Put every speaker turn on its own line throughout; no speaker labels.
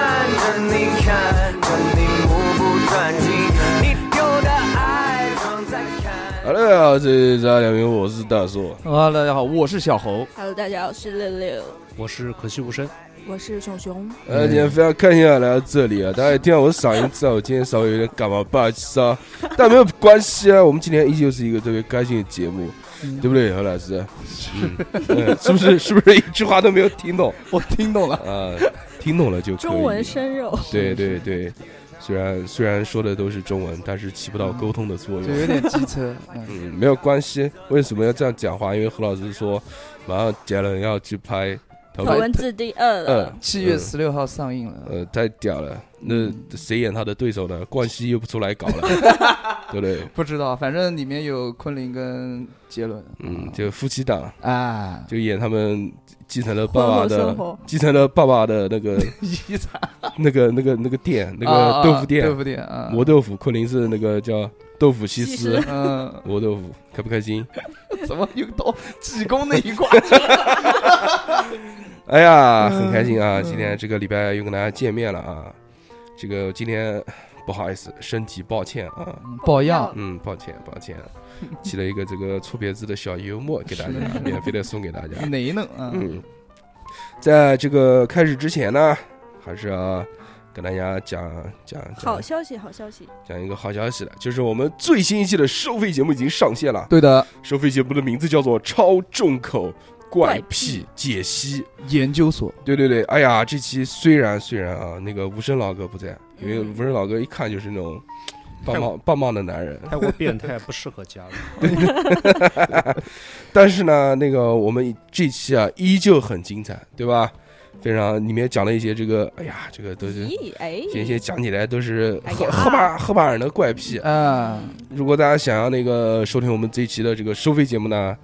你看，看你目不转睛，你丢的爱装在看。
好了，大家好，这里是阿良云，我是大硕。
啊，大家好，我是小猴。
Hello，大家好，我是六六，
我是可惜无声，
我是熊熊。
嗯
呃，今天非常开心啊，来到这里啊，大家一听到我的嗓音，知道我今天稍微有点感冒不好意思啊，但没有关系啊，我们今天依旧是一个特别开心的节目，对不对，何老师？嗯，是不 是？是不是一句话都没有听懂
我听懂了，
啊？听懂了就可以。
中文生 肉，
对对对，虽然虽然说的都是中文，但是起不到沟通的作
就
用。
有点机 车。嗯
嗯，没有关系。为什么要这样讲话？因为何老师说，马上杰伦要去拍《头
头
文
文字 D 二
嗯
了，，
七月十六号上映了，
呃，太屌了！那
嗯
谁演他的对手呢？冠希又不出来搞 了，对不对？
不知道，反正里面有昆凌跟杰伦。
嗯，就夫妻档，
啊，
就演他们继承了爸爸
婚后
的
生活，
继承了爸爸的那个
遗产
那个那个那个店，那
啊
个豆腐店，
豆腐店啊，
磨豆腐。昆凌是那个叫豆腐西
西
施
施，
嗯，
磨豆腐，开不开心？
怎么又到济公那 一挂？
哎呀，
嗯
很开心啊！今天这个礼拜又跟大家见面了啊！这个今天不好意思，身体抱歉啊。
抱恙，
嗯，抱歉，抱歉，起了一个这个错别字的小幽默给大家，免费的送给大家。
哪一弄啊？
嗯，在这个开始之前呢，还是要跟大家讲讲
好
讲
消息，好消息，
讲一个好消息了，就是我们最新一期的收费节目已经上线了。
对的，
收费节目的名字叫做《超重口怪
怪
癖解析》。
研究所
对对对，哎呀，这期虽然虽然啊，那个无声老哥不在，因为
嗯
无声老哥一看就是那种棒棒棒棒的男人，
太过变态，不适合加入。
但是呢，那个我们这期啊依旧很精彩，对吧？非常里面讲了一些这个，哎呀，这个都是
咦，哎，
这些讲起来都是
哎
河
呀
河马河马人的怪癖。
啊，
如果大家想要那个收听我们这一期的这个收费节目呢，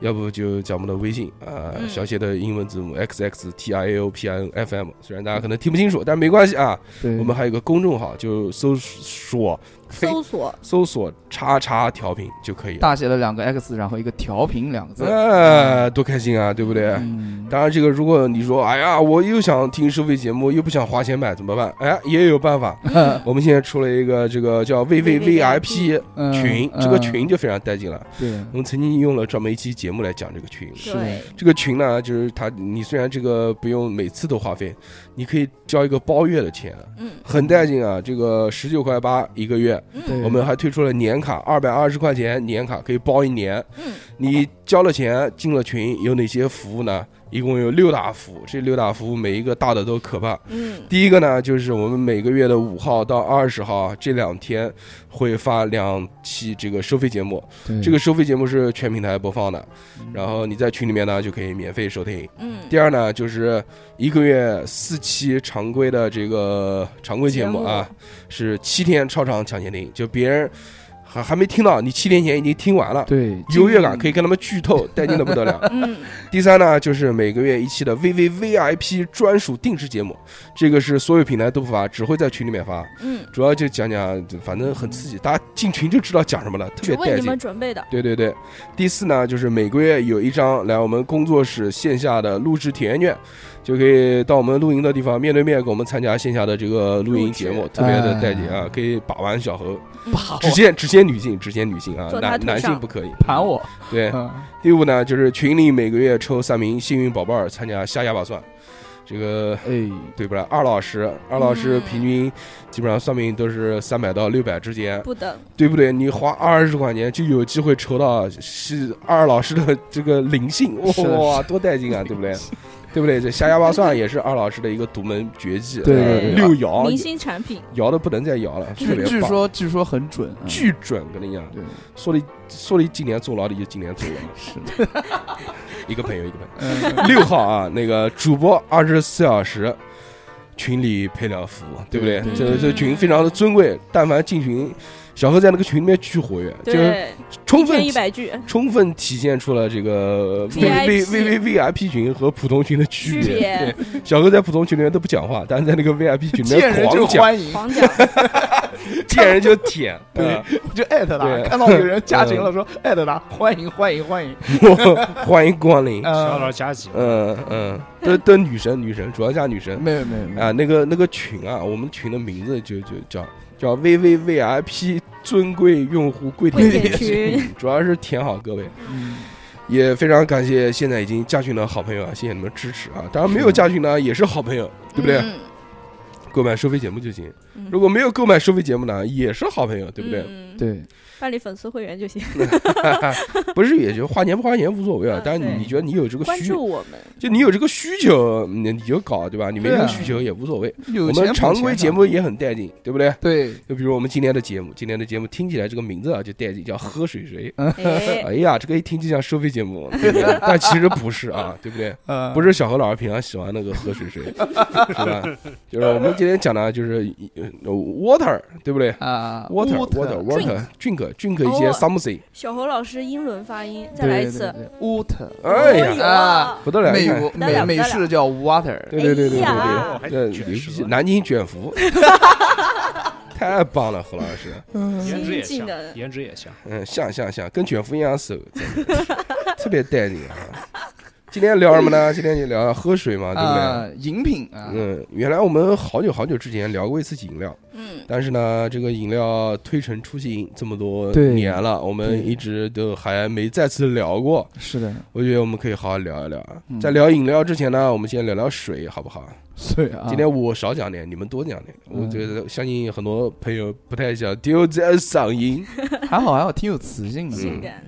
要不就加我们的微信啊、
嗯
小写的英文字母 x x t i a o p i n f m。虽然大家可能听不清楚，但没关系啊。
对，
我们还有一个公众号，就搜索嘿
搜索
搜索“叉叉调频”就可以了。
大写了两个 X，然后一个调频两个字。
哎，多开心啊，对不对？
嗯，
当然，这个如果你说，哎呀，我又想听收费节目，又不想花钱买，怎么办？哎，也有办法。我们现在出了一个这个叫 VVVIP
嗯
群，
嗯
这个群嗯就非常带劲了。
对，
我们曾经用了专门一期节目来讲这个群。
是
对，
这个群呢，就是它，你虽然这个不用每次都花费，你可以交一个包月的钱，
嗯
很带劲啊！这个十九块八一个月，
对
嗯
我们还推出了年卡，二百二十块钱年卡可以包一年。
嗯，
你交了钱进了群，有哪些服务呢？一共有六大服务，这六大服务每一个大的都可怕。
嗯，
第一个呢，就是我们每个月的五号到二十号这两天会发两期这个收费节目，这个收费节目是全平台播放的，然后你在群里面呢就可以免费收听。
嗯，
第二呢，就是一个月四期常规的这个常规节目啊，是七天超长抢先听，就别人还还没听到，你七天前已经听完了，
对
优越感可
以
以跟他们剧透，带劲的不得了。
嗯，
第三呢，就是每个月一期的 VVVIP 专属定制节目，这个是所有平台都不发，只会在群里面发，
嗯，
主要就讲讲，反正很刺激，大家进群就知道讲什么了，特别
只
带
为你
劲
们。准备的，
对对对，第四呢，就是每个月有一张来我们工作室线下的录制体验券，就可以到我们露营的地方面对面跟我们参加线下的这个露营节目，
录制哎
特
哦
别的带劲啊！可以把玩小猴，
嗯
只限只限女性，只限女性啊，
坐他
男
腿
男性
上
不可以。
盘我，
对，
嗯
第五呢，就是群里每个月抽三名幸运宝贝儿参加下哑巴算，这个
哎，
对不啦？二老师，二老师
嗯
平均基本上算命都是三百到六百之间，
不等，
对不对？你花二十块钱就有机会抽到是二老师的这个灵性，哇、
是的是
多带劲啊，对不对？对不对？这下哑巴算也是二老师的一个独门绝技，
对
对对
六爻
明星产品，
摇的不能再摇了，特
据
别
据
棒。
说据说很准，嗯
巨准，跟你讲，
对
说你说你今年坐牢，你就今年坐牢。
是，
一个朋友，一个朋友。
嗯
六号啊，那个主播二十四小时群里配料服务，对不对
对？
这
对
这
对
群非常的尊贵，但凡进群，小何在那个群里面巨活跃，就是
对，
充
一
分
天一百句，
充分体现出了这个 V V V V V I P 群和普通群的区
区
别。
别
对，小何在普通群里面都不见不讲话，但是在那个 V I P 群里
见
面
人 就
狂讲，
欢迎，
狂讲，
见人就舔，
对
啊
就艾特他
对，嗯
看到有 人加群了，说艾特他，欢迎欢迎欢迎。
欢迎光临。
小
呃，
老加急，
嗯嗯，都都女神女神，主要加女神
没有没有没有，
啊。那个那个群啊，我们群的名字就就叫叫 VVVIP 尊贵用户贵
贵
点
点群，
主要是舔好各位。
嗯，
也非常感谢现在已经加群的好朋友啊，谢谢你们支持啊！当然没有加群呢，也是好朋友，对不对？
嗯？
购买收费节目就行。
嗯
如果没有购买收费节目呢，也是好朋友，对不对？
嗯，
对，
办理粉丝会员就行，
不是也就花钱不花钱无所谓啊
啊，
但是
对
你觉得你有这个
关
需，
注我们，
就你有这个需求，你你就搞对吧？你没这
对
个
啊
需求也无所谓。
有
我
钱
们
补
常
钱
规
的
节目也很带劲，对不对？
对，
就比如我们今天的节目，今天的节目听起来这个名字啊就带劲，叫喝水谁？
哎，
哎呀，这个一听就像收费节目，对不对但其实不是啊，对不对？
呃，
不是小何老师平常喜欢那个喝水水，是吧？就是我们今天讲的，就是呃 water，对不对
啊
？water
乌特
water water drink drink 一些
哦
something，
小侯老师英伦发音，再
对
来一
对
次，
对乌特，
哎呀，
呀
啊，
不得了！你
美
看
国
得
美
了
美
得了
式叫 water，
对对对对对对
哎呀，
哦，还
这
卷
牛逼！
舌，
南京卷福，太棒了，何老师，
嗯
颜值也
新进的
像，颜值也像，
嗯，像像像，跟卷福一样瘦，真的特别带劲啊！今天聊什么呢？今天就聊喝水嘛，对不对？
啊，饮品啊，
嗯，原来我们好久好久之前聊过一次饮料，
嗯，
但是呢，这个饮料推陈出新这么多
对
年了，我们
对
一直都还没再次聊过。
是的，
我觉得我们可以好好聊一聊啊。
嗯
在聊饮料之前呢，我们先聊聊水，好不好？
对啊，
今天我少讲点，你们多讲点。我
嗯
觉得相信很多朋友不太想丢这嗓音。
还好还好，挺有磁性的，
嗯
性感，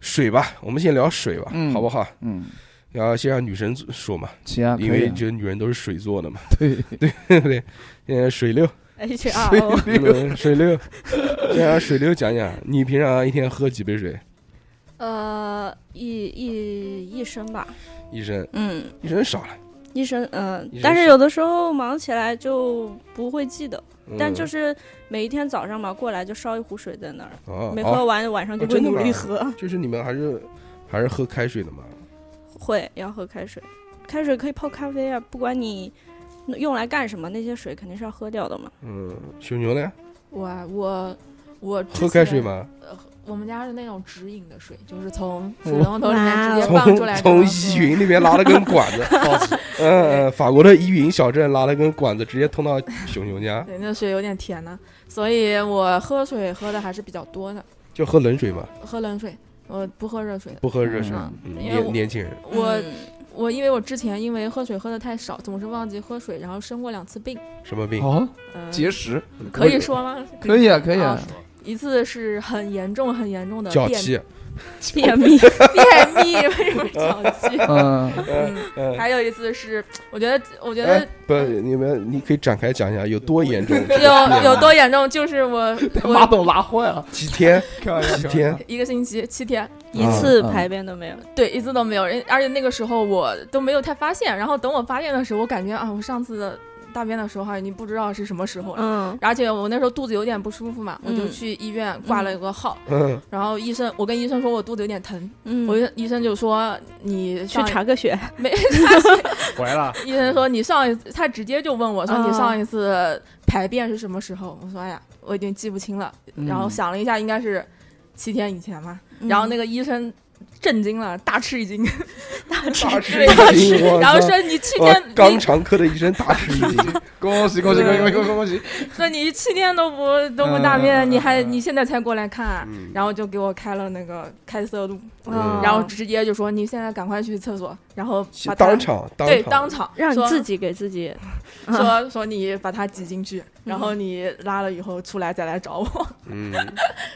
水吧，我们先聊水吧，
嗯
好不好？
嗯，
然后先让女神说嘛，
行啊，
因
可以
为
啊
觉得女人都是水做的嘛，
对
对不对？现在 水六，
H R O，
嗯水六，先让水六讲讲，你平常一天喝几杯水？
呃，一一一生吧，
医生，
嗯，
医生 少了，
一生，嗯
一生，
但是
是
有的时候忙起来就不会记得，
嗯
但就是每一天早上嘛，过来就烧一壶水在那儿，
哦，
没
哦
喝完晚上就
哦
会
真的
努力
吗
喝，
就是你们还是还是喝开水的嘛？
会要喝开水，开水可以泡咖啡啊，不管你用来干什么，那些水肯定是要喝掉的嘛。
嗯，熊牛呢？
我啊我我之
喝开水
前？
吗？
呃，我们家是那种直饮的水，就是从水龙头里面直接
从
放出来这
从
样
依
子。
云那边拉了根管 子，
高级，
嗯，嗯法国的依云小镇拉了根管子，直接通到熊熊家，
对，那水有点甜呢、所以我喝水喝的还是比较多的，
就喝冷水嘛，
喝冷水，我不喝热水的。
不喝热水。
嗯
嗯
因为
年
我
年轻人，
我
嗯
我因为我之前因为喝水喝的太少，总是忘记喝水，然后生过两次病。
什么病？
哦，
嗯、
节食
可以说吗？
可以啊，可以啊
啊，一次是很严重很严重的
脚
便
气。啊
便秘，
便秘，为 什么是脚气？
嗯，
嗯，
嗯，
还有一次是，我觉得我觉得
哎，不，你们你可以展开讲一下有多严重？
有有多严重，就是 我
马
我
桶拉坏了，
几天？
开玩笑
几天？
一个星期七天，
一次排便都没有。
对，一次都没有，人而且那个时候我都没有太发现，然后等我发现的时候，我感觉啊，我上次大便的时候啊已经不知道是什么时候了。
嗯，
而且我那时候肚子有点不舒服嘛，我就
嗯
去医院挂了一个号，
嗯，
然后医生，我跟医生说我肚子有点疼，
嗯
我医生就说你
去
上
查个血，
没，
回了，
医生说你上一次，他直接就问我说
哦
你上一次排便是什么时候？我说哎呀，我已经记不清了，然后
嗯
想了一下，应该是七天以前吧。然后那
个
个医生震惊了，大吃一惊，
大吃
大吃一
对
惊！哎我
然后
操
说你七
哇
天，
肛
你
肠科的医生大吃一惊，
嗯恭喜恭喜恭喜恭喜恭喜！
说你七天都不都不大
嗯嗯
便，
嗯
你还
嗯
你现在才过来看啊、
嗯
然后就给我开了那个开塞露，
哦
嗯
然后直接就说你现在赶快去厕所，然后把它
当场当
对
场
当场
让你
说
自己啊给自己
说说你把它挤进去，然后
嗯
你拉了以后出来再来找我，
嗯，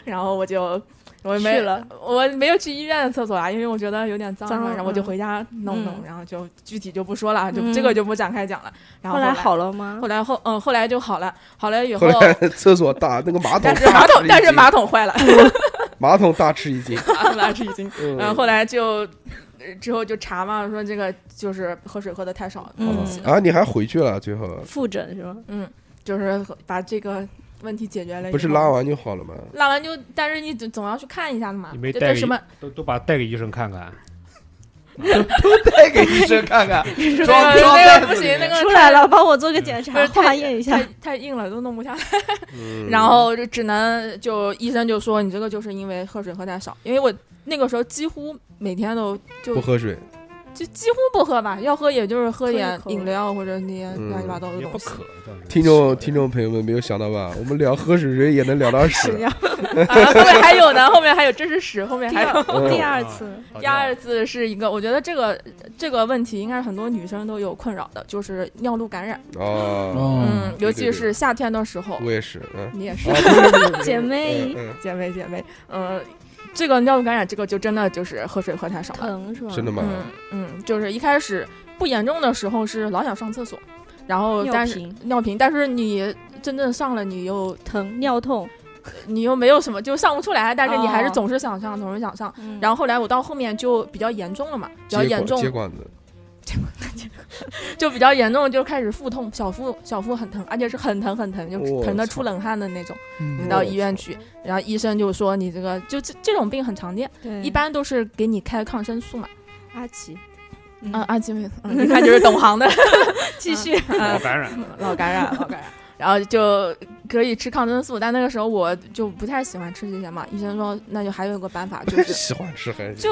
然后我就我没
去了，
我没有去医院的厕所啦，啊因为我觉得有点脏
脏
嘛，然后我就
嗯
回家弄弄，
嗯
然后就具体就不说了，就
嗯
这个就不展开讲了。然后
后来
来
好了吗
后？来后嗯后来就好了，好了以
后
后，
来 厕所大那个马桶
但是马
大吃一
桶
惊，
但是马 桶坏了，
马桶大吃一惊。
那是已经，
嗯
然后后来就呃之后就查嘛，说这个就是喝水喝的太少了，
嗯
啊，你还回去了？最后
复诊是吗？
嗯，就是喝把这个问题解决了以后，
不是拉完就好了吗？
拉完就，但是你总总要去看一下的嘛，
你没
这
带
这
个
什么
都都把带给医生看看，
带给医生看看，装
那
装
个那
袋
个
子
不
里
行，那
面。
个
出来了，帮我做个检
不
查，
是
化验一下
太。太硬了，都弄不下来。
嗯
然后这只能就医生就说你这个就是因为喝水喝太少，因为我那个时候几乎每天都就
不喝水，
就几乎不喝吧，要喝也就是喝
一
点
口
饮料或者那些
嗯
乱七八糟的
也不
东西。
渴。倒是
听众听众朋友们没有想到吧？我们聊喝水人也能聊 到
屎
屎，
尿。
啊，后面还有呢，后面还有这是屎，后面
第
还有。
二第
嗯
二次，
好
第二次是一个，我觉得这个这个问题应该是很多女生都有困扰的，就是尿路感染。
哦，
哦，
嗯，尤
对对
其是夏天的时候，
我也是，嗯，
你也是
啊不是不是
姐
哎
妹
嗯
姐妹姐妹，嗯，这个尿路感染这个就真的就是喝水喝太少了。
疼是吧？
嗯，真的吗？
嗯嗯，就是一开始不严重的时候是老想上厕所，然后
尿
但是
频
尿频，但是你真正上了，你又
疼，尿痛。
你又没有什么就上不出来，但是你还是
哦
总是想上，总是想上。
嗯
然后后来我到后面就比较严重了嘛，比较
接
严
管
重
接管子，
就比较严重，就开始腹痛，小腹小腹很疼，而且是很疼很疼，就
我
疼的
操
出冷汗的那种。
嗯
你到医院去，然后医生就说你这个就这这种病很常见，
对
一般都是给你开抗生素嘛。
阿奇，
嗯，阿基米，嗯一看就是懂行 的。
继续
老感染，
老感 染，老感染，然后就可以吃抗生素，但那个时候我就不太喜欢吃这些嘛。医生说，那就还有一个办法，就是
喜欢吃还是
就，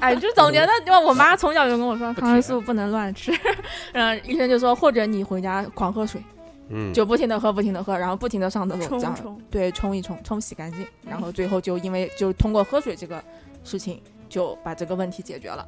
哎，就总觉得，就我妈从小就跟我说，抗生素不能乱吃。 嗯，医生就说，或者你回家狂喝水，
嗯，
就不停的喝，不停的喝，然后不停的上厕 所，
冲
这样
冲，
对冲一冲，冲洗干净，然
嗯
后最后就因为就通过喝水这个事情，就把这个问题解决了。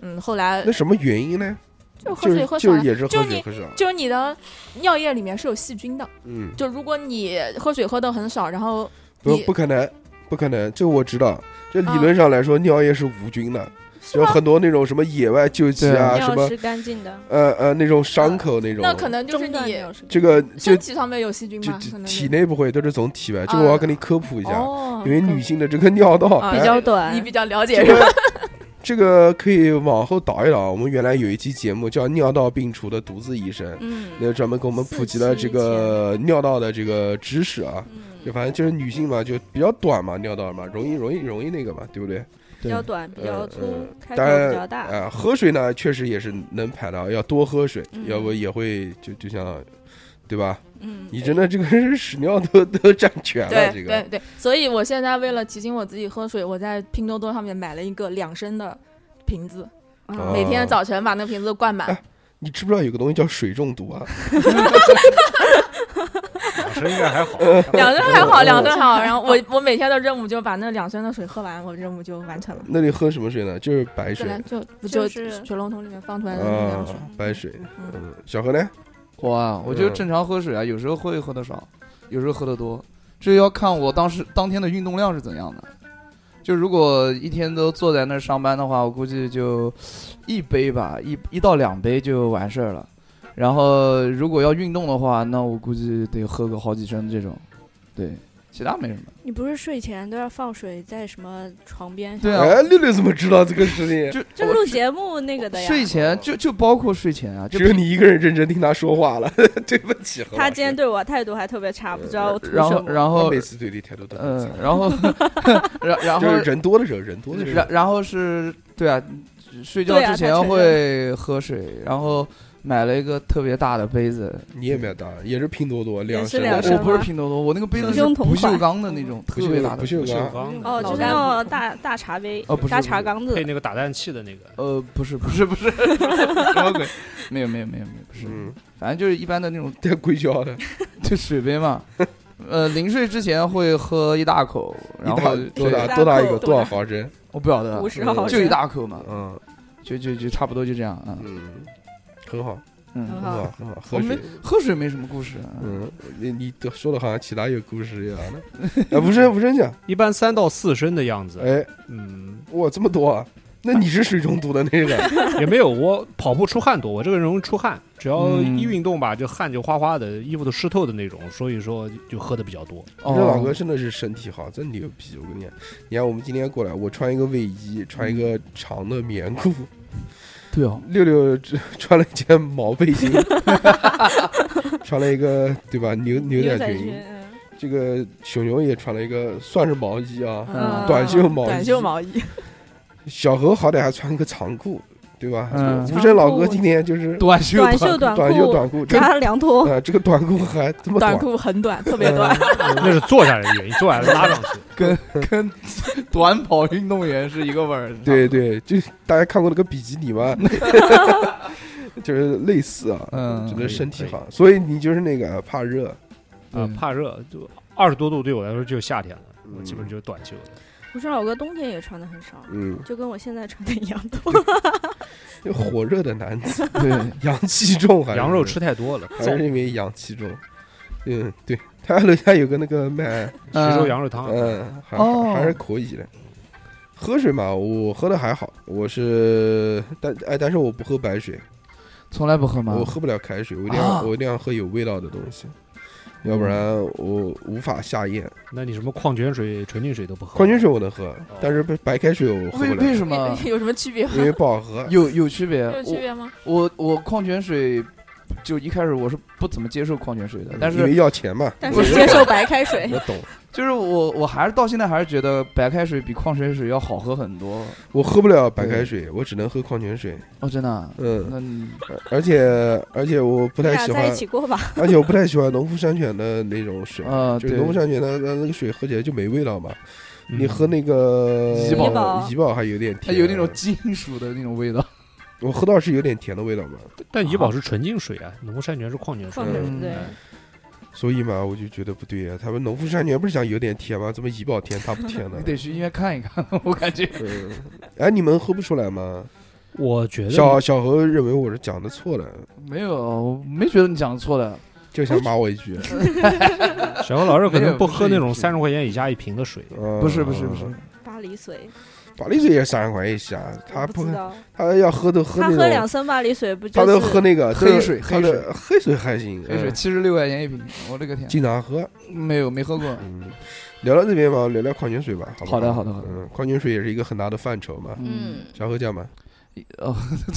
嗯，后来
那什么原因呢？
就
就
喝水
是
喝少
就
了
是，也是
就
喝水
你
喝少，
就是你的尿液里面是有细菌的。
嗯，
就如果你喝水喝的很少，然后
不
你
不可能，不可能，这我知道。这理
啊
论上来说，尿液是无菌的，
是
有
吗？
很多那种什么野外救济
对
啊，什
尿
么
是干净的，
呃呃那种伤口那种，
嗯那可能就是
中断
你
尿是干净
这个就
身体上面有细菌
就
吧？
就
可能
体
有
内不会，都是从体外。这个我要跟你科普一下，
哦，
因为
可
女性的这个尿道
啊
哎
比较短
你。比较了解
这
是吧？
个这个可以往后倒一倒。啊我们原来有一期节目叫《尿道病除的独自医生》，
嗯
那专门给我们普及了这个尿道的这个知识啊。就
嗯，
反正就是女性嘛，就比较短嘛，尿道嘛，容易容易容易那个嘛，对不对？
比较短，比较粗
嗯，
开口
当
比
然
较大。
啊、喝水呢，确实也是能排到，要多喝水，
嗯
要不也会就就像，对吧？
嗯，
你真的这个是屎尿都都占全了，这
对
个
对对，所以我现在为了提醒我自己喝水，我在拼多多上面买了一个两升的瓶子，
哦
每天早晨把那个瓶子灌 满。
你知不知道有个东西叫水中毒啊？
老师应该还好，
两升还好，两升还 好。
哦
然后我我每天的任务就把那两升的水喝完，我任务就完成了。
那你喝什么水呢？就是白
自
水
然就不
就
就是水龙头里面放出来的那
啊
样水。，
白水。
嗯
嗯，小何呢？
我啊，我就正常喝水啊，有时候会喝的少，有时候喝的多，这要看我当时当天的运动量是怎样的。就如果一天都坐在那儿上班的话，我估计就一杯吧，一一到两杯就完事儿了。然后如果要运动的话，那我估计得喝个好几升这种。对，其他没什么。
你不是睡前都要放水在什么床边？
对啊，
哎，六六怎么知道这个事情？
就
就
我
录节目那个的呀。
睡前就就包括睡前啊， 就
只有你一个人认真听他说话了， 对不起，何老师呃
他今天对我态度还特别差，不知道我图
然
什
后
么。
然
他
后
每次对你态度都很
嗯
差，，
然后 然然后
就是人多的时候，人多的时候
然，然后是对啊，睡觉
对
之
啊他
前
承
会喝水，然后买了一个特别大的杯子，
你也没有大，也是拼多多两
也是
升
两
的，
升
我
吗
不是拼多多，我那个杯子是
不锈
不
铜
锈
款
钢的那种，
不
特别
锈
大的
不。锈
小
钢，
刚
哦，就是
老
那
干
种大大茶杯
哦不、是
大
不是
茶缸
配
子。
那个打蛋器的那个，
呃，不 是，不是，不是，什么鬼？没有，没有，没有，没有，不是，
嗯，
反正就是一般的那种
带硅胶的，
就水 杯嘛。呃，临睡之前会喝一大口，然
一
后
大多
对
大多大一个
多大
多少毫升？
我不晓得啊
五，十毫
就
升，
一大口嘛，
嗯
就就就差不多就这样啊。
嗯，很好，
嗯
很
很
好
好，很好，
我
喝
没
水。
喝水没什么故事啊，
嗯，你你都说的好像其他有故事一样的， 啊，不是不是讲，
一般三到四升的样子。
哎，
嗯，
哇，这么多啊！那你是水中毒的那 个，
也没有，我跑步出汗多，我这个人容易出汗，只要
嗯
一运动吧，就汗就哗哗的，衣服都湿透的那种，所以说就喝的比较多。
哦，
这老哥真的是身体好，真牛逼！我跟你讲，你看我们今天过来，我穿一个卫衣，穿一个长的棉裤，
对哦，
六六只穿了一件毛背心， 穿了一个对吧牛牛
牛
仔
仔
裙，
嗯
这个熊熊也穿了一个算是毛衣啊，
嗯
短袖毛衣
短袖毛衣，
小何好歹还穿个长裤，对吧？
嗯
吴镇老哥今天就是
短袖
短袖短
短袖短裤，这
加凉 拖，
啊这个短裤还这么
短
短，
裤很短，特别短。
嗯
那是坐下来的原因，坐下来拉上去。
跟短跑运动员是一个味儿。
对，对，就大家看过那个比基尼吗？ 就是类似啊，
嗯
只能身体好，所以你就是那个怕热，
啊，
嗯
怕热，就二十多度对我来说就是夏天了，我
嗯
基本就是短袖的。
不是老哥冬天也穿的很少，
嗯，
就跟我现在穿的一样多。
就火热的男子，
对，
阳气重还是
羊肉吃太多了，
还是因为阳气重。嗯，对，他楼下有个那个卖，
徐州羊肉汤，啊
嗯，还
啊哦
还是可以的。喝水嘛，我喝的还好，我是但哎，但是我不喝白水，
从来不喝吗
我？喝不了开水，我一定要、
啊
我一定要喝有味道的东西，要不然我无法下
哦
咽。
那你什么矿泉水、纯净水都不喝？
矿泉水我能喝，但是白白开水我喝
为
不
为
了，
什么
有什么区别吗？
因为不好喝。
有有区
嗯
别？
有区别 吗？
我我我矿泉水就一开始我是不怎么接受矿泉水的，但
因为
是
要钱嘛，
但
不是
是接受白开 水，
我懂，
就是我我还是到现在还是觉得白开水比矿泉水要好喝很多。
我喝不了白开水，我只能喝矿泉水。
哦，真的啊？
嗯，
那你
而且而且我不
你
太
俩
喜
在
欢嗯
一，起过吧？
而且我不太喜欢农夫山泉的那种水。
啊，
就是
对，
农夫山泉的那那个水喝起来就没味道嘛，
嗯
你喝那个
怡宝
怡宝还有点
它
甜，啊
有那种金属的那种味道。
我喝到是有点甜的味道嘛，
但怡宝是纯净水啊，农夫山泉是矿泉水
矿。泉水
嗯
对，
所以嘛，我就觉得不对啊。他们农夫山泉不是讲有点甜吗？怎么怡宝甜它不甜呢
你？得去医院看一看， 我感觉。
嗯，哎，你们喝不出来吗？
我觉得
小小何认为我是讲的错了，
没有，我没觉得你讲的错的。
就想骂我一句。啊
小何老师可能不喝那
没有
种
不是
三十块钱以下一瓶的水，
嗯
不是不是不是，
巴黎水，
巴黎水也三十块钱一下，他
我不
不
知道，
他要喝都喝
他
那
喝两
种，
升巴黎水不
他
就
都
是
喝那个
黑
都
水
他的黑水还行，
黑水
嗯
七十六块钱一瓶，我勒个天！
经常喝。
没有，没喝过。
嗯，聊到这边吧，聊聊矿泉水吧，好不
好的好的好的
嗯，矿泉水也是一个很大的范畴嘛。
嗯，
小何讲嘛，
哦，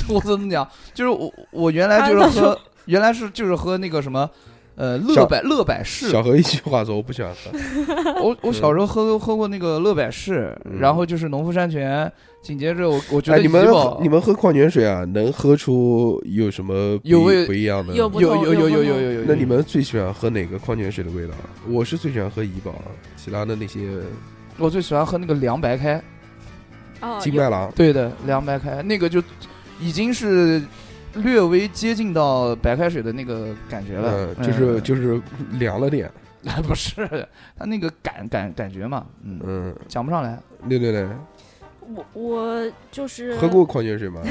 我怎么讲？就是我我原来就是喝，原来是就是喝那个什么，呃，乐
小
百乐百氏
小。何一句话说我不喜欢喝，
我我小时候喝喝过那个乐百氏，
嗯
然后就是农夫山泉，紧接着我我觉
哎，
得
你们
怡宝
你们喝矿泉水啊，能喝出有什么不一
有味
不一样的？
有不
有
同
有有有
有不
有
同
有有，
那你们最喜欢喝哪个矿泉水的味道？我是最喜欢喝怡宝，啊其他的那些
我最喜欢喝那个凉白开，
啊
哦，
金
有
麦郎，
对的，凉白开那个就已经是略微接近到白开水的那个感觉了
嗯，，就是
嗯
就是凉了点。
不是它那个感感感觉嘛，嗯，
嗯，
讲不 上来，
六六呢？
我我就是
喝过矿泉水吗？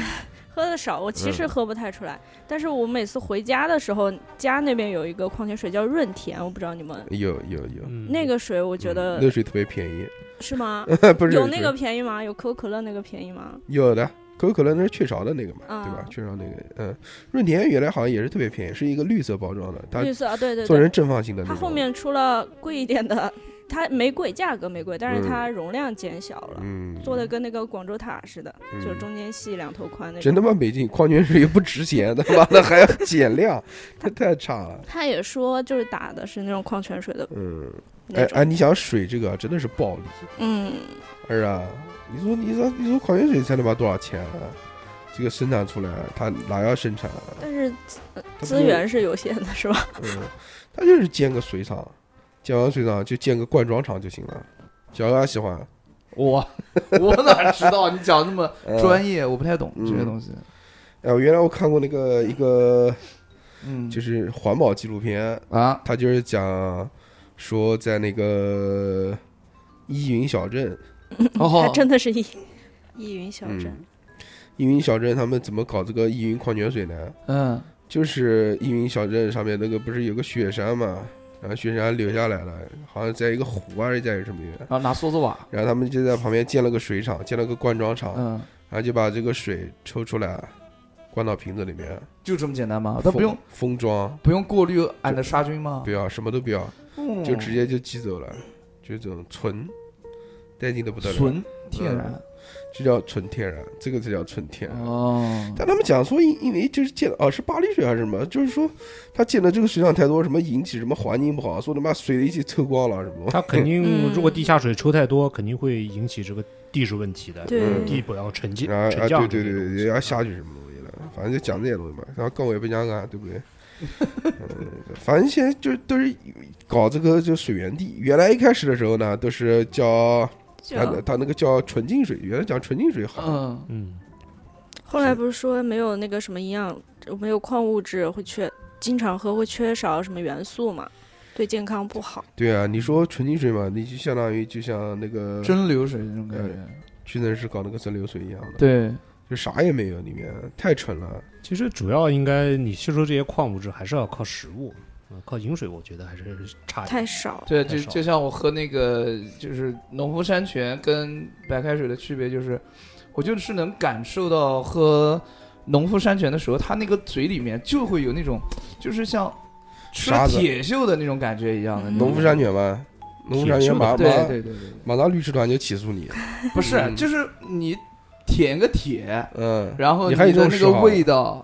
喝的少，我其实
嗯
喝不太出来，但是我每次回家的时候，家那边有一个矿泉水叫润田，我不知道你们。
有有有，
嗯
那个水我觉
嗯
得
那水特别便宜，
是吗？
不是
有那个
水
便宜吗？有可口可乐那个便宜吗？
有的。可口可乐那是雀巢的那个嘛，
啊
对吧？雀巢那个，嗯，润田原来好像也是特别便宜，是一个绿色包装的，它
绿色啊，对对
做
对，
成正方形的那
它
种。
后面出了贵一点的，它没贵，价格没贵，但是它容量减小了，
嗯，
做的跟那个广州塔似的，
嗯
就中间细两头宽那种。
真他妈没劲，矿泉水又不值钱，他妈的还要减量，这太差了。
他也说就是打的是那种矿泉水的
嗯，哎
那种，
哎，你想水这个真的是暴利，
嗯，
儿啊，你说你说你说矿泉水才他妈多少钱啊？这个生产出来，它哪要生产啊？
但是呃
不
资源是有限的，是吧？
嗯，他就是建个水厂，建完水厂就建个灌装厂就行了。小何还喜欢，
我我哪知道你讲那么
嗯
呃
专业，我不太懂
嗯
这些东西，
哎，我原来我看过那个一个
嗯，
就是环保纪录片，
啊，
他就是讲说在那个依云小镇，
它
哦，
真的是依依云小镇，
嗯，依云小镇他们怎么搞这个依云矿泉水呢？
嗯
就是依云小镇上面那个不是有个雪山嘛，然后雪山留下来了，好像在一个湖啊还是在什么地方，
然后拿梭子瓦，
然后他们就在旁边建了个水厂，建了个灌装厂，
嗯，
然后就把这个水抽出来，灌到瓶子里面，
就这么简单吗？哦那
封
不用
封装，
不用过滤俺的杀菌吗
不？要什么都不要，
嗯
就直接就寄走了，就这种纯带劲的不得了，
纯天然
这叫纯天然，这个才叫纯天然。
哦，
但他们讲说，因因为就是建哦是巴黎水还是什么，就是说他建的这个水量太多，什么引起什么环境不好，说他妈水一起抽光了什么。
它肯定
嗯
如果地下水抽太多，肯定会引起这个地质问题的，
对
嗯
地表要沉积
然后
沉
啊，
降
对
的
对对
那种
对，人家下去什么东西了，反正就讲这些东西嘛。然后跟我也不讲啊，对不对？ 嗯，反正现在就都是搞这个就水源地。原来一开始的时候呢，都是叫他
就
哎他那个叫纯净水，原来讲纯净水好，
嗯，
嗯，
后来不是说没有那个什么营养，没有矿物质会缺，经常喝会缺少什么元素嘛，对健康不好。
对啊，你说纯净水嘛，你就相当于就像那个
蒸馏水那种感觉，
屈臣氏搞那个蒸馏水一样的，
对，
就啥也没有，里面太纯了。
其实主要应该你吸收这些矿物质还是要靠食物，嗯，靠饮水我觉得还是差一点
太少。
对，
太
就
少
就像我喝那个就是农夫山泉跟白开水的区别，就是我就是能感受到喝农夫山泉的时候，它那个嘴里面就会有那种就是像吃了
沙子
铁锈的那种感觉一样的。
嗯
农夫山泉嘛，农夫山泉马
对对
马
对对对，
马上律师团就起诉你，
不是，
嗯
就是你舔个铁，
嗯，
然后
你还有
的
这种
那
嗜
个
好
味道，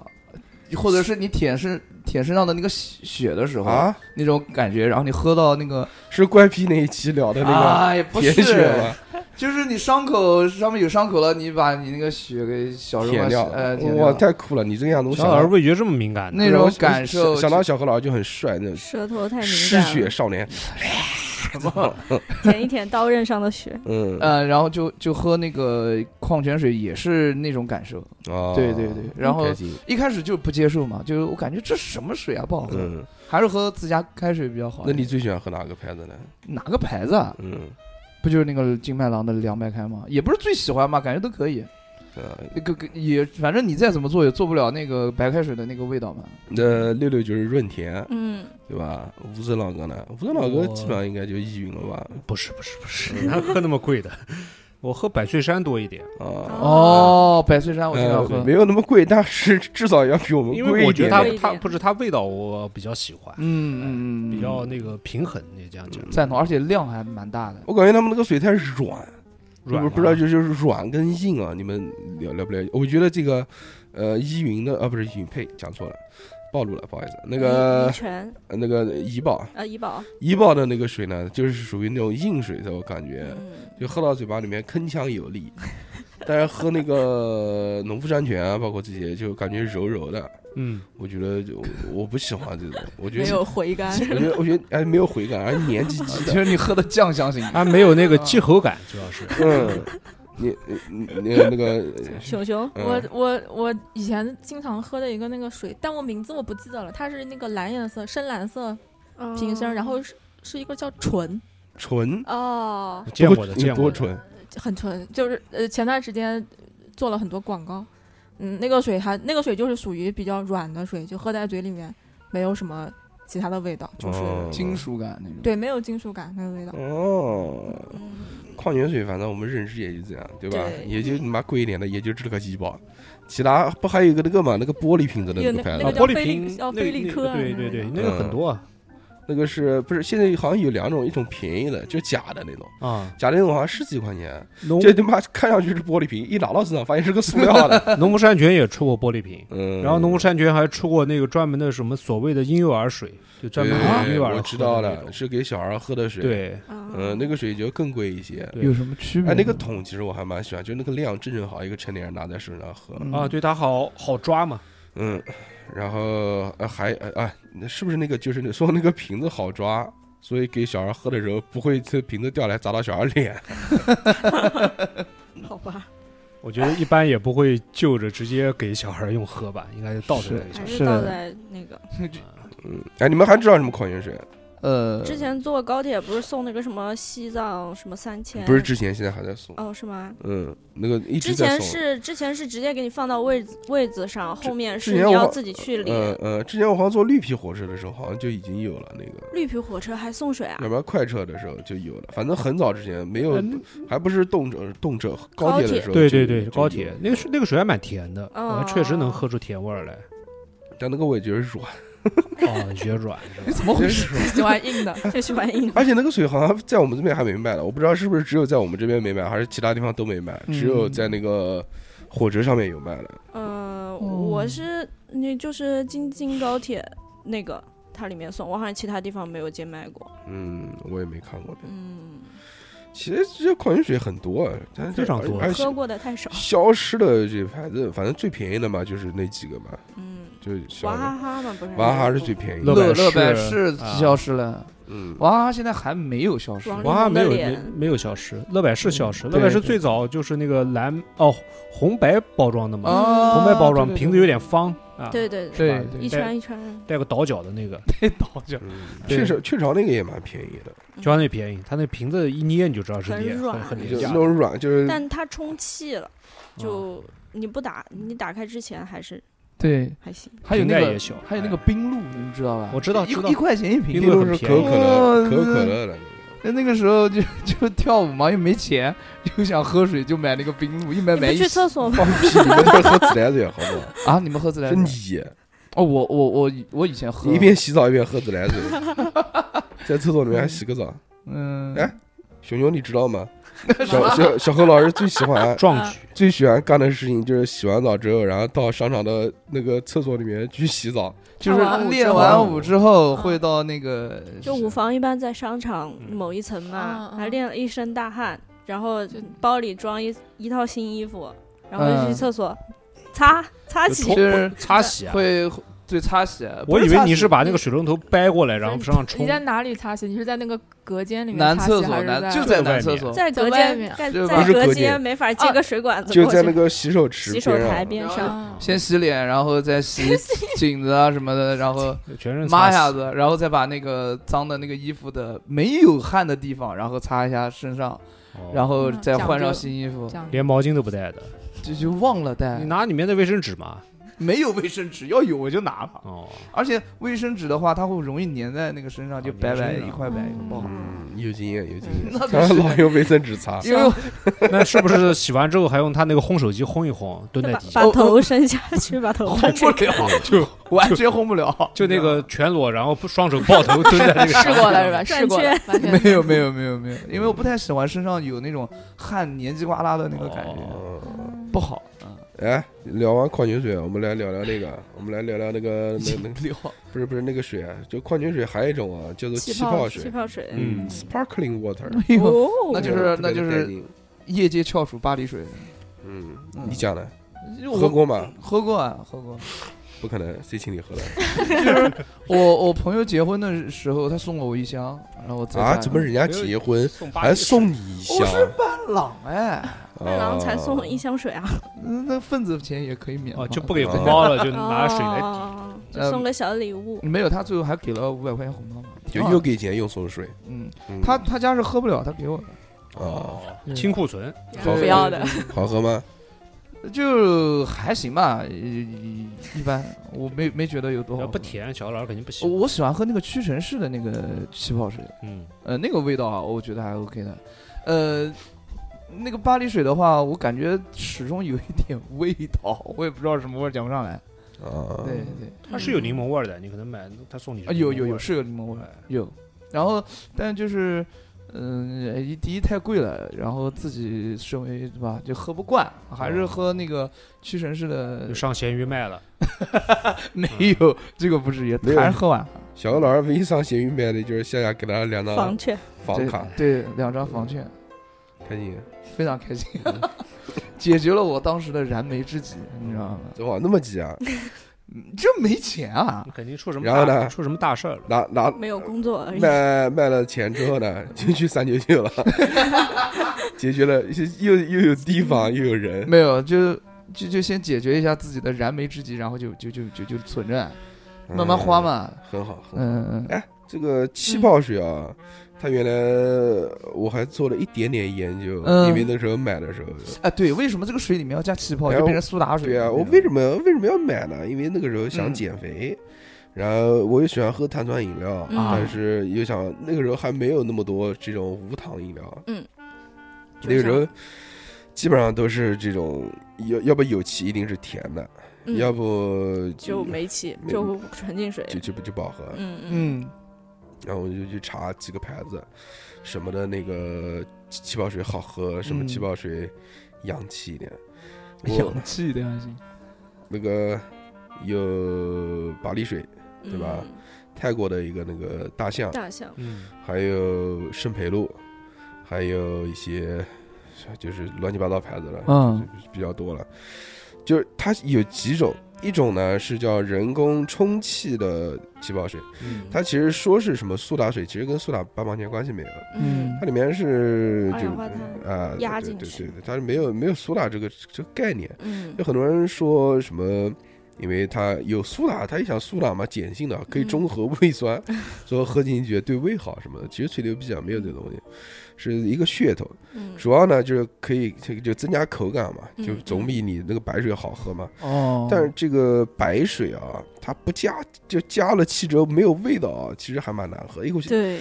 或者是你舔身舔身上的那个血的时候，
啊，
那种感觉，然后你喝到那个
是怪癖那一期聊的那
哎，
个
不
铁
是，
血吗？
就是你伤口上面有伤口了，你把你那个血给小时
舔
候
掉，
呃舔
哇，
掉，
太酷了！你这个样子，我
小
想
老师
到
味觉这么敏感的，
那种
我想
感受
想到小何老师就很帅，那种
舌头太敏
失
感
血
了，
少年，
舔一舔刀刃上的 血。
嗯，
呃，然后就就喝那个矿泉水也是那种感受，
哦
对对对，然后
开心
一开始就不接受嘛，就是我感觉这什么水啊，不好喝，
嗯，
还是喝自家开水比较好。
那你最喜欢喝哪个牌子呢？
哪个牌子啊？
嗯，
不就是那个金麦郎的凉白开吗？也不是最喜欢嘛，感觉都可以。
呃，
那个个也反正你再怎么做也做不了那个白开水的那个味道嘛。
那六六就是润田，
嗯，
对吧？吴镇老哥呢？吴镇老哥基本上应该就易云了吧？
不是不是不是， 哪喝那么贵的？我喝百岁山多一点，
啊，
哦，百岁山我经常
呃
喝
没。有那么贵，但是至少也要比我们
因为
贵
我
一
觉
点
得它
点。
点
它不是它味道我比较喜欢，
嗯嗯嗯，
比较那个平衡，你这样讲，
赞同，而且量还蛮大的。
我感觉他们那个水太软，
软啊
不
了
不知道就就是软跟硬啊，你们了了不了解？我觉得这个，呃，依云的啊，不是依云呸，讲错了，暴露了，不好意思。那
那
个
嗯乙醛
呃那个怡宝，
啊，怡宝，
怡宝的那个水呢，就是属于那种硬水的，我感觉
嗯，
就喝到嘴巴里面铿锵有力。但是喝那个农夫山泉啊，包括这些，就感觉柔柔的。
嗯，
我觉得就我不喜欢这种，我觉
没
得
有回甘。
我觉得我觉得哎没有回感，而黏唧 唧
就
的。
是你喝的酱香型，
它没有那个忌口感，主要是
嗯，你你你那个
熊熊，
嗯
我我我以前经常喝的一个那个水，但我名字我不记得了，它是那个蓝颜色、深蓝色
哦
瓶身，然后是是一个叫纯
纯，
哦，
见过的
有
见过
多
的。
纯？
很纯，就是呃前段时间做了很多广告，嗯，那个水还那个水就是属于比较软的水，就喝在嘴里面没有什么其他的味道，就是、
哦
金属感那种。
对没有金属感那个味道。
哦，
嗯，
矿泉水反正我们认识也就这样，对吧？
对
也就你妈贵一点的，也就这个怡宝，其他不还有一个那个嘛，那个玻璃瓶子的
有
个
那
牌
那
子
啊，
吗，
个叫
玻璃
菲利
瓶，
叫
那
菲利
那
克啊
对
那
对
个
对，
嗯
那
叫
个很多啊
那个是不是现在好像有两种，一种便宜的，就假的那种，
啊。
假的那种好像十几块钱，
农
这他妈看上去是玻璃瓶，一拿到手上发现是个塑 料的，
农夫山泉也出过玻璃瓶，
嗯，
然后农夫山泉还出过那个专门的什么所谓的婴幼儿水，就专门给婴
对，
幼儿
我知道
喝的那
了，
种。
是给小孩喝的水，，
对，
呃
嗯
嗯，那个水就更贵一些。
对
有什么区别？
哎，那个桶其实我还蛮喜欢，就那个量正正好，一个成年人拿在手上喝，
嗯
啊，，对它好好抓嘛，
嗯，然后呃还呃啊，那是不是那个就是说那个瓶子好抓，所以给小孩喝的时候不会这瓶子掉下来砸到小孩脸？
好吧，
我觉得一般也不会就着直接给小孩用喝吧，应该就倒出来一下
还。
是
是倒在那个。
嗯，哎，你们还知道什么矿泉水？
呃，
之前坐高铁不是送那个什么西藏什么三千？
不是之前，现在还在送。
哦，是吗？
嗯，那个一直
之
在
前
送。
是之前是直接给你放到位子位子上，
之
后面
之
是
前
你
我
要
好
自己去
呃
领。
呃，之前我好像坐绿皮火车的时候，好像就已经有了那个。
绿皮火车还送水啊
要？不然快车的时候就有了，反正很早之前没有
嗯，
还不是动车动车
高
铁的
铁
时候就
对
有，
对对，
就
高
有
铁
了
那个水那个水还蛮甜的，
哦
我确实能喝出甜味儿来。
但那个我也觉得软，
哦，你觉得软是吧？
你 怎么回事？
喜欢硬的，
就喜欢硬的。
而且那个水好像在我们这边还没卖了，我不知道是不是只有在我们这边没卖，还是其他地方都没卖，
嗯
只有在那个火车上面有卖的。
呃，
哦
我是那就是京津高铁那个，它里面送，我好像其他地方没有见卖过。
嗯，我也没看过。
嗯，
其实这矿泉水很多，啊，但是
非常多
而且
喝过的太少。
消失的这牌子，反正最便宜的嘛，就是那几个嘛，
嗯，
就是消
娃哈哈嘛，不是
娃哈哈是最便宜
乐
的。
乐
百
乐百
氏
氏
啊
消失了，
嗯，
娃哈哈现在还没有消失。
王力
娃哈哈没有
宏的
没
脸
没有消失，乐百氏消失，
嗯
乐百氏
对对
最早就是那个蓝哦红白包装的嘛，
啊，
红白包装
对
瓶子有，点方啊，
对对对，
对
是吧
对
一圈一圈，嗯
带个倒角的那个，
对，倒角。
嗯
对
雀巢雀巢那个也蛮便宜的，
嗯
就它那便宜，它那瓶子一捏你就知道是
很
廉很
软
很
就
廉
是
价
那
的，
种软，就是
但它充气
哦
了，
啊
就你不打，你打开之前还是
对，
还行。
还有那
瓶盖也
个
小
还有那
哎
个冰露，你们知道吧？
我知道
一
知道
一块钱一瓶
冰
那
露。
种
很
是
便
可
宜
口可乐
哇
可口可
那
乐的那个。
那那个时候就就跳舞嘛，又没钱，就想喝水，就买那个冰露，一买
你
买
不
一
去厕所吗？
放屁！你们都是喝自来水好 不好？
啊！你们喝自来
是
水？
你，
哦，我我我以我以前喝
你一边洗澡一边喝自来 水，在厕所里面还洗个澡。
嗯
哎熊熊，你知道吗？小小小何老师最喜欢
壮举，
最喜欢干的事情就是洗完澡之后，然后到商场的那个厕所里面去洗澡。
就是
跳完舞
练
之
完
后
舞之后会到那个
就舞房一般在商场
嗯
某一层嘛，
嗯嗯
还练了一身大汗，然后
就
包里装一一套新衣服，然后就
嗯
去厕所擦擦
就
起
冲。
呃是
擦洗啊！
会对擦洗。啊
我
不
以
是
为
擦
你
洗
是把那个水龙头掰过来，然后
不是
上上
你
冲。
在哪里擦洗？你是在那个隔间里面
男
擦
厕
洗还
所，
是
男就
在
在
外
男厕
面
所，
在隔
在外
间哦
面，
在
对
在
吧
不是隔间
间没法接个水管子过去，
就在那个洗手池
洗手
边
台
上，
边上。
啊
先洗脸，然后再洗颈子啊什么的，然后
全是
抹一下
擦洗
子，然后再把那个脏的那个衣服的没有汗的地方，然后擦一下身上，
哦
然后
嗯
再
讲
换上
究
新衣服
这，样
连毛巾都不带的，
就就忘了带
你。拿里面的卫生纸嘛？
没有卫生纸，要有我就拿了。
哦，
而且卫生纸的话，它会容易粘在那个身上，就
哦
白白
粘身上
一块白一块
哦
不好。
嗯，有经验有经 验。
那
他老用卫生
嗯
纸擦，
因为我
那是不是洗完之后还用他那个烘手机烘一烘，蹲在
把
底下，
哦
把头伸下去，把
哦
头
烘不了，就嗯完全烘不了。
就那个全裸，然后不双手抱头蹲在那个
试过了是吧？
转
试过了，完全
没有没有没有没有，因为我不太喜欢身上有那种汗黏叽呱啦的那个感觉，
哦
不好。嗯，
哎，聊完矿泉水，我们来聊聊那个，我们来聊聊那个那那
六
不是不是那个水啊，就矿泉水还有一种啊，叫做
气
气
泡
泡
气
水，
泡水。
嗯，sparkling water，
哎呦，
哦，
那就是
这个
那就是
这个概念
业界翘楚巴黎水，
嗯，
嗯
你讲的，
我
喝过吗？
喝过啊，喝过。
不可能，谁请你喝的
我我朋友结婚的时候，他送了我一箱，然后我在
啊？
家
怎么人家结婚
哎送
还送你一箱？
我
啊
是伴郎哎，
伴郎才送一
箱，
箱水啊，
嗯那份子钱也可以免嘛
哦，就不给红包了，就拿水来抵。
哦，
呃
就送个小礼物。
没有，他最后还给了五百块钱红包嘛，挺
就
好的
又给钱又送水。
嗯，
嗯
他他家是喝不了，他给我的，
哦，
嗯
清库存，
好
不要的，
好喝吗？
就还行吧，一一般，我没没觉得有多
然
哦
好
后
喝
不。甜，小老师肯定不
我
行。
我喜欢喝那个屈臣氏的那个气泡水，
嗯，
呃，那个味道啊，我觉得还 OK 的。呃，那个巴黎水的话，我感觉始终有一点 味道，我也不知道什么味儿，讲不上来。
啊，
对对，
它是有柠檬味儿的，你可能买他送你是
哎
啊，
柠檬
有
味儿
有有是有柠檬味儿，有。然后，但就是，嗯、一第一太贵了，然后自己身为对吧，就喝不惯，还是
哦
喝那个屈臣氏的
哎就上咸鱼卖了。
没有，这个不至于，
没有
还是喝完了。
小何老师唯一上闲鱼买的就是夏夏给他两张
房券，
房卡，
对，两张房券，
开心。
非常开心， 解决了我当时的燃眉之急，你知道吗？
怎么那么急啊？
这没钱啊
你，肯定出什么
然后呢
大出什么大事儿了？
拿拿
没有工作而已。
卖卖了钱之后 呢，就去三九九了，解决了又又有地方又有人，
没有，就就就先解决一下自己的燃眉之急，然后就就就就就存着，慢慢花嘛。
嗯，很好很好。
嗯，
哎，这个气泡水啊，它原来我还做了一点点研究，
嗯
因为那时候买的时候，
哎，对，为什么这个水里面要加气泡，
哎
就变成苏打水？嗯
对啊，我为什么为什么要买呢？因为那个时候想减肥，然后我又喜欢喝碳酸饮料，
嗯
啊
但是又想那个时候还没有那么多这种无糖饮料，
嗯，
那个时候基本上都是这种，要要不有气一定是甜的，
嗯
要不
就煤气，
没
就纯净水。
就就不就不好喝。
嗯嗯，
嗯，
然后我就去查几个牌子，什么的那个气气泡水好喝，什么
嗯
气泡水洋气一点。我
氧气的还行。
那个有barley 水，对吧
嗯？
泰国的一个那个大象，
大象，
嗯，
还有圣培露，还有一些就是乱七八糟牌子了，
嗯
就是比较多了。就是它有几种，一种呢是叫人工充气的气泡水，
嗯
它其实说是什么苏打水，其实跟苏打半毛钱关系没有，
嗯
它里面是
嗯二
就
氧化碳
啊
压
对
进
对
去
对对，它是没有没有苏打这个这个概念。
嗯
有很多人说什么，因为它有苏打，他一想苏打嘛，碱性的
嗯
可以中和胃 酸，说喝进去对胃好什么的。其实吹牛逼讲没有这东西， 是一个噱头。
嗯，
主要呢就是可以这个就增加口感嘛，
嗯
就总比你那个白水好喝嘛。
哦，
但是这个白水啊，它不加就加了气之后没有味道啊，其实还蛮难喝，一口气
对，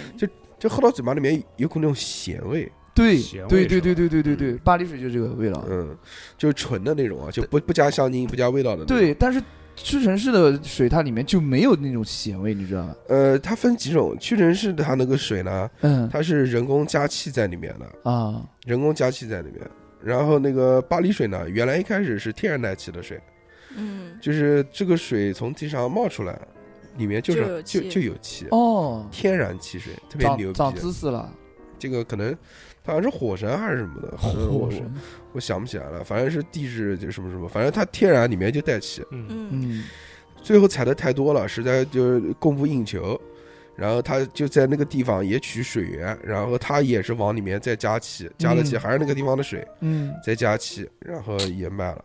就喝到嘴巴里面有股那种咸味，
对
咸味
对
是
对
吧
对对对对对，巴黎水就这个味道。
嗯，就是纯的那种啊，就不不加香精不加味道的那种。
对，但是屈臣氏的水它里面就没有那种咸味，你知道吧？
呃，它分几种，屈臣氏它那个水呢，
嗯
它是人工加气在里面的，
啊，
人工加气在里面。然后那个巴黎水呢，原来一开始是天然奶气的水，
嗯
就是这个水从地上冒出来，里面就是
就有
就
气
就有气，
哦，
天然气水，特别牛
长
逼啊
长。知识了，
这个可能好像是火神还是什么的，呃
火
我
神，
我我想不起来了，反正是地质就什么什么，反正它天然里面就带气，
嗯，
嗯
嗯
最后采的太多了，实在就是供不应求。然后他就在那个地方也取水源，然后他也是往里面再加气，加了气
嗯
还是那个地方的水，
嗯
再加气，然后也卖了。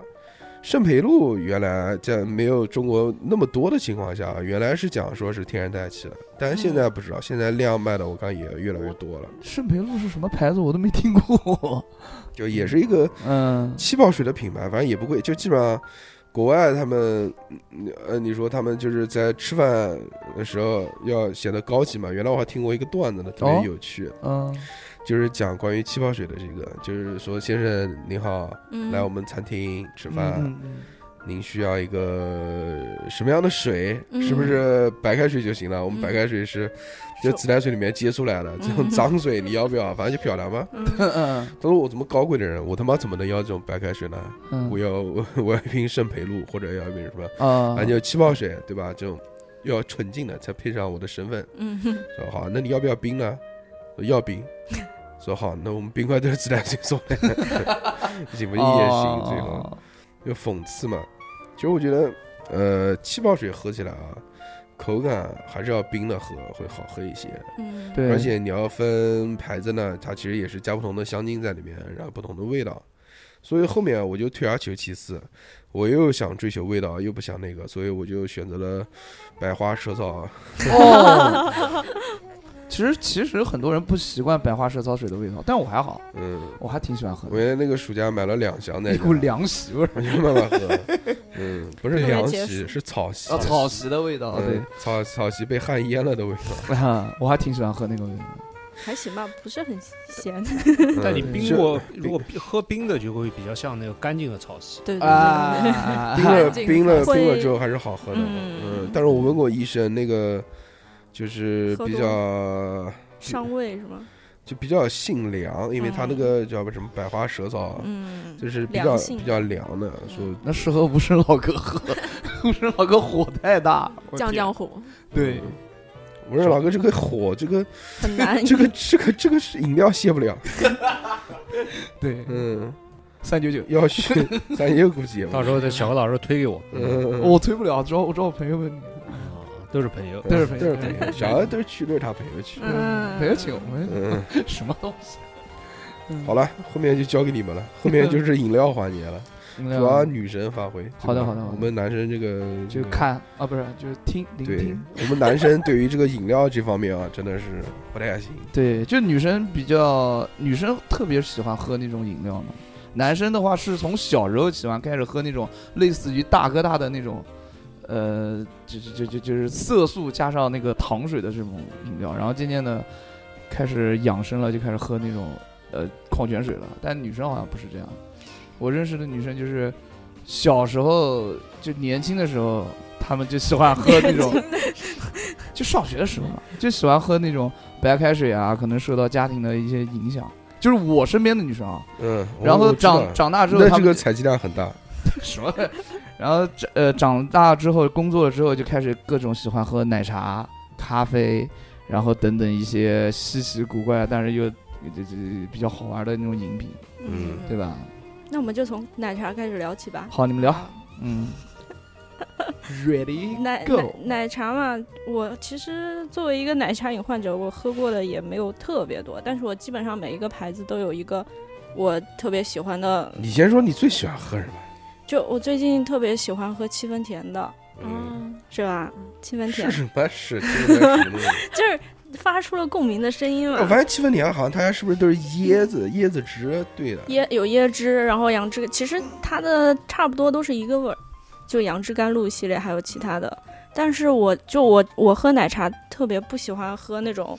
圣培露原来在没有中国那么多的情况下，原来是讲说是天然带气的，但是现在不知道，现在量卖的我看也越来越多了，
圣培露是什么牌子我都没听 过，
就也是一个
嗯
气泡水的品牌，反正也不贵，就基本上国外他们，嗯呃，你说他们就是在吃饭的时候要显得高级嘛。原来我还听过一个段子呢，特
哦
别有趣，
嗯
就是讲关于气泡水的这个，就是说先生您好，
嗯，
来我们餐厅吃饭，
嗯
您需要一个什么样的水？
嗯
是不是白开水就行了？我们
嗯
白开水是就自来水里面接出来的，这种
嗯
脏水你要不要？反正就漂亮吧。
嗯
嗯嗯
他说我怎么高贵的人，我他妈怎么能要这种白开水呢？
嗯，
我要 我要一瓶圣培露，或者要一瓶什么，
啊
反正就气泡水，对吧？这种要纯净的，才配上我的身份。
嗯
说好，那你要不要冰呢？我要 冰。说好，那我们冰块都是自来水做的， 行不行？也行，最后
哦
就讽刺嘛。其实我觉得，呃，气泡水喝起来啊，口感还是要冰的喝会好喝一些。
嗯，
对，
而且你要分牌子呢，它其实也是加不同的香精在里面，然后不同的味道。所以后面我就退而求其次，我又想追求味道，又不想那个，所以我就选择了百花蛇草。
哦，其实其实很多人不习惯百花蛇草水的味道，但我还好，
嗯，
我还挺喜欢喝
我
的，
原来那个暑假买了两箱那
一股凉席味儿，
我就慢慢喝。嗯，不是
用来
凉
解
席，
暑
是草席。
啊，草席的味道，
嗯
对，
草草席被汗淹了的味道。
啊，我还挺喜欢喝那个味道。
还行吧，不是很咸。
但你
嗯
冰
就
过，如果冰喝冰的就会比较像那个干净的草席。
对对对对，
啊
冰了
干净
冰了
会
冰了之后还是好喝的，
嗯
嗯，但是我问过医生，那个就是
喝
比
多
较
伤胃是吗？
就比较性凉，因为它那
嗯
个叫什么百花蛇草，啊
嗯，
就是比较
凉性嗯
比较凉的，所以
那适合无声老哥喝，无声老哥火太大，我
降
天
降火
对，
我说老哥这个火，这 个。
很难
这个这个这个是饮料卸不了，
对，
嗯，
三九九，
要去 咱也有估计，
到时候再小何老师推给我，
嗯，
我推不了，主要我找我朋友问你，
啊，都是朋友。
都是
朋
朋
友，嗯
友
都是朋友，小孩都是去都是他朋友去，
嗯，
朋友请我们
嗯，
什么东西？嗯
好，了，后面就交给你们了，后面就是饮料环节了，
主
主要女神发挥，
好的好的好的
我们男生这个
就。看啊，不是就是听聆
对
听，
我们男生对于这个饮料这方面啊，真的是不太行。
对，就女生比较，女生特别喜欢喝那种饮料嘛。男生的话是从小时候喜欢开始喝那种类似于大哥大的那种，呃，就就就就就是色素加上那个糖水的这种饮料，然后渐渐的开始养生了，就开始喝那种呃矿泉水了。但女生好像不是这样，我认识的女生就是小时候就年轻的时候，他们就喜欢喝那种，就上学的时候嘛，就喜欢喝那种白开水啊，可能受到家庭的一些影响。就是我身边的女生啊，
嗯，我
然后
我知道
长长大之后，
那
她
这
们
个采集量很大，
什么？ 然后这呃，长大之后工作了之后，就开始各种喜欢喝奶茶、咖啡，然后等等一些稀奇古怪但是又这这比较好玩的那种饮品，
嗯
对吧？
那我们就从奶茶开始聊起吧。
好，你们聊，嗯，Ready
奶奶
Go，
奶茶嘛，我其实作为一个奶茶瘾患者，我喝过的也没有特别多，但是我基本上每一个牌子都有一个我特别喜欢的。
你先说你最喜欢喝什么？
就我最近特别喜欢喝七分甜的，
嗯，
嗯，
是吧？七分甜
是什么是七分甜什么东西？
就是发出了共鸣的声音
我
嘛
发。现七分甜好像大家是不是都是椰子
嗯
椰子汁兑的？
椰有椰汁，然后杨枝，其实它的差不多都是一个味儿，就杨枝甘露系列，还有其他的。但是我就我我喝奶茶特别不喜欢喝那种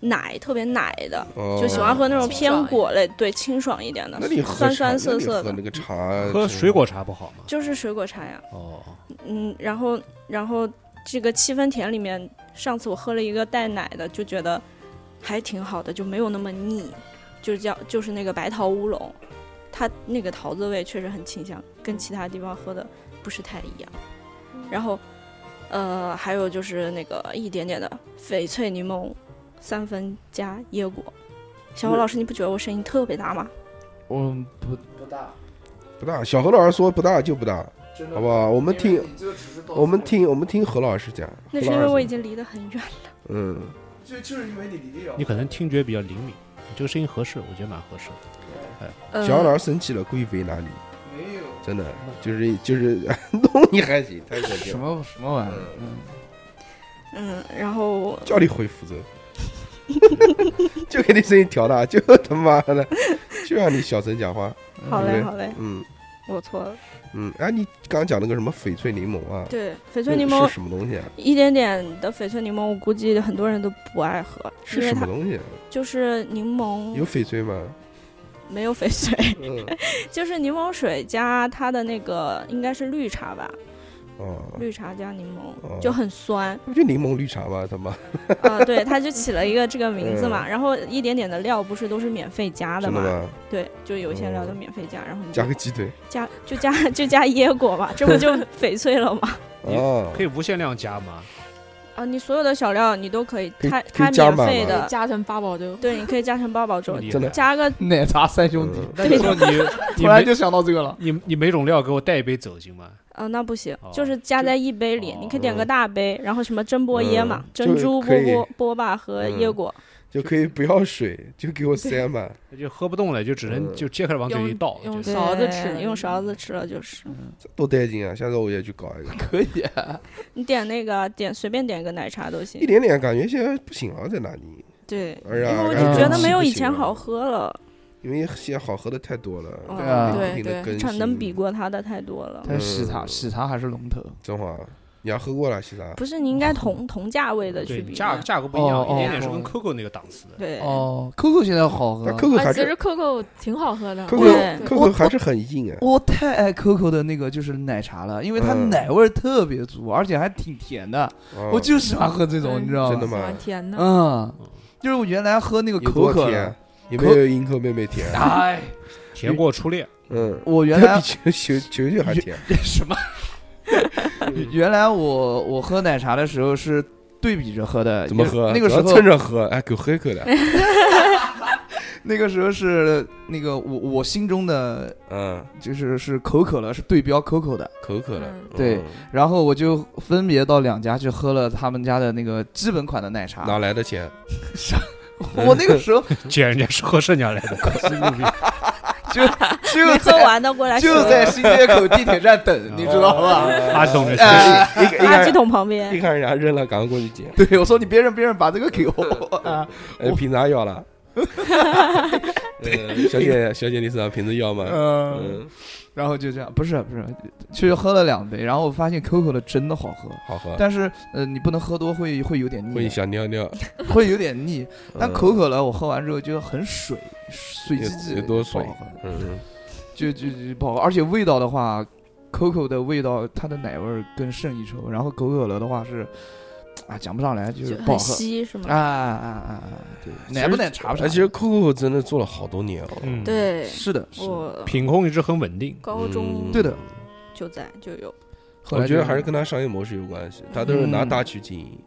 奶特别奶的，
哦
就喜欢喝那种
清
偏
爽一
果类，对清爽一点的
那你，喝
酸
茶
酸涩
那你喝
涩的
那，个茶，
喝水果茶不好吗？
就是水果茶呀。
哦，
嗯，然后然后这个七分甜里面，上次我喝了一个带奶的，就觉得还挺好的，就没有那么腻，就叫就是那个白桃乌龙，它那个桃子味确实很清香，跟其他地方喝的不是太一样。然后呃，还有就是那个一点点的翡翠柠檬三分加椰果。小侯老师，你不觉得我声音特别大吗？
我不不大，
不大。小何老师说不大就不大，
真
好不好？我
我
们听，我们，听，我们听何老师讲。
那是
何
因
老
为
师
我已经离得很远了。
嗯，
就就是因为你离得
你可能听觉比较灵敏，你这个声音合适，我觉得蛮合适的。
嗯
呃
小何老师生气了，故意为难你，
没有
真的就是就是 弄你还行，太可气
什
了，
么什么玩意儿，嗯
嗯，然后
叫你回福州， 就给你声音调大，就 他妈的就让你小声讲话。
好
对
嘞
不对
好嘞，
嗯
我错了。
嗯，哎，你刚讲那个什么翡翠柠檬啊？
对，翡
翡
翠柠檬
是什么东西啊？
一点点的翡翠柠檬，我估计很多人都不爱喝，
是
因为
什么
它
东西？啊
就是柠
有
檬
翡翠吗？
没有翡翠，
嗯，
就是柠檬水加它的那个应该是绿茶吧，
哦，
绿茶加柠
哦
檬就很
，
酸
不就柠檬绿茶吗？他妈，
啊，对，它就起了一个这个名字嘛。然后一点点的料不是都是免费加的
嗯真的
嘛，
吗？哦
对，就有一些料都免费加，然后你就
加个鸡腿
加就加就加椰果嘛，这 不就翡翠了吗？
你
哦，
可以无限量加吗？
啊，你所有的小料你都可以，
可以
它
可以
它
加
免
满
费
吗
的，
加成八宝粥，
对，你可以加成八宝粥，
厉害
真的
加个
奶茶三兄弟，
嗯
那你说 你你
突然
每
就想到这个了，
你你每种料给我带一杯走行吗？
啊，那不行，
哦
就是加在一杯里，
哦
你可以点个大杯，然后什么蒸波椰嘛
嗯，
珍珠
就是可
波
以
波波霸和
嗯
椰果，
就可以不要水，就给我塞满。
那就喝不动了，就只能
嗯
就切开往嘴里
用
倒。
用
就是
对勺子吃
对用勺子吃了就是。
这多带劲啊！下次我也去搞一个，
可以啊，
你点那个点随便点一个奶茶都行
一，点点感觉现在不行了，在哪里？
对，
哎
因
呀，
为我就
感
觉
蒸
得
汽
没有
不
以
行啊
前
了
好，喝了，
因为现在好喝的太多了，
嗯
对啊
不停
对
的
对
更
它
新。
能比过它的太多 了。
但是喜茶
嗯
喜茶还是龙头，
真华，你还喝过了啊西茶？
不是，你应该同同价位的去
对，
比
你
吗。
价价格不一样，
哦
一点点是
哦
跟
哦
COCO 那个档次的。
对，
哦，QQ 现在好喝
但 COCO
啊，
还
其实
是
COCO 挺好喝的。
对
COCO COCO 还是很硬啊。
我太爱 COCO 的那个就是奶茶了，因为它
嗯
奶味儿特别足，而且还挺甜的，
哦
我就喜欢喝这种，
嗯
你知道
真的
吗？
喜
吗
欢？甜的，
嗯，就是我原来喝那个
有
可
多
可
甜
的，？
有没有樱口妹妹 甜？
哎，
甜过初恋，
嗯，
我原
那
来
比球球球球还甜。
什么？原来我我喝奶茶的时候是对比着喝的，
怎么
因为
喝？
那个时
主要蹭
候
着喝，哎，给我喝一口 来。
那个时候是那个我我心中的
嗯，
就是是可可乐是对标 COCO 的，
口渴了
嗯。
对
嗯，
然后我就分别到两家去喝了他们家的那个基本款的奶茶。
哪来的钱？
我那个时候
捡人家是喝剩下来的，真嗯 牛逼！
就
没喝
在
完的过来
就
洗
在新街口地铁站 等，你知道
哦
吧？
垃圾桶的
哎
一个 一
垃圾
看
桶旁边
一。看人家扔了，赶快过去捡。
对，我说你别人别人把这个给我啊！
哎，
我
瓶子还要 了。嗯小姐，小姐，你手上瓶子要吗？
嗯，
嗯，
然后就这样，不是不是，去喝了两杯，然后我发现 COCO 的真的好喝，
好喝。
但是呃，你不能喝多会会有点
嗯会
腻，
想尿尿，
会有点腻。 但
嗯
可可乐我喝完之后就很水，水
有
唧唧，
有多水
不好喝
嗯，
就就就不好喝，而且味道的话， Coco 的味道，它的奶味儿更胜一筹。然后可口可乐的话是，啊，讲不上来，就是
就
不好
很
喝。
稀是
啊
吗？
啊啊啊！啊对，奶不奶茶不
哎，
茶。
其实 Coco 真的做了好多年哦。
嗯，，
对，
是的，是的
我
品控一直很稳定。
高中
嗯
对的
就在就有，
后来
我觉得
就嗯
还是跟他商业模式有关系，他都是拿大区经营。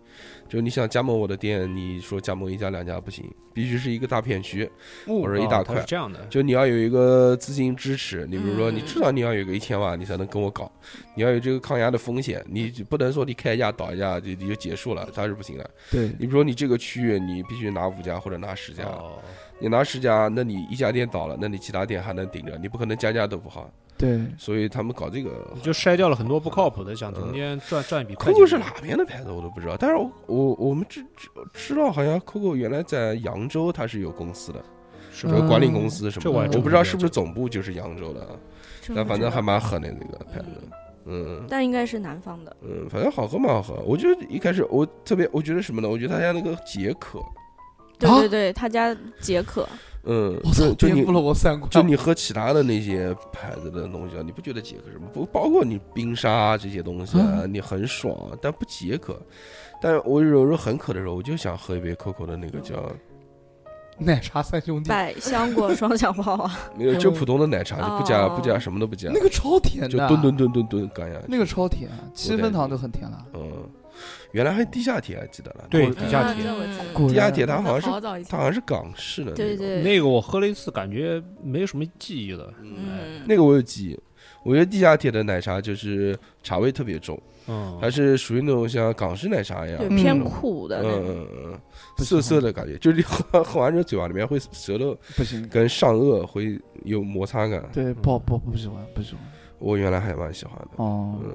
就你想加盟我的店，你说加盟一家两家不行，必须是一个大片区。我是一大
哦它
块
是这样的，
就你要有一个资金支持，你比如说，
嗯
你至少你要有个一千万，你才能跟我搞，你要有这个抗压的风险，你就不能说你开一家倒一家就你就结束了，它是不行的。
对
你比如说你这个区域，你必须拿五家或者拿十家，
哦，
你拿十家，那你一家店倒了，那你其他店还能顶着，你不可能家家都不好，
对，
所以他们搞这个。
你就筛掉了很多不靠谱的，想从间赚赚一笔快
Coco
钱。
是哪边的牌子我都不知道，但是我我我们知知知道好像 Coco 原来在扬州它是有公司的，
是
有
吧？
管理公司什
嗯这嗯
么
我
的，
还
嗯
真
我不知道是
了
不是
解
总部就是扬州的啊。
真
但
不
反
知
正
道
还蛮狠的那个牌子，嗯
但应该是南方的，
嗯，反正好喝蛮好喝。我觉得一开始我特别，我觉得什么呢？我觉得他家那个解渴，
对
啊
对对，他家解渴，
嗯
我，操
就，就
颠
你
覆了我三观。
就你喝其他的那些牌子的东西啊，你不觉得解渴什么？不包括你冰沙啊这些东西啊，你很爽，但不解渴。但是我有时候很渴的时候，我就想喝一杯 COCO 的那个叫
奶茶三兄
嗯
弟，
百香果双响炮啊，
没有就普通的奶茶，就不加
哦
不加什么都不加
那，个超甜的，
就吨吨吨吨吨干下去。
那个超甜，七分糖都很甜了。
嗯，原来还地下铁记得了，
对
过
地下铁
这我
嗯
知道
果
哎地 下
然
铁它好像是
好早以
它
前
好像是港式的那种，
对对，
那个我喝了一次，感觉没什么记忆了。
嗯，
那个我有记忆。我觉得地下铁的奶茶就是茶味特别重，
嗯，
还是属于那种像港式奶茶一样，
对
嗯
偏
嗯
苦的那种，
嗯嗯嗯，涩涩的感觉，就是你喝 完喝完之后嘴巴里面会舌头
不行，
跟上颚会有摩擦感。
对，不好不好不喜欢，不喜欢。
我原来还蛮喜欢的，
哦，
嗯，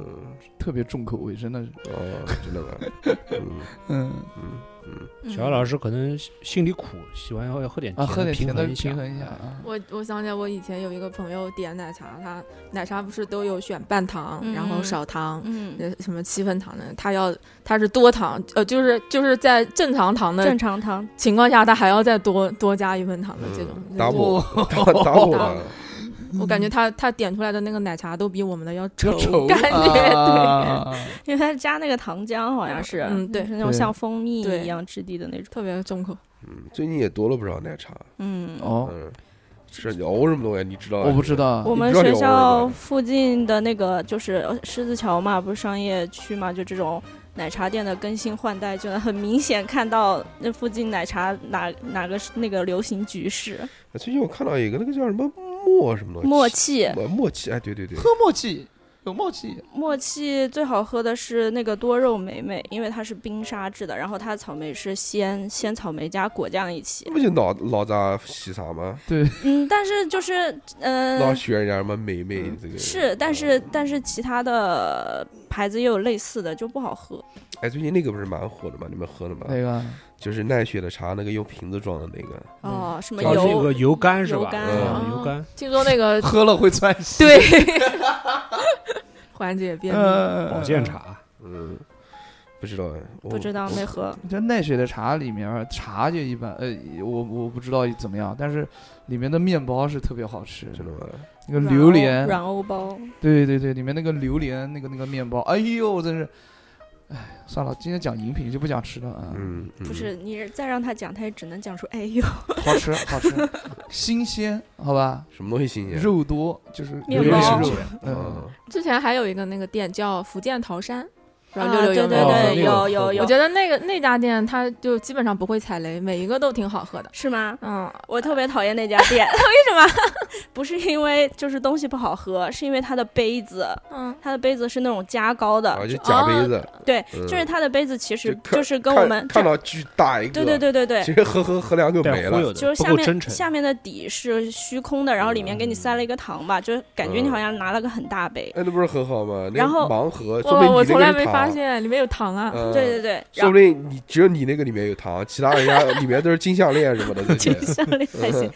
特别重口味，真的是。
哦，真的吗？嗯
嗯
嗯嗯，
嗯
小姚老师可能心里苦，喜欢要喝点
啊，喝点
平
甜的
一下。
平衡一下啊。
我我想起来，我以前有一个朋友点奶茶，他奶茶不是都有选半糖，然后
嗯
少糖，
嗯，
呃，什么七分糖的，他要他是多糖，呃，就是就是在正常糖的
正常糖，
情况下，他还要再多多加一分糖的这种。
嗯
就是
打我
哦
打 打我吧，
嗯
我感觉他他点出来的那个奶茶都比我们的要稠，
稠
感觉、
啊
因为他加那个糖浆好像是，
嗯对
就是那种
对
像蜂蜜
对
一样质地的那种，
特别 重口。
嗯，最近也多了不少奶茶，
嗯，
哦，
嗯，是你熬什么东西？你知道啊？
我不知道
我，们
你知道
学
有味儿
校
吗
附近的那个就是呃狮子桥嘛，不是商业区嘛，就这种奶茶店的更新换代，就能很明显看到那附近奶茶哪哪个是那个流行局势，
哎。最近我看到一个那个叫什么默什么东西，
默契，
默默契，哎，对对对
喝，默契有默契，
默契最好喝的是那个多肉莓莓，因为它是冰沙制的，然后它草莓是鲜鲜草莓加果酱一起
那。不就老老杂喜啥吗？
嗯，但是就是嗯、
老学人家什么美美这个
是，但是但是其他的牌子也有类似的，就不好喝。
哎，最近那个不是蛮火的吗？你们喝了吗？
那个
就是奈雪的茶，那个用瓶子装的那个，
哦，什么
哦，那
油
个油干是吧
油？干啊
嗯
嗯
油干，
听说那个
喝了会窜稀。
对 缓解便秘，
呃，
保健。茶。
嗯，不知道哎，我
不知道没喝。
这奈雪的茶里面，呃茶就一般，呃，我我不知道怎么样，但是里面的面包是特别好吃，
真的吗？
那个榴莲，
软欧包，
对对对，里面那个榴莲那个那个面包，哎呦，真是，哎，算了，今天讲饮品就不讲吃的啊，
嗯，嗯
不是你再让他讲，他也只能讲出哎呦，
好吃好吃， 新鲜，好吧，
什么东西新鲜
肉多就是榴
面
莲
包
是
是
肉
吧，
嗯，
啊，
之前还有一个那个店叫福建桃山，不知
啊
道六六
对
有
对
没有？
哦那
对，
个
有
我
有
喝
有
我，觉得那个那家店，它就基本上不会踩雷，每一个都挺好喝的。
是吗？
嗯，
我特别讨厌 那家店，
为什么？
不是因为就是东西不好喝，是因为它的杯子，
嗯，
它的杯子是那种加高的，
啊，就假杯子，
哦对，
嗯
就是它的杯子其实
就看
就是跟我们
看
这
看到巨大一个，
对对，对对对
其，实喝喝喝两口
但
没
忽
了，
悠的
就是
不
下
够真
面
诚。
下面的底是虚空的，然后里面给你塞了一个糖吧，就是感
嗯
觉你好像拿了个很大杯。
哎，那不是很好吗？那
然后
盲盒，
呃
说明
我
你
我
那个
从来
是
没
糖
发，现里面有糖啊。
嗯
对对。对，
说
然后
不定你只有你那个里面有糖，其他人家 里面都是金项链什么的这 些。
项链还行。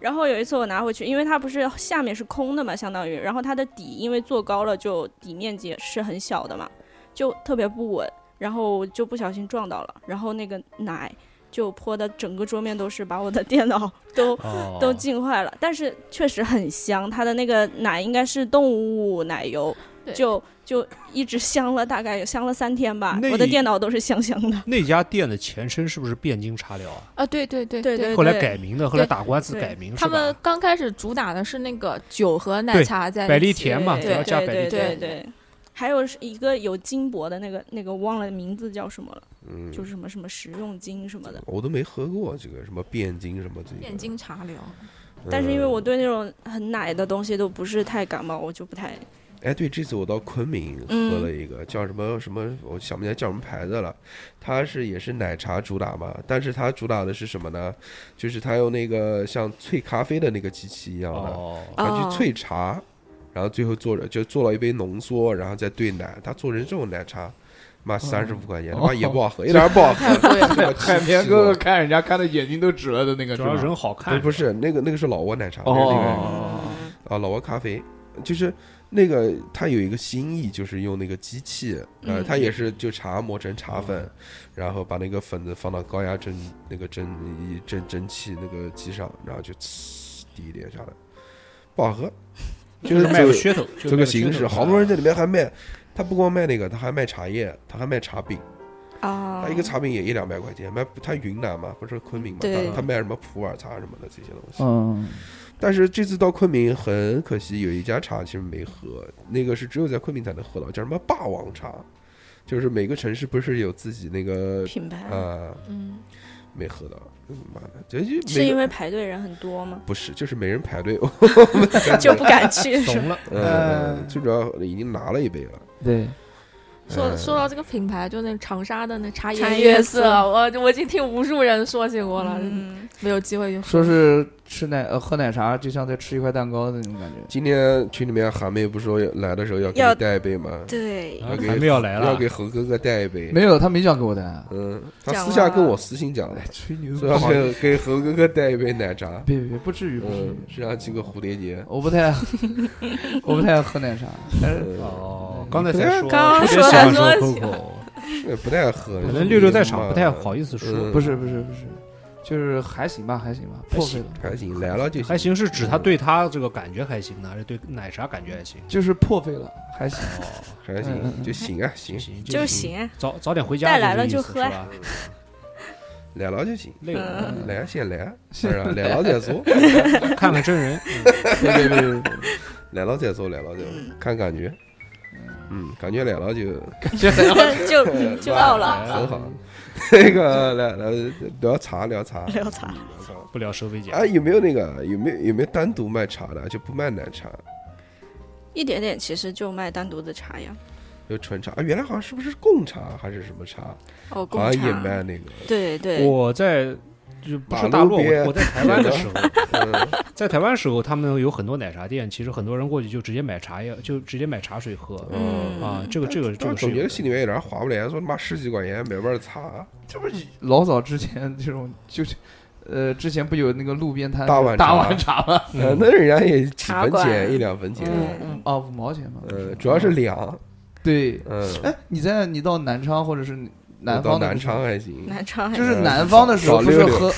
然后有一次我拿回去，因为它不是下面是空的嘛，相当于，然后它的底因为做高了，就底面积是很小的嘛，就特别不稳，然后就不小心撞到了，然后那个奶就泼的整个桌面都是，把我的电脑 都
哦，
都浸坏了，但是确实很香，它的那个奶应该是动物奶油，
对
就就一直香了，大概有香了三天吧
那。
我的电脑都是香香的。
那家店的前身是不是汴京茶寮啊？
啊，对对对
对对
后来改名的，后来
对
打官司
对
改名是
他们
吧？
刚开始主打的是那个酒和奶
对
茶在
百
一
利
起
甜嘛，主
对
要加
对
百利
对
甜。
对对，还有是一个有金箔的那个那个忘了名字叫什么了，
嗯，
就是什么什么食用金什么的。
我都没喝过这个什么汴京什么这个。
汴京茶寮，
嗯
但是因为我对那种很奶的东西都不是太感冒，我就不太
哎，对，这次我到昆明喝
嗯
了一个、叫什么什么，我想不起来叫什么牌子了。它是也是奶茶主打嘛，但是它主打的是什么呢？就是它用那个像萃咖啡的那个机器一样的，
哦，
它
哦
去萃茶，然后最后做着就做了一杯浓缩，然后再兑奶。它做成这种奶茶，妈三十五块钱，他妈也不好喝，一点儿不好喝。
太贵 了。
哦
这个
哦海绵
气
哥哥
死
看人家看的眼睛都直了的那个，
主要
是吧
人好
我了
看。
不是不是那个那个是老挝奶茶，
哦
那个
哦
嗯
啊，老挝咖啡，就是那个它有一个新意，就是用那个机器，呃，
嗯
它也是就茶磨成茶粉，然后把那个粉子放到高压蒸那个蒸一蒸蒸汽那个机上，然后就呲滴一点下来，不好喝，就是
卖个
走
噱头，嗯就卖
这个
个
形式，好多人在里面还卖，他不光卖那个，他还卖茶叶，他还卖茶饼，
啊
他一个茶饼也一两百块钱，卖他云南嘛，不是昆明嘛，
对
他他卖什么普洱茶什么的这些东西，
嗯，
但是这次到昆明很可惜，有一家茶其实没喝，那个是只有在昆明才能喝到，叫什么霸王茶，就是每个城市不是有自己那个
品牌、
呃
嗯，
没喝到，嗯妈的，这就是
因为排队人很多 吗？
哦不是就是没人排队，哦嗯
就不敢去。
怂了。嗯
呃，最主要已经拿了一杯了，
对，
说
嗯
说到这个品牌，就那长沙的那茶
茶颜
颜
悦
色，
色
我我已经听无数人说起过了，
嗯，
没有机会就
说是吃奶呃喝奶茶就像在吃一块蛋糕的那种感觉。
今天群里面韩妹不是说来的时候要给你
要
带一杯
嗯
吗？
对，
啊韩妹要来了
要给猴哥哥带一杯。
没有，他没想给我啊的。
嗯，他
讲
私下
了
跟我私信讲的，
吹牛
说要给给猴哥哥带一杯奶茶，
别别别，不至于，不至于
嗯，。身上系个蝴蝶结。
我不太， 我不太爱喝奶茶，但是
嗯
哦，刚才才说，
刚
特
刚
别
说的
想
说
说
起
Coco，
是不太喝，
可能六六在场不太
好。
好意思说。
嗯
不是不是不是，就是还行吧，还行吧，破费了，
还行，来了就
还。行，是指他
嗯
对他这个感觉还行呢，还是对奶茶感觉还行？
就是破费了，还行。
哦，
还
嗯
行
嗯
就行啊，行
就，行
就
行，
行。
早早点回家
带
就
来
是
了
意
就
思
喝
是
啊
吧？
来了就行，
累了，
嗯
来啊先来啊，是啊，来了再说，
看看真人，
别别别别别，
来了再说，来了就看感觉，嗯，感觉来了就
就就到了，
很
哎
好。 那个来来聊茶聊 茶，
聊茶。
不聊收费节。
啊有没有那个有没有有没有单独卖茶的，就不卖奶茶，
一点点其实就卖单独的茶呀，
就纯茶？啊原来好像是不是贡茶还是什么茶？
哦，贡
好像啊
茶。
也卖 那个，
对对，
我在就不
马
说
路
大陆，
边
我我在台湾的时候，
嗯
在台湾的时候，他们有很多奶茶店，其实很多人过去就直接买茶叶，就直接买茶水喝
嗯
啊。这个这个这
但
个
总觉得心
是
里面有点划不来，说他妈十几块钱买罐茶，
老早之前这种就是，呃，之前不有那个路边摊
大碗
大
茶
碗茶吗？
嗯
呃，那人家也几
茶
分
馆
钱一两分钱，
嗯，
啊，五毛钱嘛。
呃，主要是凉，
对，
嗯，
哎，你在你到南昌或者是
我
南
到
方的
南
时候
昌还呃行，
南昌还
就是是南方的时候
少
不是
溜溜
喝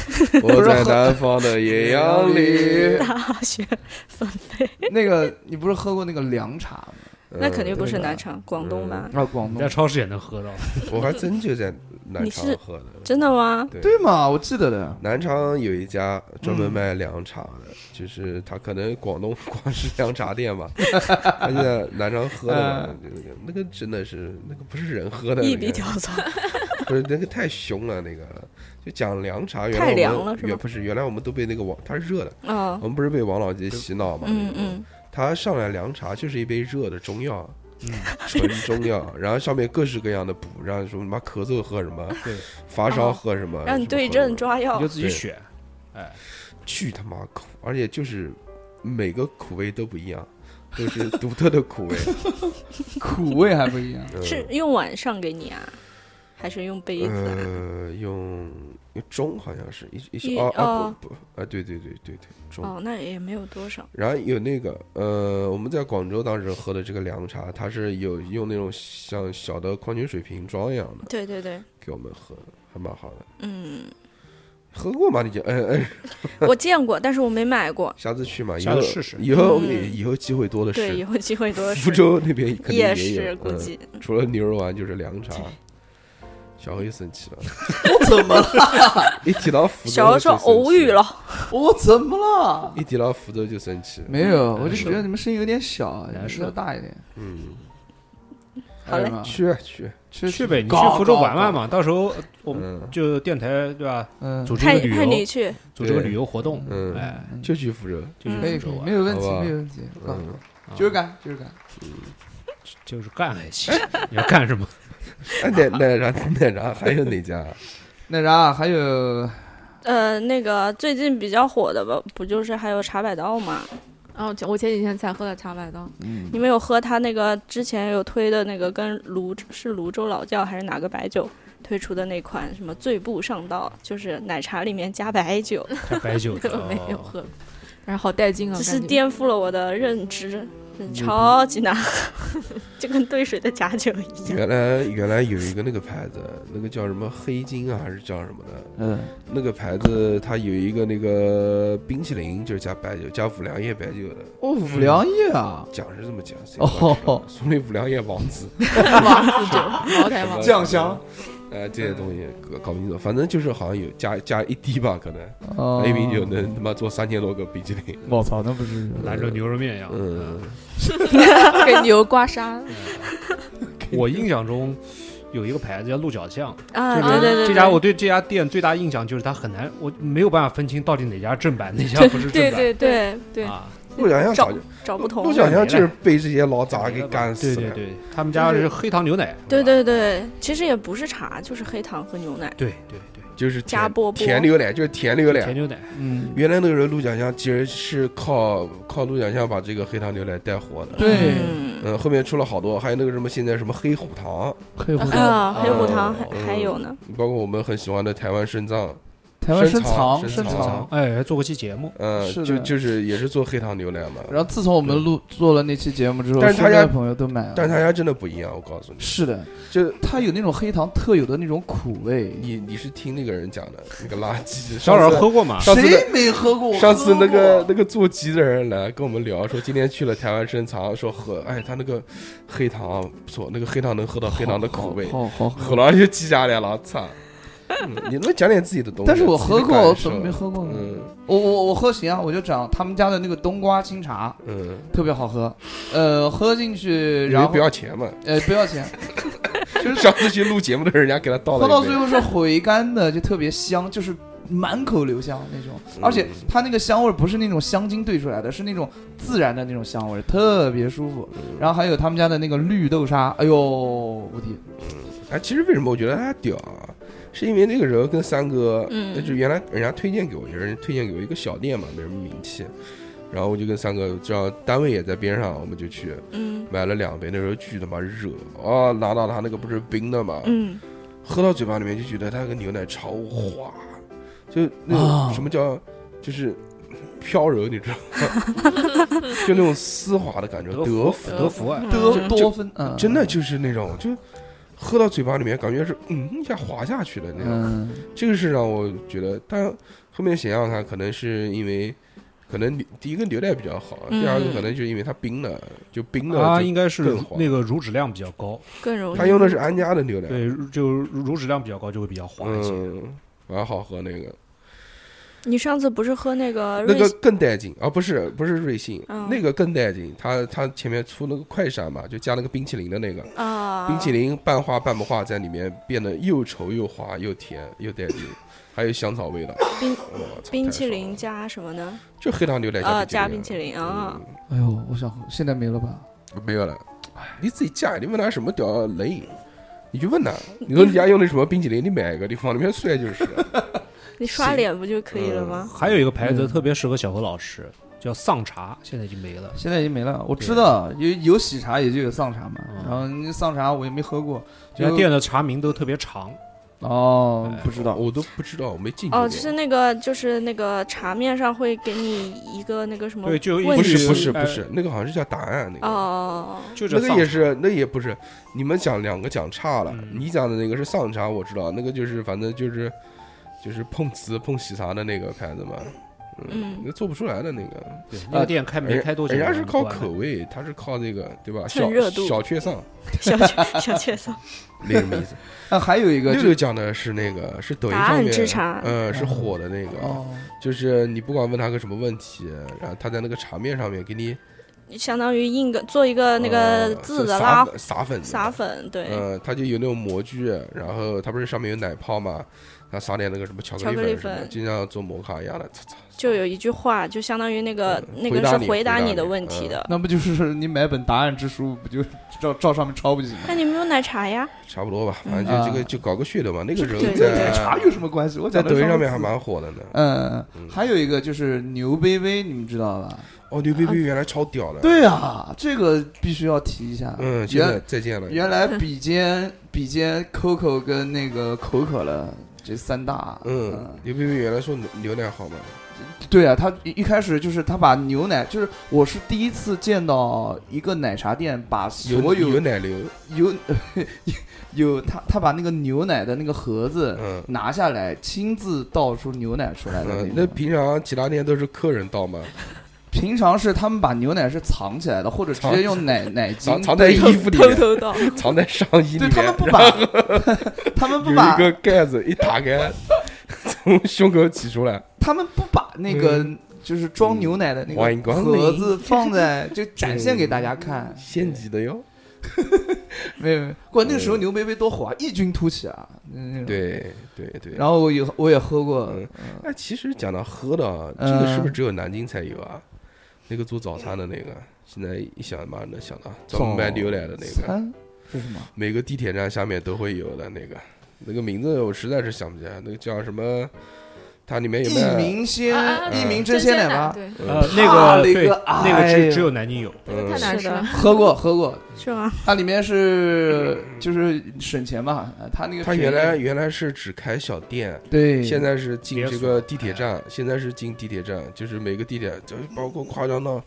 我
是
在
喝
南方的 野羊里，
大学，
那个，你不是喝过那个凉茶吗？
那肯定
嗯
不是南昌，广东吧？
啊，广
你
东
在超市也能喝到，
我还真就在南
你
昌
是
喝的。
真的 吗？
对嘛，我记得的。
南昌有一家专
嗯
门卖凉茶的，就是他可能广东 光是凉茶店嘛，他就在南昌喝 的嘛，就是那个真的是那个不是人喝的，
嗯一
那
笔
个
跳槽，
不是那个太凶了，那个就讲凉茶，原
太
来
凉
我们
了是
原
吗
不是原来我们都被那个王，它是热的，
嗯
我们不是被王老吉洗脑嘛，
嗯嗯，
他上来凉茶就是一杯热的中药，
嗯
纯中药，然后上面各式各样的补，让什么妈咳嗽喝什么，
对，
发烧喝什么，
哦让你对症抓
你
药
就，自己
对
选。
什么喝什么，巨他妈苦，而且就是每个苦味都不一样，都是独特的苦 味。
苦味还不一 样。
嗯
是用碗上给你啊，还是用杯子啊？
呃，用用钟好像是一一
一
哦啊
哦
不不啊对对对对对钟。
哦，那也没有多少。
然后有那个，呃，我们在广州当时喝的这个凉茶，它是有用那种像小的矿泉水瓶装一样的，
对对对，
给我们喝的，还蛮好的。
嗯，
喝过吗？你就嗯嗯，
我见过，但是我没买 过。
下次去嘛，以
下
后
次试试
以后
嗯
以后机会多的
对，以
是。
后机会多的
福
是。
州那边肯定
夜
也
市
有，
估
嗯
计
除了牛肉丸就是凉茶。小黑生 气了，
我怎么了？
一提到福州，
小欧说偶语，了，
我怎么了？
一提到福州就生气。
没有，
嗯
我就是觉得你们声音有点小，啊
难
你
受
说大一点。
嗯，
好
还有
嘞
吗
去啊去，
去
去呗，你去福州玩玩。嘛，到时候呃我们
嗯，
就电台对吧，
搞嗯，
组织
派
一个
派
旅
你
游，
去，
组织个旅游活动，
嗯
哎，
就去福州。
就
嗯
可以
去
可
福州
以，
玩
没，有问题
好吧，
没有问题。搞
嗯，
啊
就是干，就是干。
就是干还行，你要干什 么？
哎，奶奶茶奶茶还有哪家？
那啥，还有
呃，那个最近比较火的吧，不就是还有茶百道吗？
然后前我前几天才喝的茶百道，
嗯
你们有喝他那个之前有推的那个跟泸是泸州老窖还是哪个白酒推出的那款什么醉步上道，就是奶茶里面加白酒，
嗯
还白 酒哦
这个没有喝过，然后好带劲啊！
这是
感觉嗯
颠覆了我的认知，真的超级难 喝，就跟兑水的假酒一样。
原来原来有一个那个牌子，那个叫什么黑金啊，还是叫什么的？
嗯，
那个牌子它有一个那个冰淇淋，就是加白酒，加五粮液白酒的。
哦，五粮液啊，
讲是这么讲，谁
哦
管知道所以五粮液王子，
王 子酒，茅台
什
王子
么
酱香
呃，这些东西搞搞不清楚，反正就是好像有加加一滴吧，可能
哦
一瓶嗯酒能他妈做三千多个冰淇 淋。
我操，那不是
兰州牛肉面一样。
嗯，
给牛刮痧，
我印象中有一个牌子叫鹿角巷，
啊，
这
对对对，
这家
对
我对这家店最大印象就是它很难，我没有办法分清到底哪家正版，哪家不是正
对
版。
对对，
对
对
啊，
陆小香
找
早就
找不同
陆。小香就是被这些老杂给干死
对
了。
对对，他们家是黑糖牛奶。
对
是吧
对对，其实也不是茶，就是黑糖和牛奶。
对对对，
就是甜
加波波
甜牛奶，就是甜牛
甜
奶。
牛奶。
嗯，
原来那个时候，陆小香其实是靠靠陆小香把这个黑糖牛奶带火的。
对，
嗯，
嗯，后面出了好多，还有那个什么现在什么黑虎糖，
黑胡椒，
啊，黑虎糖还
嗯
还有呢。
包括我们很喜欢的台湾参藏，
台湾
深
深
藏
藏
深
深
藏
藏。
哎，还做过期节目，
嗯，
是的
就就是也是做黑糖牛奶嘛。
然后自从我们录做了那期节目之后，
但是他
身边
家
的朋友都买了。
但他家真的不一样，我告诉你，
是的，
就
它有那种黑糖特有的那种苦味。
你你是听那个人讲的那个垃 圾，
小
上
老师
次
喝过吗？
上次的
谁没喝过？我
上次那
喝
个
过
那个做鸡的人来跟我们聊，说今天去了台湾深藏，说喝，哎，他那个黑糖不错，那个黑糖能喝到黑糖的口味，
好好好
喝
喝。
了就记下来了，操！嗯你能讲点自己的东西？
但是我喝
自己
过，
的
我
感受
怎么没？喝过呢？
嗯
我我我喝行啊，我就讲他们家的那个冬瓜清茶
嗯，
特别好喝，呃，喝进去
因为
然后
不要钱嘛。
呃不要钱，
上次去录节目的人家给他倒了
喝
一
到
杯
最后是回甘的，就特别香，就是满口留香那种
嗯，
而且它那个香味儿不是那种香精兑出来的，是那种自然的那种香味儿，特别舒服。然后还有他们家的那个绿豆沙，哎呦无敌，
哎，其实为什么我觉得他屌啊？是因为那个时候跟三哥，
嗯
那就原来人家推荐给我，有人推荐给我一个小店嘛，没什么名气。然后我就跟三哥，正好单位也在边上，我们就去
嗯
买了两杯。那时候巨他妈热啊！拿到他那个不是冰的嘛，
嗯，
喝到嘴巴里面就觉得它跟牛奶超滑，就那种
啊
什么叫就是飘柔，你知道吗？ 就那种丝滑的感觉，德芙
德芙啊，
得多芬，嗯，
真的就是那种就。喝到嘴巴里面，感觉是嗯一下滑下去的那种，
嗯，
这个是让我觉得。但后面想想看，可能是因为，可能你第一个牛奶比较好，啊
嗯
第二个可能就是因为它冰的，就冰的
它嗯
就
应该是
更滑
那个乳脂量比较高，
更容易。
他用的是安佳的牛奶，
对，就乳脂量比较高就会比较滑一些。
嗯，蛮好喝那个，
你上次不是喝那个
那
啊瑞
个
幸
更带劲啊！不是不是瑞幸，
嗯
那个更带劲。它它前面出那个快闪嘛，就加了个冰淇淋的那个，
啊？
冰淇淋半化半不化在里面变得又稠又滑又甜又带劲，还有香草味道。
冰
我操，
冰
太
淇
爽
淋
了
加什么呢？
就黑糖牛奶加
啊，加冰淇淋啊，
哎呦，我想喝，现在没了吧？
淋，嗯没有了。哎你自己加，你问他什么屌冷饮，你去问他，你说你家用的什么冰淇淋，你买一个，你往里面摔就是了。
你刷脸不就可以
呃
了吗？
还有一个牌子
嗯
特别适合小何老师，叫丧茶，现在已经没了。
现在已经没了，我
对
知道有有喜茶也就有丧茶嘛，
嗯
然后那丧茶我也没喝过，
这家
就
店的茶名都特别长，
哦
哎
不知道，
啊我都不知道，我没进去过。
哦，就是那个，就是那个茶面上会给你一个那个什么
对，就有一
嗯问
不
题
是
句
不是不
哎
是，那个好像是叫答案那个。
哦，
就这
那个
丧
也
茶
是，那也不是，你们讲两个讲差了。
嗯
你讲的那个是丧茶，我知道，那个就是反正就是就是碰瓷碰喜茶的那个牌子嘛，
嗯
那做不出来的那个，
对，那个店开没
人
开多久？
哎人家是靠
关了
口味，他是靠这个对吧？
趁
小
热度
小 确丧，
小确小 确丧，
那什么 意思？
啊，还有一个
六
就
六讲的是那个是抖音
答案
上面
之茶
呃，
嗯
是火的那个，
哦，
就是你不管问他个什么问题，然后他在那个茶面上面给你
相当于印个做一个那个
呃
字的
撒
拉
粉撒粉的
撒粉，对，
呃，它就有那种模具，然后它不是上面有奶泡嘛，它撒点那个什么巧克
巧
力
克
粉
力
什么的，
粉
就像做摩卡一样的，擦擦
就有一句话，就相当于那个
嗯
那
回
个
答
是
你
回答
回答
的
你呃
问题的。
那不就是你买本答案之书，不就照照上面抄不就行了？
那你没有奶茶呀？
差不多吧，反正就这个
啊
就搞个噱头嘛。那个时候
嗯对
奶茶有
在
什么关系？我
在
讲的
抖音上面
是
还蛮火的呢。
嗯，
嗯
还有一个就是牛杯杯，你们知道吧？
哦，牛逼逼原来超屌的。，
对呀，这个必须要提一下。
嗯，现在
原
再见了。
原来比肩比肩 Coco 跟那个可可乐这三大，
嗯，牛逼逼原来说牛牛奶好嘛，
对啊，他一一开始就是他把牛奶，就是我是第一次见到一个奶茶店把所
有有
有
奶流，
有 有他他把那个牛奶的那个盒子
嗯。
拿下来，亲自倒出牛奶出来
嗯，
的
那
那种。
平常其他店都是客人倒嘛，
平常是他们把牛奶是藏起来的，或者直
藏
接 用奶奶
藏
精
藏在
杯
衣
着
服里
偷
面，
偷倒，
藏在上衣里
对
面，
他们不
然
把， 他们
有
不把
一个盖子一打开， 从胸口挤出来，
他们不把那个
嗯
就是装牛奶的那
欢迎
个
光临
盒子 放在就展现给大家看。
现挤的哟。
没有没有，关键那个时候牛杯杯多火啊，异军突起啊！嗯那种
对对对。
然后我也我也喝过，
嗯
嗯
哎，其实讲到喝的啊，这个
嗯
是不是只有南京才有啊？那个做早餐的那个，现在一想妈能想到，专门卖牛奶的那个，
三是什么？
每个地铁站下面都会有的那个，那个名字我实在是想不起来，那个叫什么？它里面有
一
卖，
鸣鲜
啊啊，
一
嗯
鸣
真
鲜
鲜
吧，
对，
呃
嗯，
那个
怕了一
对，
个
那个
哎
只
呦
只有南京有，
太
嗯，
难吃
是的
了。
喝过喝过，
是吗？
它里面是就是省钱嘛，呃它那个
它
便宜
原来原来是只开小店，
对，
现在是进
连
这
锁
个地铁站，现在是进地铁站，就是每个地铁，就是包括夸张到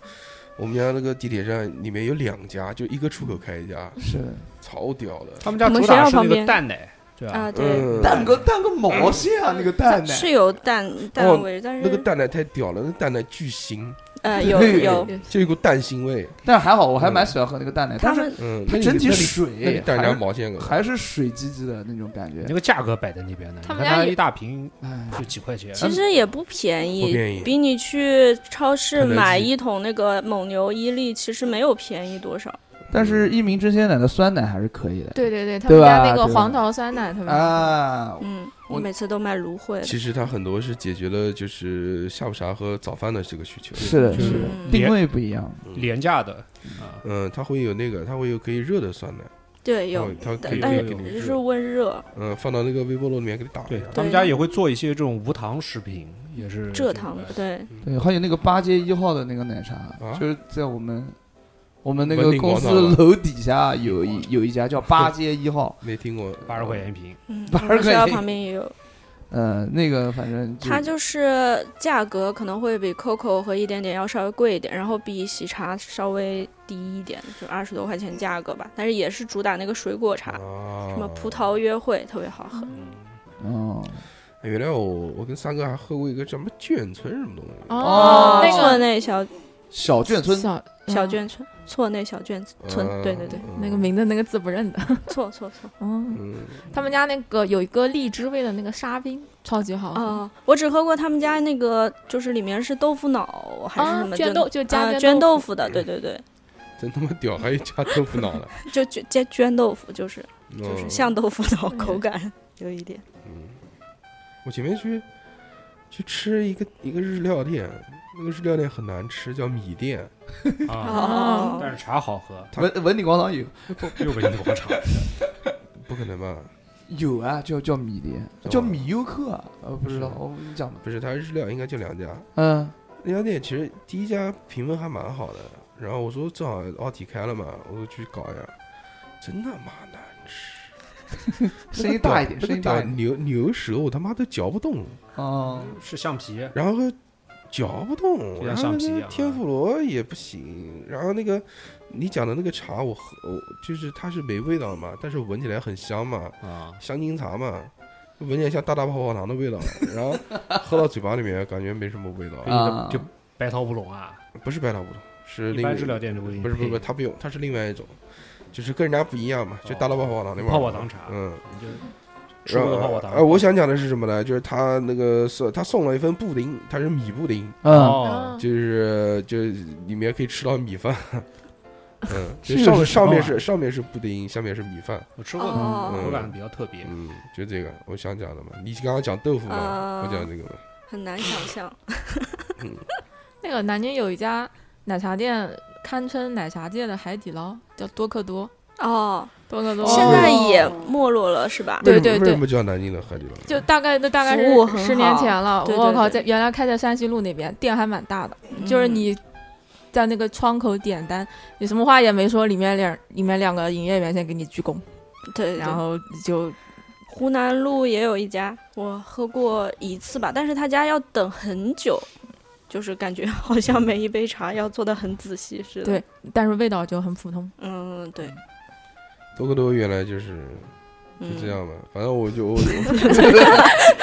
我们家那个地铁站里面有两家，就一个出口开一家，
是
超屌的。
他们家
我们
主
学
打
校
是那
旁
个
边
蛋奶，对吧
啊，？对，
嗯，
蛋个蛋个毛线啊，那个蛋奶
是有蛋
哦
蛋味，但
那个
是
蛋奶太屌了，那蛋奶巨腥，
呃有有，
就有股蛋腥味。
但是还好，我还蛮喜欢喝那个蛋奶，
他
但是
们
嗯，
它
那你
整体
那你那你
水
蛋
哎还
奶
是
毛线个，
还是水唧唧的那种感觉
那，个价格摆在那边的，你
他
看
们家
它
也
一大瓶
嗯
哎，
就几块钱，
其实也不便
不
宜，
便宜。
比你去超市
肯德基
买一桶那个蒙牛伊利，其实没有便宜多
哦
少。
但是一鸣真鲜奶的酸奶还是可以的
对对对，他
对
们
吧
家那个
对吧
黄桃酸奶特别好喝。
啊，
嗯，
我
我每次都买芦荟，
其实它很多是解决了就是下午茶和早饭的这个需求。
是的，
就是是
的，
嗯，
定位不一样，
廉价的啊，
嗯，它会有那个，它会有可以热的酸奶，
对有
它，它可以
但
可以
是
哦给你
就是
热，
温热
嗯，放到那个微波炉里面给你打一
对
下。
他们家也会做一些这种无糖食品，也是
蔗糖， 对，
对，还有那个八街一号的那个奶茶，
嗯啊
就是在我们我们那
文
个
鼎
公
广
司
场啊吗
楼底下有一有 一家叫八街一号，
没听过，
八十块钱一瓶，
嗯，
八
我
十
们学
块
校
钱
旁边也
嗯
有，
呃，那个反正就
它就是价格可能会比 COCO 和一点点要稍微贵一点，然后比喜茶稍微低一点，就二十多块钱价格吧。但是也是主打那个水果茶，
啊，
什么葡萄约会特别好喝。
哦，
哎原来我我跟三哥还喝过一个叫什么眷村什么东西，
哦
那
错
个嗯
内小
小眷村
小
小
娟，
眷村，错内小眷村，
嗯
对对对，
嗯那个名字那个字不认得。
错错错。
嗯，
嗯，
他们家那个有一个荔枝味的那个沙冰，超级好
哦、
喝。
我只喝过他们家那个，就是里面是豆腐脑还是
啊
什么，
绢豆就加
啊
绢
绢
豆
豆腐的，对对对，
真他妈屌，还有加豆腐脑的，
就绢绢绢豆腐就是 就是
嗯
像豆腐脑，口感有一点。
嗯，我前面去去吃一个一个日料店，那个日料店很难吃，叫米店。
啊，
哦，
但是茶好喝，
文文鼎广场有
又给你广场，
不可能吧？
有啊，叫叫米的，
哦
叫米优客啊，呃，不知道
是
我跟你讲吧，
不是，它日料应该就两家。
嗯
那家店其实第一家评分还蛮好的，然后我说正好奥体开了嘛，我说去搞一下，真他妈难吃。
声音大一点
那个
声音大一
屌
点
牛牛舌我他妈都嚼不动，
哦，
是橡皮，
然后嚼不动，
就
然
像
后
橡皮
那
一
个
样
天
啊
妇罗也不行，然后那个你讲的那个茶我喝，我就是它是没味道嘛，但是闻起来很香嘛，
啊，
香精茶嘛，闻起来像大大泡泡糖的味道，然后喝到嘴巴里面感觉没什么味道，
哎
啊
就白桃乌龙啊，
不是白糖乌龙，是
一
另
般治疗店就不给你
不是不是不是，
配
它不用，它是另外一种，就是跟人家不一样嘛，就大大泡泡糖那味
哦
儿
泡泡糖茶
嗯。
你就吃过的泡泡糖。
呃，我想讲的是什么呢？就是他那个送他送了一份布丁，它是米布丁，
嗯，
哦，
就是就是里面可以吃到米饭。嗯，
这
就
个是
上
什么
上面
玩意
是上面是布丁，下面是米饭。
我吃过的，
哦，
口感比较特别。
嗯，就这个我想讲的嘛。你刚刚讲豆腐嘛，
啊
我讲这个嘛。
很难想象。
那个南京有一家奶茶店，堪称奶茶界的海底捞，叫多克多。
哦，
多克多
现在也没落了是吧？
对
为什么
对
为什么叫南京的海底捞？
就大概那大概
服务很
是
好
十年前了，
对对
我靠，
对
在原来开在山西路那边，店还蛮大的，
嗯
就是你在那个窗口点单，你什么话也没说，里面两里面两个营业员先给你鞠躬，
嗯对，对
然后就
湖南路也有一家，我喝过一次吧，但是他家要等很久，就是感觉好像每一杯茶要做的很仔细似的。
对，但是味道就很普通。
嗯，对，
多克多原来就是就
嗯，
这样嘛。反正我就我我。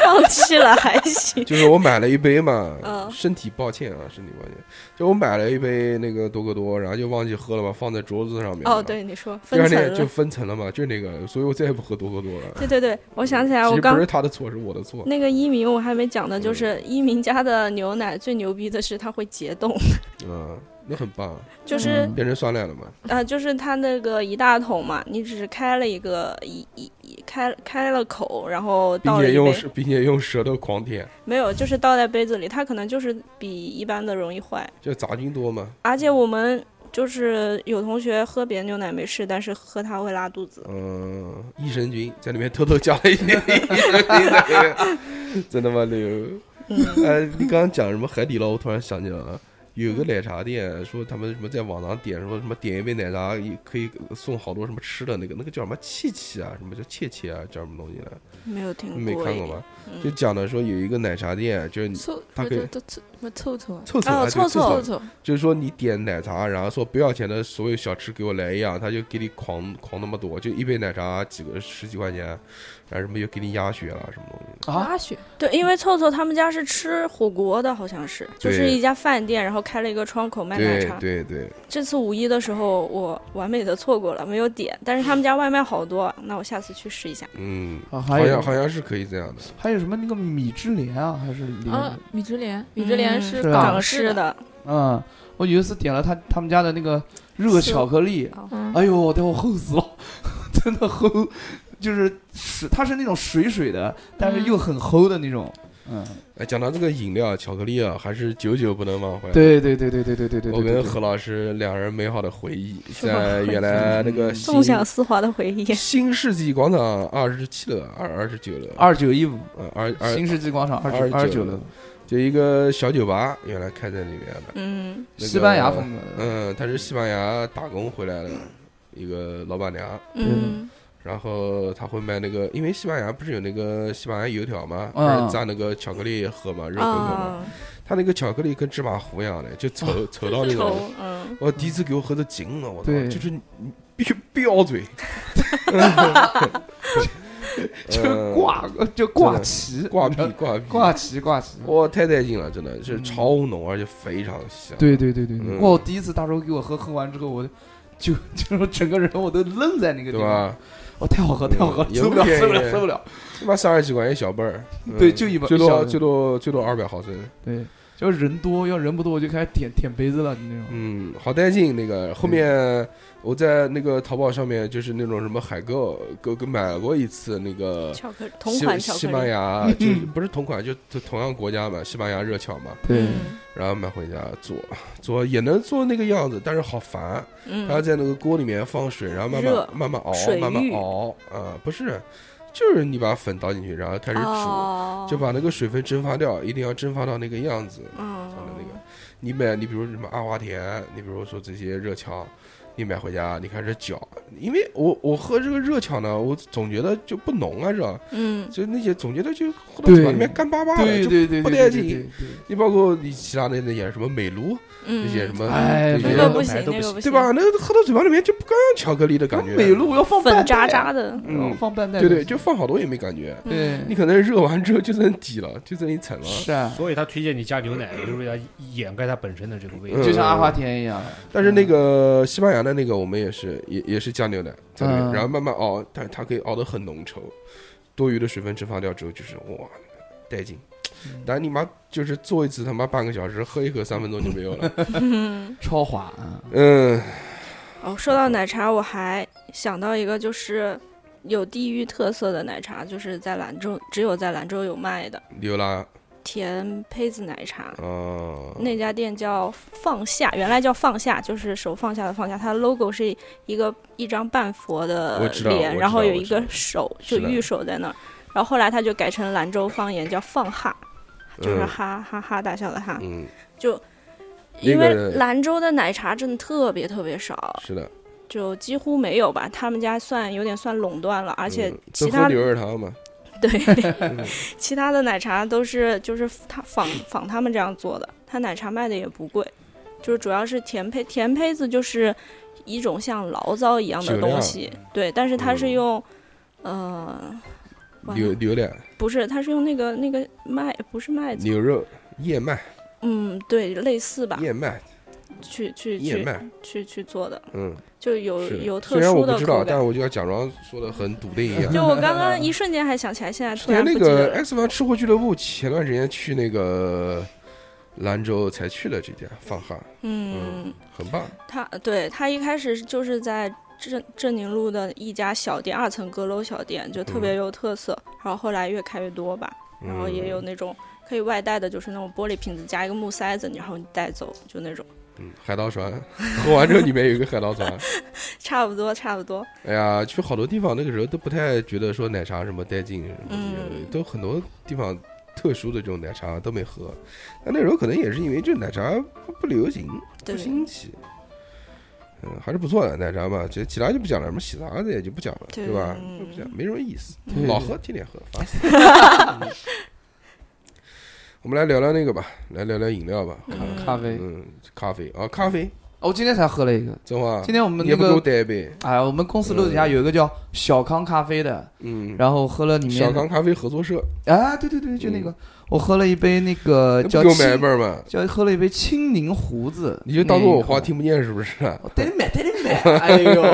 放弃了还行
就是我买了一杯嘛，
嗯
身体抱歉啊，身体抱歉。就我买了一杯那个多克多，然后就忘记喝了嘛，放在桌子上面。
哦，。对，你说
第
分
二
层
天就
了。
分层了嘛，就那个，所以我再也不喝多喝多了。
对对对，我想起来，
其
我
实
刚
不是他的错，是我的错。
那个一鸣我还没讲呢，就是一鸣家的牛奶最牛逼的是它会解冻，
嗯，那很棒，
就是
变成酸奶了嘛。
啊，就是它那个一大桶嘛，你只是开了一个一一一开开了口，然后
并
倒了
且
一
用
杯，
舌，并且用舌头狂舔，
没有，就是倒在杯子里，它可能就是比一般的容易坏，
就杂菌多嘛。
而且我们就是有同学喝别的牛奶没事，但是喝它会拉肚子。
嗯，益生菌在里面偷偷加了一点 益生菌在里面，真他妈牛！
嗯，
哎，你刚刚讲什么海底捞，我突然想起来了。有个奶茶店说他们什么在网上点说什么点一杯奶茶也可以送好多什么吃的那个那个叫什么气气啊什么叫切切啊叫什么东西来着？
没有听过，
没看过吧？
嗯
就讲的说有一个奶茶店，就是你
臭
它可以
臭臭什么臭臭啊？
凑凑
哦
还是凑
凑凑
凑，
臭臭，
就是说你点奶茶，然后说不要钱的所有小吃给我来一样，他就给你狂狂那么多，就一杯奶茶几个十几块钱，然后什么又给你鸭血了什么东西的，
啊，
拉血，
对，因为凑凑他们家是吃火锅的，好像是，就是
对
一家饭店，然后开了一个窗口卖奶茶。
对对对，
这次五一的时候，我完美的错过了，没有点，但是他们家外卖好多，那我下次去试一下。
嗯，
啊还
好
有
像好像是可以这样的，
还有什么那个米芝莲啊，还是莲
啊，米芝莲，米芝莲
嗯
是
是啊
港
港
式
式
的，
的，
嗯，我有一次点了他他们家的那个热巧克力，
嗯，
哎呦，把我齁死了， 真的齁，就是水，它是那种水水的，但是又很齁的那种。嗯，
哎，讲到这个饮料，巧克力啊，还是久久不能忘怀。
对对对对对对对对，
我
对
跟
对
何老师两人美好的回忆，
是吧
在原来那个
嗯
新
纵享丝滑的回忆。
新世纪广场二十七楼，二二十九楼，
二九一五
呃二二
新世纪广场二
二十九
二九楼，
就一个小酒吧，原来开在里面的。
嗯，
那个
西班牙风格的。
嗯，她是西班牙打工回来的一个老板娘，
嗯，
然后她会卖那个，因为西班牙不是有那个西班牙油条嘛，不
嗯
是蘸那个巧克力喝嘛，热狗狗嘛，
啊，
她那个巧克力跟芝麻糊一样的，就稠稠到那种。
愁，嗯，
我第一次给我喝的惊了，我操，
对
就是你飙飙嘴，
就挂嗯就挂旗，
挂壁挂壁
挂，旗挂旗。
哇，太带劲了，真的是超浓，而且非常香。
对对对对
嗯
对，哇！我第一次大周给我喝，喝完之后我就 就是整个人我都愣在那个地
对
方，
吧？
我太好喝太好喝，
嗯
受不了
也
受
不
不
便宜
了受不了。
他妈三十几块钱一小杯儿，嗯
对就一杯
最
一小
多
杯
最多最多二百毫升。
对，只要人多，要人不多我就开始舔舔杯子了，你那种。
嗯，好带劲。那
嗯
个后面我在那个淘宝上面，就是那种什么海购，购购买过一次那个
巧克力，同
西
款巧
西
克
班
力，
牙，就是 不是同款，就同同样国家嘛，西班牙热巧嘛，
嗯
对
然后买回家做做也能做那个样子，但是好烦。
嗯
然后在那个锅里面放水，然后慢
热
慢慢慢熬，
水
慢慢
浴
熬啊、不是，就是你把粉倒进去，然后开始煮，
哦，
就把那个水分蒸发掉，一定要蒸发到那个样子。
嗯
哦
那个你买，你比如什么阿华田，你比如说这些热巧，你买回家，你开始搅，因为我我喝这个热巧呢，我总觉得就不浓啊，是吧？
嗯，
就那些总觉得就喝到嘴巴
对
里面干巴巴的，
对
就
对对，
不
对
带
对
劲
对对
你包括你其他的那些什么美露那
嗯，
些什么，
哎
这些
美
那
露
个
都
不
白
行，
都
那
不
个
行
对
不行，
吧？那个喝到嘴巴里面就不刚巧克力的感觉，
美露要放
粉
半袋
渣，渣的，嗯
嗯，放半袋才
对
行，
对，就放好多也没感觉。
对，
你可能热完之后就剩底了，就剩一层了。
是啊，
所以他推荐你加牛奶，就是为了掩盖它本身的这个味道。
嗯
就像阿华田一样，
但是那个西班牙的那个，我们也是也也是加牛奶在里面，
嗯
然后慢慢熬，它它可以熬得很浓稠，多余的水分蒸发掉之后，就是哇，带劲
嗯。
但你妈就是做一次他妈半个小时，喝一口三分钟就没 有了。
嗯。
超滑啊，
嗯，
哦，说到奶茶，我还想到一个，就是有地域特色的奶茶，就是在兰州，只有在兰州有卖的
刘拉，
甜胚子奶茶。
哦，
那家店叫放下，原来叫放下，就是手放下的放下。它的 logo 是一个一张半佛
我
的
知道我
脸，
知
然后
道
有
我
一
知道
个手，就是
的
玉手在那儿。然后后来它就改成兰州方言叫放哈，就是
嗯
哈哈哈大笑的哈。
嗯，
因
那
为
个
兰州的奶茶真的特别特别少，
是的，
就几乎没有吧，他们家算有点算垄断了，而且
嗯
其
都
他、
喝嗯牛肉汤嘛，
对，其他的奶茶都是就是他仿仿他们这样做的，他奶茶卖的也不贵，就是主要是甜胚甜胚子就是一种像醪糟一样的
酒
东
酿
西，对，但是它是
嗯
用，呃，完
牛
了
牛奶、
不是，它是用那个那个麦不是麦子，
牛肉、燕麦、
嗯，对，类似吧，
燕麦、
去去
燕
去
麦，
去去做的，
嗯，
就有
是的。
有
虽
特
然我不
殊的
知道，
口
但
感。
我就要假装说的很笃定一样。
就我刚刚一瞬间还想起来，现在
之
突然
前
不
那
记得
个
了。
X 方吃货俱乐部前段时间去那个兰州才去了这家放哈，
嗯，
很棒。
他对他一开始就是在镇镇宁路的一家小店，二层阁楼小店，就特别有特色。然后后来越开越多吧，
嗯
然后也有那种可以外带的，就是那种玻璃瓶子加一个木塞子，然后你带走，就那种，
嗯海盗船，喝完之后里面有一个海盗船。
差不多差不多。
哎呀，去好多地方那个时候都不太觉得说奶茶什么带劲什么的，
嗯
都很多地方特殊的这种奶茶都没喝。但那时候可能也是因为这奶茶不不流行，
对
不，新奇。嗯，还是不错的奶茶嘛，其其他就不讲了，什么喜茶的也就不讲了，
对
对吧？
嗯
就不讲，没什么意思
对，
老喝天天喝，烦死。 我们来聊聊那个吧，来聊聊饮料吧。
嗯
咖啡。
嗯，咖啡啊，咖啡，
哦我今天才喝了一个，
真话，
今天我们
啊你也
那
不给我
个，
带一杯。
哎，我们公司楼底下有一个叫小康咖啡的，
嗯，
然后喝了里面
小康咖啡合作社，
啊，对对对，就那个，我喝了一杯那
那不
个呃叫
给我买一
青，
份吗？
叫喝了一杯青柠胡子，
你就当做我话
听。
听不见是不是啊？
我带你买，带你买， 哎呦，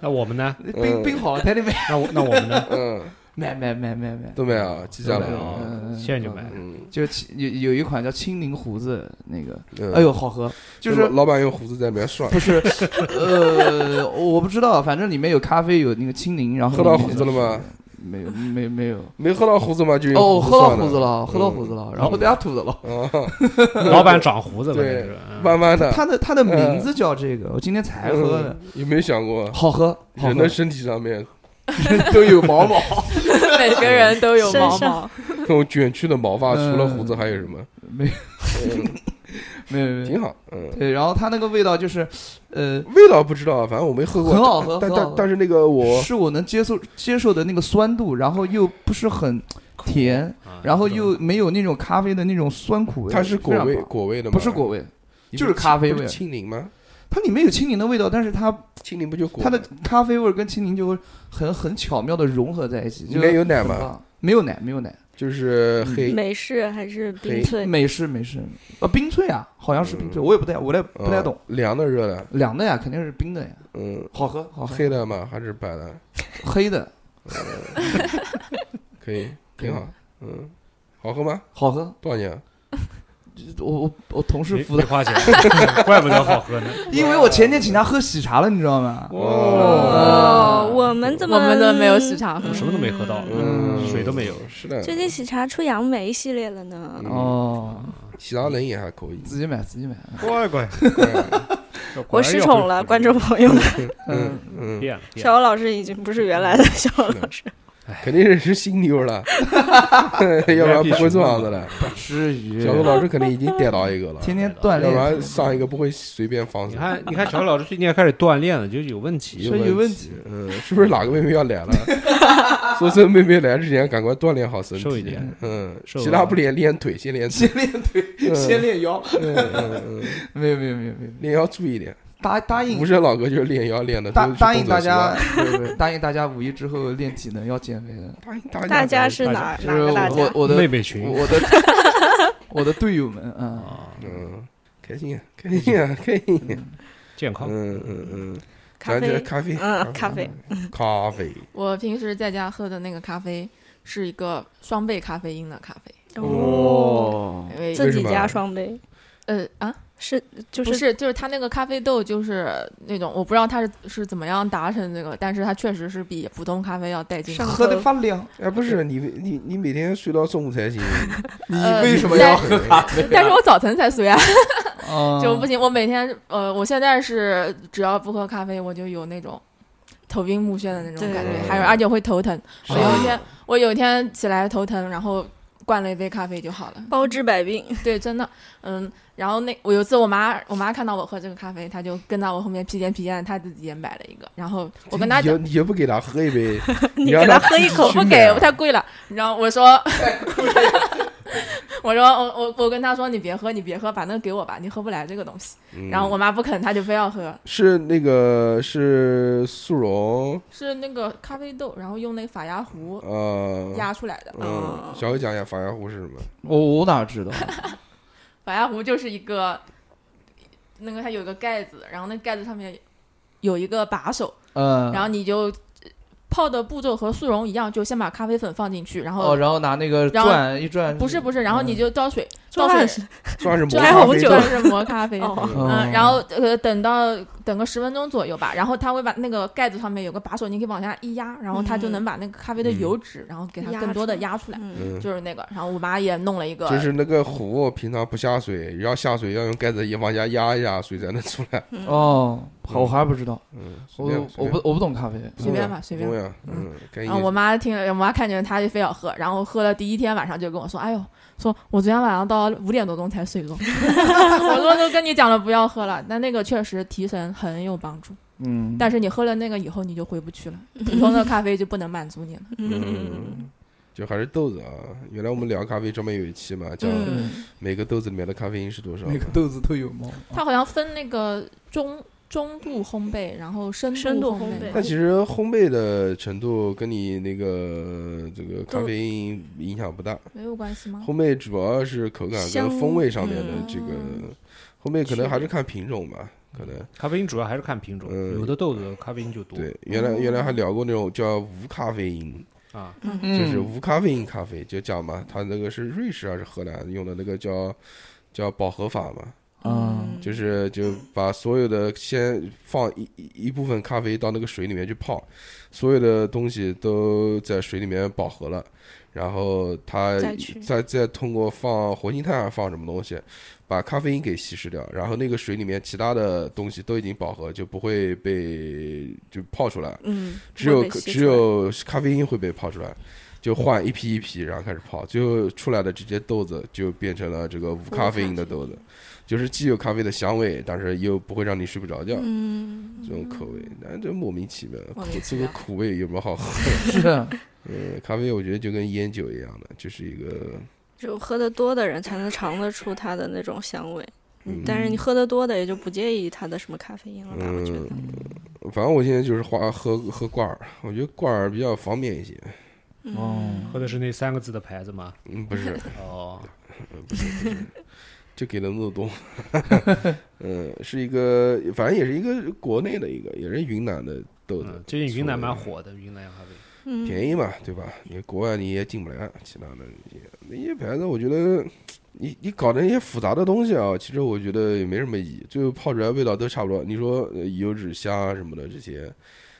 那我们呢？
冰冰好了，带你买，
那我那我们呢？哦
嗯，
买买买买买，
都没有，记下来啊。
嗯，嗯
现在就买。
嗯，
就青有有一款叫青柠胡子那个，
嗯
哎，呦好喝，就
老
是
老板用胡子在里面涮，
不是呃我不知道，反正里面有咖啡有那个青柠，然后
喝到
里面
胡子了吗？
没有没没有
没喝到胡子吗？就用
哦，我
胡
喝到
涮的
胡子了，喝到胡子了，然后被他吐的了。
嗯啊。
老板长胡子了，
对
这是嗯
慢慢的，
它的它的名字叫这个，我今天才
嗯
喝的，
有没有想过，
好喝，好
人
喝
的，身体上面
都有毛毛，
每个人都有
身
毛毛
上，
那种卷曲的毛发，
嗯
除了胡子还有什么？
没没有没有。
挺好，嗯，
对，然后它那个味道就是，呃，
味道不知道，啊反正我没喝过，
很好喝
但
很好
但
喝
但是那个我
是我能接受接受的那个酸度，然后又不是很甜，
啊
然后又
嗯
没有那种咖啡的那种酸苦味。
它是
非
果
常
味
棒
果味的吗？
不是果味，
你
就
不
是咖啡
不是
味
青柠吗？
它里面有青柠的味道，但是它
青柠不就果？
它的咖啡味儿跟青柠就会很很巧妙的融合在一起，
里
就
面有奶
很
吗？
棒。没有奶，没有奶，
就是
嗯
黑
美式还是冰萃？
美式美式，啊，冰萃啊，好像是冰萃，
嗯
我也不太，我也
嗯
不太懂，
凉的热的，
凉的呀，肯定是冰的呀，
嗯，
好喝，好喝，
黑的吗？还是白的？
黑的，
可以，挺好，嗯，好喝吗？
好喝，
多少钱？
我我我同事
没
付
没
的，
花钱， 怪不得好喝呢。
因为我前天请他喝喜茶了，你知道吗？
哦，我们怎么
我们的没有喜茶喝
我，什么都没喝到，
嗯，
水都没有。
是的，
最近喜茶出杨梅系列了呢。
嗯
哦，
其他人也还可以。
自己买自己买，
乖 乖，
嗯
我失宠 了，观众朋友们，
嗯嗯，
变了，变了
小欧老师已经不是原来的小欧老师，
肯定是吃犀牛 了，要不然不会这样子了。
不至于
小何老师肯定已经逮到一个了，
天天锻
要不然
炼，
上一个不会随便放
你
手。
看，你看，小老师最近也开始锻炼了，就有问题。
这有问题，
嗯，是不是哪个妹妹要来了？ 说这妹妹来之前，赶快锻炼好身体。
瘦一点，
嗯，
瘦
其他
啊
不练，练腿先练腿。
先练腿，先练腰，
嗯嗯嗯，
没有没有没有没有，
练腰注意点。
答答应
无声老哥就是练腰练的，
答
都是
答应
动作
大家
习，
对对，答应大家五一之后练体能要减肥的，
惯，答应
大
大
家
家
是
大
哪
家
就
哪
是
个大
我
家
我？我
妹
的
妹群
我的我的队友们，嗯，
啊，
嗯，开心啊，开心啊，开心啊。
健康。
嗯嗯嗯，
咖
咱这
啡，
咖啡，
嗯，咖啡，
咖啡，
我平时在家喝的那个咖啡是一个双倍咖啡因的咖啡，
嗯
哦，
因为
自己
为什么
家双杯
呃啊
啊是就
不是就是它那个咖啡豆就是那种我不知道它是是怎么样达成这个，但是它确实是比普通咖啡要带劲。
上
喝的发凉，
哎，不是你你你每天睡到中午才 行，
你
呃
为什么要喝咖啡啊？
但是我早晨才随啊，
嗯
就不行。我每天呃，我现在是只要不喝咖啡，我就有那种头晕目眩的那种
对
感觉
嗯，
还有而且会头疼。 我有一
啊
天我有一天起来头疼，然后灌了一杯咖啡就好了。
包治百病，
对，真的，嗯。然后那我有一次我妈我妈看到我喝这个咖啡，她就跟在我后面屁颠屁颠的，她自己也买了一个。然后我跟她
你就
讲，
你就不给他喝一 杯，
你
让
给他
他
喝一口
去
不
买
给
啊
太贵了。然后我说。 我说我我我跟她说你别喝你别喝把那个给我吧你喝不来这个东西，
嗯
然后我妈不肯她就非要喝，
是那个是速溶，
是那个咖啡豆，然后用那个法压壶
呃，
压哦出来的。
嗯，小何讲一下防牙壶是什么？
我我哪知 道？
法压壶就是一个，那个它有一个盖子，然后那盖子上面有一个把手，
嗯，
然后你就呃泡的步骤和速溶一样，就先把咖啡粉放进去，然
哦，
后
然后拿那个
然后
转一转，
不是不是，然后你就倒水，倒
做饭
水
是
算是磨
就
开
咖
红
啡
酒
的
就是磨咖啡。
哦，
嗯
嗯，然后呃，等到等个十分钟左右吧，然后它会把那个盖子上面有个把手，你可以往下一压，然后它就
嗯
能把那个咖啡的油脂，然后给它
压
更多的
出来
压出来，
嗯，
嗯，
就是那个。然后我妈也弄了一个，
就是那个壶平常不下水，要下水要用盖子也往下压一压，水才能出来。
嗯，
哦，好我还不知道，
嗯，随
我
便
我不我不懂咖啡，
随便吧随便
不用呀，嗯，该
然后我妈听了，我妈看见她就非要喝，然后喝了第一天晚上就跟我说：“哎呦，说我昨天晚上到五点多钟才睡着。” 我说都跟你讲了不要喝了，但那个确实提神很有帮助。
嗯，
但是你喝了那个以后你就回不去了，普通的咖啡就不能满足你了。
嗯，就还是豆子啊。原来我们聊咖啡专门有一期嘛，叫
嗯，
每个豆子里面的咖啡因是多少嘛。
每个豆子都有猫，
它好像分那个中中度烘焙，然后深
深度
烘
烘焙
但其实烘焙的程度跟你那个这个咖啡因影响不大，
没有关系吗？
烘焙主要是口感
香
跟风味上面的
嗯
这个，烘焙可
是
能还是看品种吧，可能
咖啡因主要还是看品种，
嗯
有的豆子咖啡因就多
对。原来原来还聊过那种叫无咖啡因，
啊。
嗯
就是无咖啡因咖啡，就讲嘛，它那个是瑞士还是荷兰用的那个叫叫饱和法嘛，
嗯
就是就把所有的先放一一一部分咖啡到那个水里面去泡，所有的东西都在水里面饱和了，然后它
再去
再再通过放活性炭还是啊放什么东西，把咖啡因给稀释掉，然后那个水里面其他的东西都已经饱和，就不会被就泡出来，
嗯，
只有
会被
只
吸出来
有咖啡因会被泡出来。就换一批一批，然后开始泡，最后出来的这些豆子就变成了这个无咖啡因的豆子，就是既有咖啡的香味，但是又不会让你睡不着觉，
嗯，
这种口味，但这莫名其妙，
莫
苦
名
这
其妙
个苦味有没有好喝？
是，
嗯，咖啡我觉得就跟烟酒一样的，就是一个
只有喝的多的人才能尝得出它的那种香味。
嗯
但是你喝的多的也就不介意它的什么咖啡因了吧？我觉得
嗯，反正我现在就是花喝喝罐儿，我觉得罐儿比较方便一些。
嗯
哦，
喝的是那三个字的牌子 吗？
嗯，不是，
哦，
就给的那么多。嗯，是一个，反正也是一个国内的一个，也是云南的豆子
嗯，，最近云南蛮
火。
火的，云南咖啡。
嗯，
便宜嘛，对吧？你国外你也进不来，其他的也那些牌子，我觉得你你搞那些复杂的东西啊，其实我觉得也没什么意义，最后泡出来味道都差不多。你说呃油脂香啊什么的这些，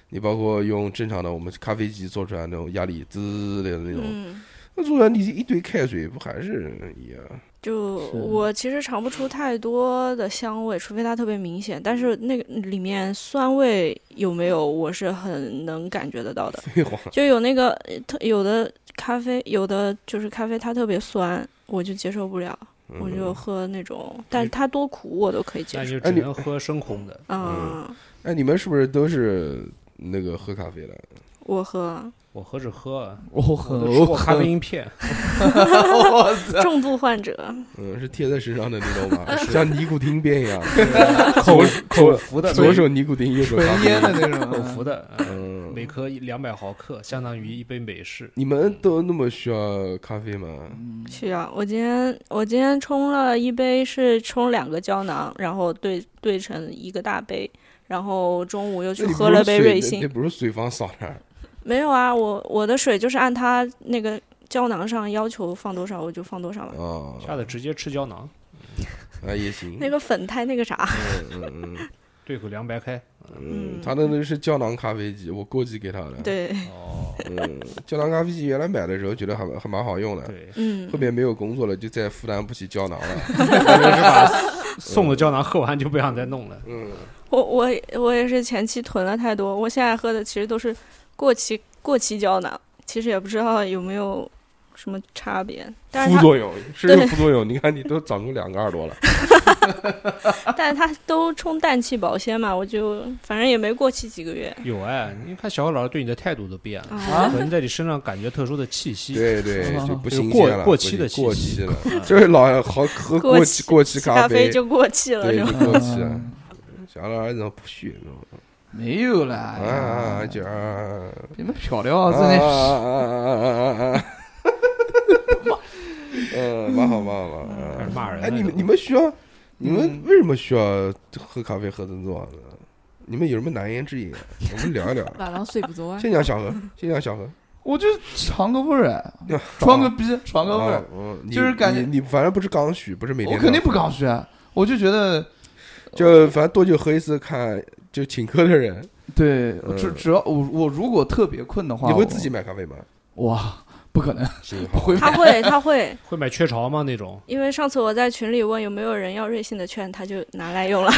你包括用正常的我们咖啡机做出来那种压力滋的那种，
嗯，
那做出来你一堆开水不还是一样？
就是我其实尝不出太多的香味，除非它特别明显。但是那个里面酸味有没有，我是很能感觉得到的。
废话，
就有那个呃特有的咖啡，有的就是咖啡它特别酸，我就接受不了，我就
嗯
喝那种，但是它多苦我都可以接
那
受。
就只能喝深红的。
嗯，
哎，你们是不是都是那个喝咖啡的？
我 喝
我何止喝啊，
我
我
很
都吃过咖啡因片。
我操，
重度患者，
嗯，是贴在身上的那种吗？像尼古丁片一样，
口
口
口服的，
左手尼古丁，右手
纯
咖啡
烟的那种，
口服的，呃
嗯，
每颗两百毫克，相当于一杯美式。
你们都那么需要咖啡吗？
嗯
需要。啊我今天我今天冲了一杯，是冲两个胶囊，然后兑兑成一个大杯，然后中午又去
那你
喝
不
了
是
杯
水
瑞
那
幸
那。不是水房扫那 儿，
没有啊，我我的水就是按它那个胶囊上要求放多少，我就放多少嘛。
哦，
下次直接吃胶囊，
啊也行。
那个粉太那个啥，
嗯 嗯嗯
对口凉白开。
嗯，
嗯
他那那是胶囊咖啡机，我过继给他的。，
对，
哦，
嗯，胶囊咖啡机原来买的时候觉得还蛮还蛮好用的，
对，
嗯
后，面没有工作了，就再也负担不起胶囊 了。
送的胶囊喝完就不想再弄了。
嗯，
我我我也是前期囤了太多，我现在喝的其实都是过期过期胶囊，其实也不知道有没有什么差别， 但是
副作用是
对
有副作用，你看你都长出两个耳朵了。
它但是它都充氮气保鲜嘛，我就反正也没过期几个月
有哎，你看小何老师对你的态度都变了，
啊，
啊
可，能在你身上感觉特殊的气息。
对 对，
哦
就不
就
新
过
鲜了，
过
不
期
行
的
过
信息
期了，
嗯
就是老喝喝
过
过
期
过期
咖
啡，
就过期了
对，就
是吧？
过
嗯
期了。小老儿怎么不学呢？
没有啦，
啊
哎呀
啊就啊
你们漂
啊
亮，
啊
真的
啊
是。
啊啊啊啊！嗯，蛮好蛮好蛮好。
开始骂人了。
哎，你们
就
你们需要，你们
嗯
为什么需要喝咖啡喝成这样呢？你们有什么难言之隐？我们聊一聊。
晚上睡不着啊。
先讲小何，先讲小何，
我就尝个味儿哎，装个逼，尝个味儿
啊，，嗯，你
就是感觉
你你反正不是刚需，不是每天
我
都
肯定不刚需啊。我就觉得，
就反正多久喝一次看，就请客的人，
对，
嗯
只只要我我如果特别困的话，
你会
我
自己买咖啡吗？
哇，不可能，
行，
不
好，
会
他会，他会，
会买雀巢吗？那种
因为上次我在群里问有没有人要瑞幸的券，他就拿来用了，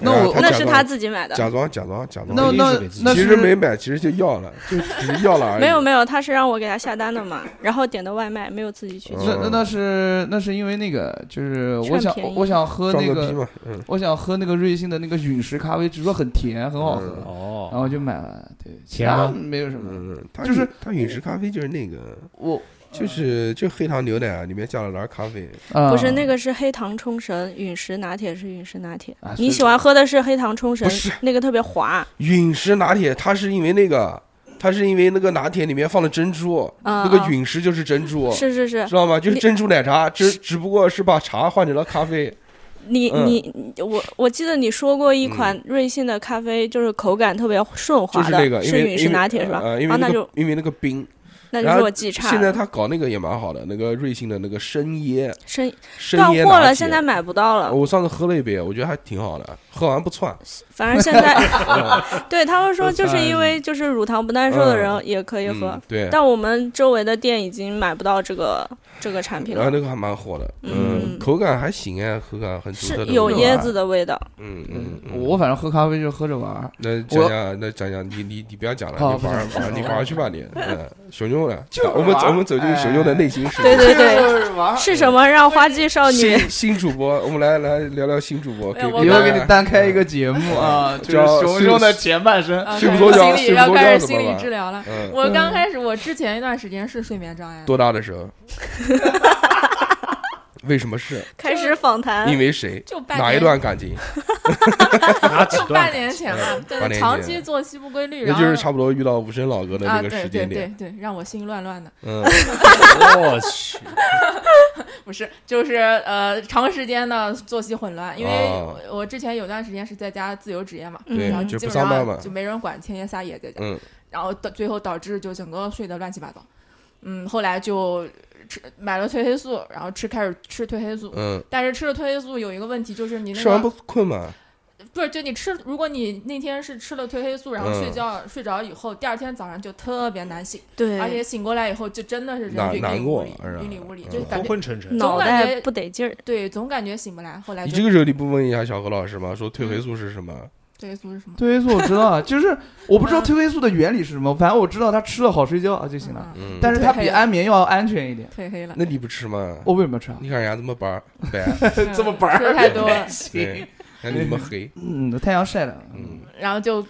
那
哎呀
我
他
那
假
是
装
他自己买的。
假装假装假
那
装，
一定
那
是给自己
那
其
是
实没买，其实就要了，就只是要了而已。
没有没有，他是让我给他下单的嘛，然后点的外卖，没有自己去
嗯
做。
那那那是那是因为那个，就是
劝
我想
便宜
我想喝
装
那
个逼
个，
嘛，嗯，
我想喝那个瑞幸的那个陨石咖啡，只说很甜，很好喝，然
哦，
后就买了。对，其
甜
他
吗
没有什么。
嗯，它
就是
它陨石咖啡就是那个，
我
就是就黑糖牛奶啊，里面加了点咖啡，
不是那
个
个是黑糖冲绳，陨石拿铁是陨石拿铁
啊。
你
是
喜欢喝的是黑糖冲绳
不是，
那个特别滑
陨石拿铁，它是因为那个，它是因为那个拿铁里面放了珍珠，
啊。
那个
啊
陨石就是珍珠，
是是是，
知道吗？就是
你
珍珠奶茶，只只不过是把茶换成了咖 啡。
你
嗯
你我我记得你说过一款瑞幸的咖啡，就是口感特别顺
就
滑
是
的
那，个，因为
陨石拿铁是吧？
呃，因
啊
为，
那
那
就
个，因为那个冰，
那
然
就
后
是我记差
现在
了。
他搞那个也蛮好的，那个瑞幸的那个生椰，
生
生
断
椰
货
拿
了，
铁哦
现在买不到了。
我上次喝了一杯，我觉得还挺好的，喝完不窜。
反正 现在， 对他们说，就是因为就是乳糖不耐受的人
嗯
也可以喝，
嗯，对。
但我们周围的店已经买不到这个这个产品
然后
了，
那个还蛮火的，
嗯
口感还行哎，口感很独
是
特的
有
味道
椰子的味道。
嗯嗯，嗯
我反正喝咖啡就喝着玩儿，
那讲讲，那讲讲，你你你不要讲了，
好
你玩儿
不
玩儿，
讲
你玩儿去吧你。嗯， 熊熊呢？
就是
我们
玩儿
我们走进熊熊的内心世
对
界。
对 对，
就是玩儿
是什么让花季少女
新新主播，我们来来聊聊新主播。
哦哎我
以后
们
给你
嗯
单开一个节目啊，就是
叫
熊熊的前 半生。
啊
睡不
开
着觉
始心
睡
理
不着
要开
觉
始
怎
心
么
理
办
治疗了。
嗯，
我刚开始，我之前一段时间是睡眠障碍，
多大的时 候？为什么是？
开始访谈
因？为谁？
就半
哪一
年
段感情？
拿几
就
段
半？年前吧，
半
对，
年
长
前
期作息不规律，
那
然后
就是差不多遇到无声老哥的
啊，
那个
对
时
对
间
对
点。
对，让我心乱乱的，
嗯，
我 去，
不是，就是呃，长时间的作息混乱，因为
哦
我之前有段时间是在家自由职业嘛，
对
然后
就
基
不
本
上班嘛
上就没人管，天天撒野在家，
嗯
然后到最后导致就整个睡得乱七八糟，嗯，后来就吃买了褪黑素，然后吃开始吃褪黑素，
嗯，
但是吃了褪黑素有一个问题就是你那
吃完
个
不困吗？
不是，就你吃，如果你那天是吃了褪黑素，然后
嗯
睡觉、睡着以后，第二天早上就特别难醒，
对，
而且醒过来以后就真的是人
难
云
难
里
过
雾里
是吧，
云里雾里，
嗯
就感
昏
觉
昏沉 沉。
脑
总感觉
袋不得劲儿，
对，总感觉醒不来。后来
你
就
这个时候你不问一下小何老师吗？说褪黑素是什么？
褪黑素是什么？
褪黑素我知道啊，就是我不知道
嗯
褪黑素的原理是什么，反正我知道它吃了好睡觉啊就行了。
嗯，
嗯，
但是它比安眠药安全一点。
褪 黑了，
那你不吃吗？
我为什么吃啊？
你看人家这么白儿白，啊
这么板吃太多了，
对，看你这么黑，
嗯，太阳晒的。
嗯，
然后就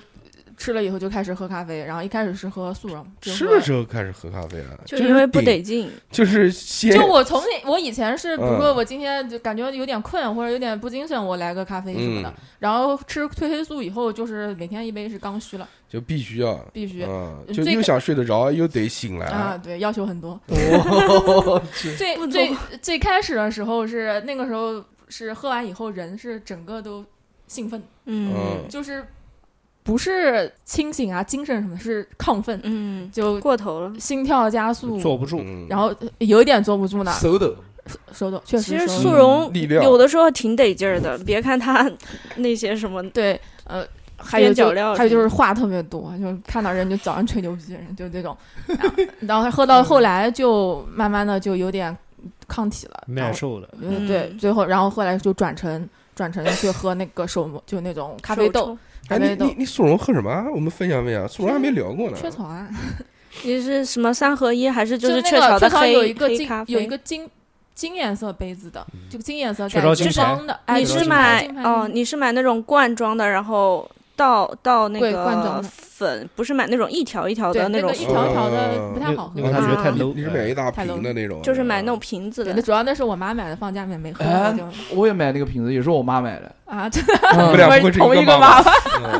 吃了以后就开始喝咖啡，然后一开始是喝速溶，就
吃
喝
了之后开始喝咖啡了，
就是因为不
顶
得劲，
就是先
就我从那我以前是，比如说
嗯
我今天就感觉有点困或者有点不精神，我来个咖啡什么的
嗯。，
然后吃褪黑素以后，就是每天一杯是刚需了，
就必须要。
必须
嗯，
嗯
就
最
又
开
想睡得着，又得醒
啊，
来，
对，要求很多。
我
哦
去，
最
不
最
懂
最开始的时候是那个时候是喝完以后人是整个都兴奋，
嗯
嗯
就是不是清醒啊精神什么的，是亢奋，
嗯，
就
过头了。
心跳加速，
坐不住，
嗯
然后有一点坐不住呢，
手抖。
手抖确
其实
实手抖
速溶
嗯力量
有的时候挺得劲儿的，别看它 那些什么，
对，呃，还有就
边角料
还有就是话特别多，就是看到人就早上吹牛逼，人就 这种，然后然后喝到后来就慢慢的就有点抗体了，然
耐
后
受了。
嗯，对，
嗯
最后然后后来就转成转成去喝那个手磨，就那种咖啡
手
豆
抽，，
哎，
咖啡
你
豆
你你速溶喝什么啊？我们分享分享，速溶还没聊过呢。
雀巢啊，
你是什么三合一还是是
那
雀巢
个
的
雀巢
黑
有一个
黑
金
咖啡？
有一个金金颜色杯子的，就金颜色
雀巢
盖
金
子
牌
装的，哎，
你
雀巢
是
金
买
牌
哦，你是买那种罐装的，然后倒倒那
对罐装
个
的
粉，不是买那种一条一条
对
的
那
种
个一条一条的
哦
不太好喝
因，为他觉得太
啊
low，
嗯 你是买一大
太
瓶
low
的那种啊，
就是买那种瓶子
对，
的
那，主要那是我妈买的，放家里面没喝，
哎
我就
我也买那个瓶子，也是我妈买的。嗯
啊，
我们俩嗯不会是
同一
个
个
妈
妈妈，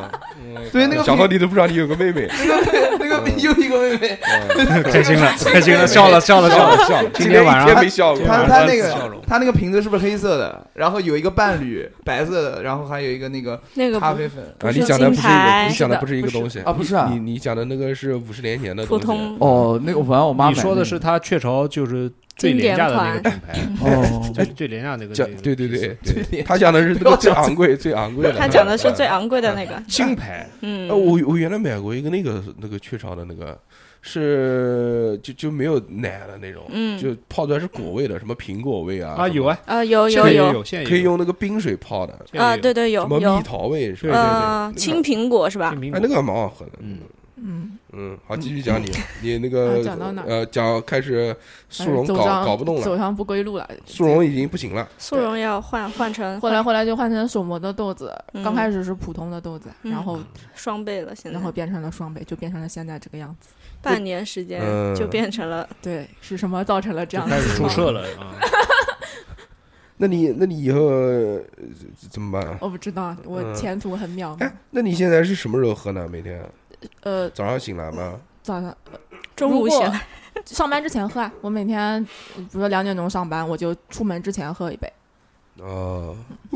嗯
对那个
小何你都不知道你有个妹妹，
那个 又一个妹妹，
嗯
开心了， 开心了，笑了，笑了，笑
笑
了。
了笑了，
今天晚上
一天没笑过。
她
晚
她
上
那
笑
个
容
她那个瓶子是不是黑色的？然后有一个伴侣，白色的，然后还有一个那个
那个
咖
不
啡粉。
啊，
不是
你讲的不是一个，
金牌
你讲的
是的
不是一个
不是
东西
啊不是啊
你你讲的那个是五十年前的
普
东西
通
哦，那个我反正我妈买
你说的
那
嗯
是
个
他雀巢就是最廉价的那个品 牌，
哦，
最最廉价那个
讲
那个
对对对
牌子
对，他讲的是那个最昂贵最昂贵的，啊
他讲的是最昂贵的那个，
金牌，
嗯
呃，，我我原来买过一个那个那个雀巢的那个，是就就没有奶的那种，
嗯
就泡出来是果味的，什么苹果味啊
啊，有，啊，
啊，有
现在
有
也
有
有，现在也
可以用那个冰水泡的，
现在也
啊，
有
对对有
什么蜜
有，
桃味是
对对
吧？
呃，青苹果是吧
金？苹果
哎，那个蛮好喝的，
嗯
嗯，
嗯，好，继续讲你你那
啊
个
讲到哪儿哎
呃讲开始速溶
走
搞
上
搞不动
走
了，
上不归路了。
速溶已经不行了，
速溶要换换成
后来后来就换成手磨的豆子，
嗯
刚开始是普通的豆子，
嗯
然后
双倍了，现在
然后变成了双倍，就变成了现在这个样子。
半年时间
嗯
就变成了
对， 是什么造成了这样
开始
的情
注
况？
射了啊，
那你那你以后呃怎么办？
我不知道，我
嗯
前途很渺茫
哎。，那你现在是什么时候喝呢？每天
呃，
早上醒来吗？
早上
中午
如果
闲来，
上班之前喝啊，我每天呃比如说两点钟上班，我就出门之前喝一杯，
哦，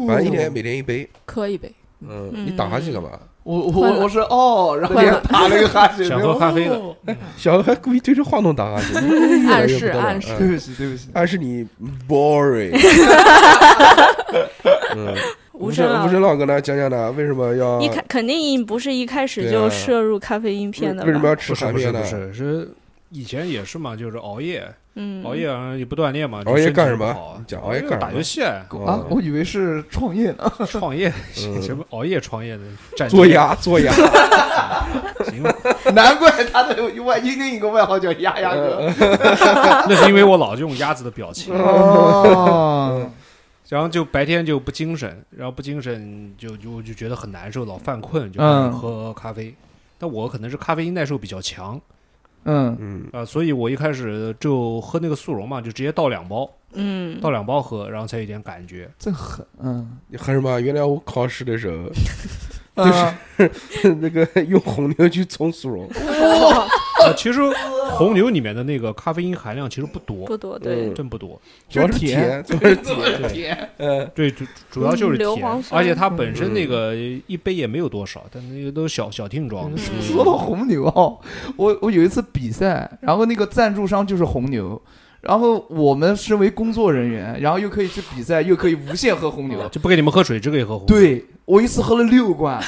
反正一天每天一杯。
磕一杯。
嗯，
嗯
你打哈欠干嘛？
我我我我是哦，然后
换
也
了
打了个哈欠，
想喝咖啡了，
哦小孩故意对着话筒打哈欠， 越来越不得了
暗示
对
嗯
不起对不起，
暗示你 boring。嗯，
无
无
声
声
了
啊
无。声老哥呢？讲讲呢？为什么要
一开肯定不是一开始
对啊
就摄入咖啡因片的吧？
为什么要吃
不是
含
不是
片呢
不？是是。以前也是嘛，就是熬夜，
嗯，
熬夜啊然后也不锻炼嘛，
熬夜干
就身体
什
不
么
好？
讲熬夜干什么
打游戏，
啊，我以为是创业呢。
创业，
嗯
什么熬夜创业的，战
做
绩
鸭做 鸭。
行，
难怪他的外英英有个外号叫丫丫哥。
那是因为我老用鸭子的表 情，
哦，
然后就白天就不精神，然后不精神就就就觉得很难受，老犯困，就开始喝咖啡。但我可能是咖啡因耐受比较强
嗯，
嗯，
啊、所以我一开始就喝那个速溶嘛，就直接倒两包，
嗯
倒，两包喝，然后才有点感觉。
真狠。嗯，
你恨什么？原来我考试的时候，
就是
那个用红牛去冲速溶。
啊，其实红牛里面的那个咖啡因含量其实不多，
不多对
嗯，
真不多。
主要是
就是
甜，主要是甜。
甜。
嗯，
对，主主要就是
嗯硫
甜
磺，酸
而且它本身那个
嗯
一杯也没有多少，但那个都是小小听装的。嗯
哦说到红牛啊，我我有一次比赛，然后那个赞助商就是红牛，然后我们身为工作人员，然后又可以去比赛，又可以无限喝红牛，
就不给你们喝水，只给喝红。，
啊对我一次喝了六罐，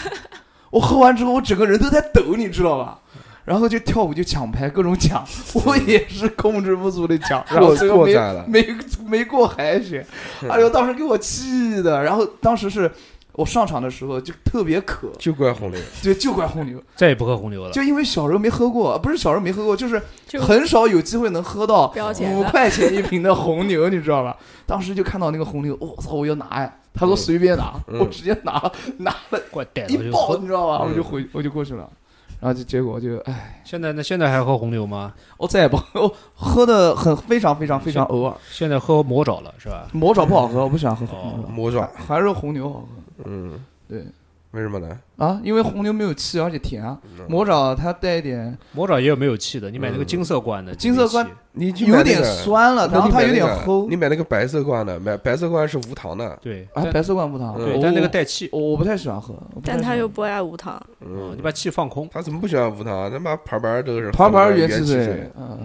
我喝完之后我整个人都在抖，你知道吧？然后就跳舞就抢拍各种抢，我也是控制不住的抢，然后
过
最后没
过载了
没没过海选， 哎呦，当时给我气的。然后当时是我上场的时候就特别渴，
就怪红牛，
对，就怪红牛，
再也不喝红牛了。
就因为小时候没喝过，不是小时候没喝过，就是
就
很少有机会能喝到
不要钱
五
的，
块钱一瓶的红牛，你知道吧？当时就看到那个红牛，我、操，我要拿呀！他说
嗯
随便拿，
嗯
我直接拿了，拿了
怪逮了
一
哎就
爆，
喝。
你知道吧？
嗯
我就回，我就过去了，然后就结果就哎，
现在呢？现在还喝红牛吗？
我再也不喝，我喝的很非常非常非常偶尔，
现在喝魔爪了是吧？
魔爪不好喝，我不喜欢喝红牛
哦，
魔爪，
还是红牛好
嗯，
对，
为什么呢？
喝啊，因为红牛没有气，而且甜啊。魔爪它带一点，
魔爪也有没有气的？你买那个金色罐的，
嗯金色罐
没气
你去买
有
那
点
个，
酸了，
那
然后
你
它
买
有
那
点
个
齁
你。买那个白色罐的，买白色罐是无糖的，
对，
啊，
但
白色罐不糖，
嗯
对
我，
但那个带气，
我我不太喜欢喝，我不太
但他
喜欢
又不爱无糖，
嗯
哦
嗯
你，把气放空。
他怎么不喜欢无糖？啊他妈盘盘都是
盘盘
元
元气
水，，
嗯，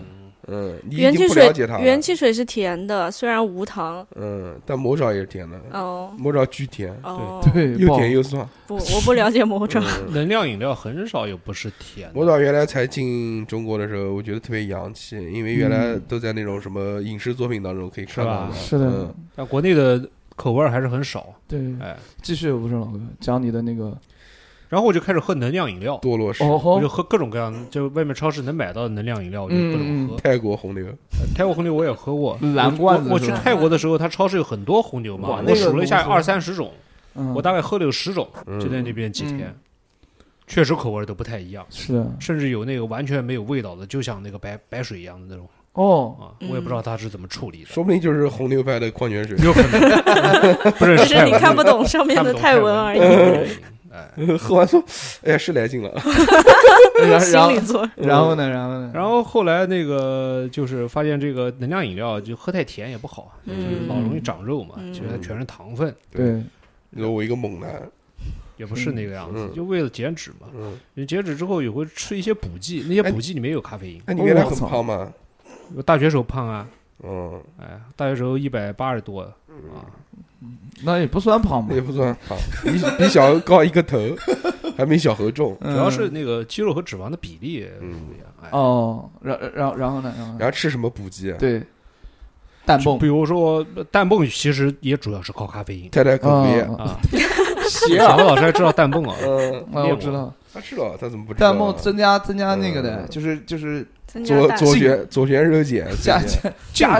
嗯，你
元
已
气
经不了
水
解他了，
元气水是甜的，虽然无糖，
嗯，但魔爪也是甜的，
哦
魔爪巨甜，
哦，
对，
又
爆
甜又酸。
不，我不了解魔爪，
嗯
能量饮料很少有不是甜的。
魔爪原来才进中国的时候，我觉得特别洋气，因为原来都在那种什么影视作品当中可以看到的。
是的
嗯，，
但国内的口味儿还是很少，
对，
哎。
继续吴胜老哥讲你的那个
然后我就开始喝能量饮料，
堕落式
哦
我就
吼，
喝各种各样，就外面超市能买到的能量饮料，我就
嗯
各种喝。
泰国红牛，
泰国红牛我也喝过，
蓝罐子
我我
是
去
吧
泰国的时候，它超市有很多红牛
哇
嘛，
那
我
个
数了一下
浓缩
二三十种，
嗯
我大概喝了有十种，
嗯
就在那边几天
嗯，
确实口味都不太一样，
是的
甚至有那个完全没有味道的，就像那个白白水一样的那种
哦，
啊，我也不知道
嗯
它是怎么处理的，
说不定就是红牛派的矿泉 水，
有可能不认
只
识
是
泰
你
文
看 不懂上面
看不
的
懂
泰
泰
文而已，
已。哎，
喝完说，哎呀，是来劲了。
然 后然
心
后
理作
然后呢，然后呢，
然后后来那个就是发现这个能量饮料就喝太甜也不好，就是
嗯
老容易长肉嘛，
嗯
其实它全是糖分，
对，
你说我一个猛男，
也不是那个样子，
嗯
就为了减脂嘛。
嗯，
你减脂之后也会吃一些补剂，
哎
那些补剂里面有咖啡因。
哎那你原来很
哦我操
胖吗？
我大学时候胖啊，
嗯，
哎，大学时候一百八十多啊，
那也不算胖吧
那也，不算胖，比比小何高一个 头，还没小何重。
主
主
要是那个肌肉和脂肪的比例不
嗯
一样。哎，
嗯哦，然然然后呢，然后呢
然后吃什么补剂啊？
对，蛋泵
比如说氮泵其实也主要是靠咖啡因
太太可不夜。
啊，
啊。
鞋
小
啊，
何老师还知道氮泵啊？
嗯，
啊我知道，
他知道，他怎么不知道啊？
弹幕增加增加那个的，
嗯
就是就是
增加
左
大
左旋左旋肉 碱，
加
最近
加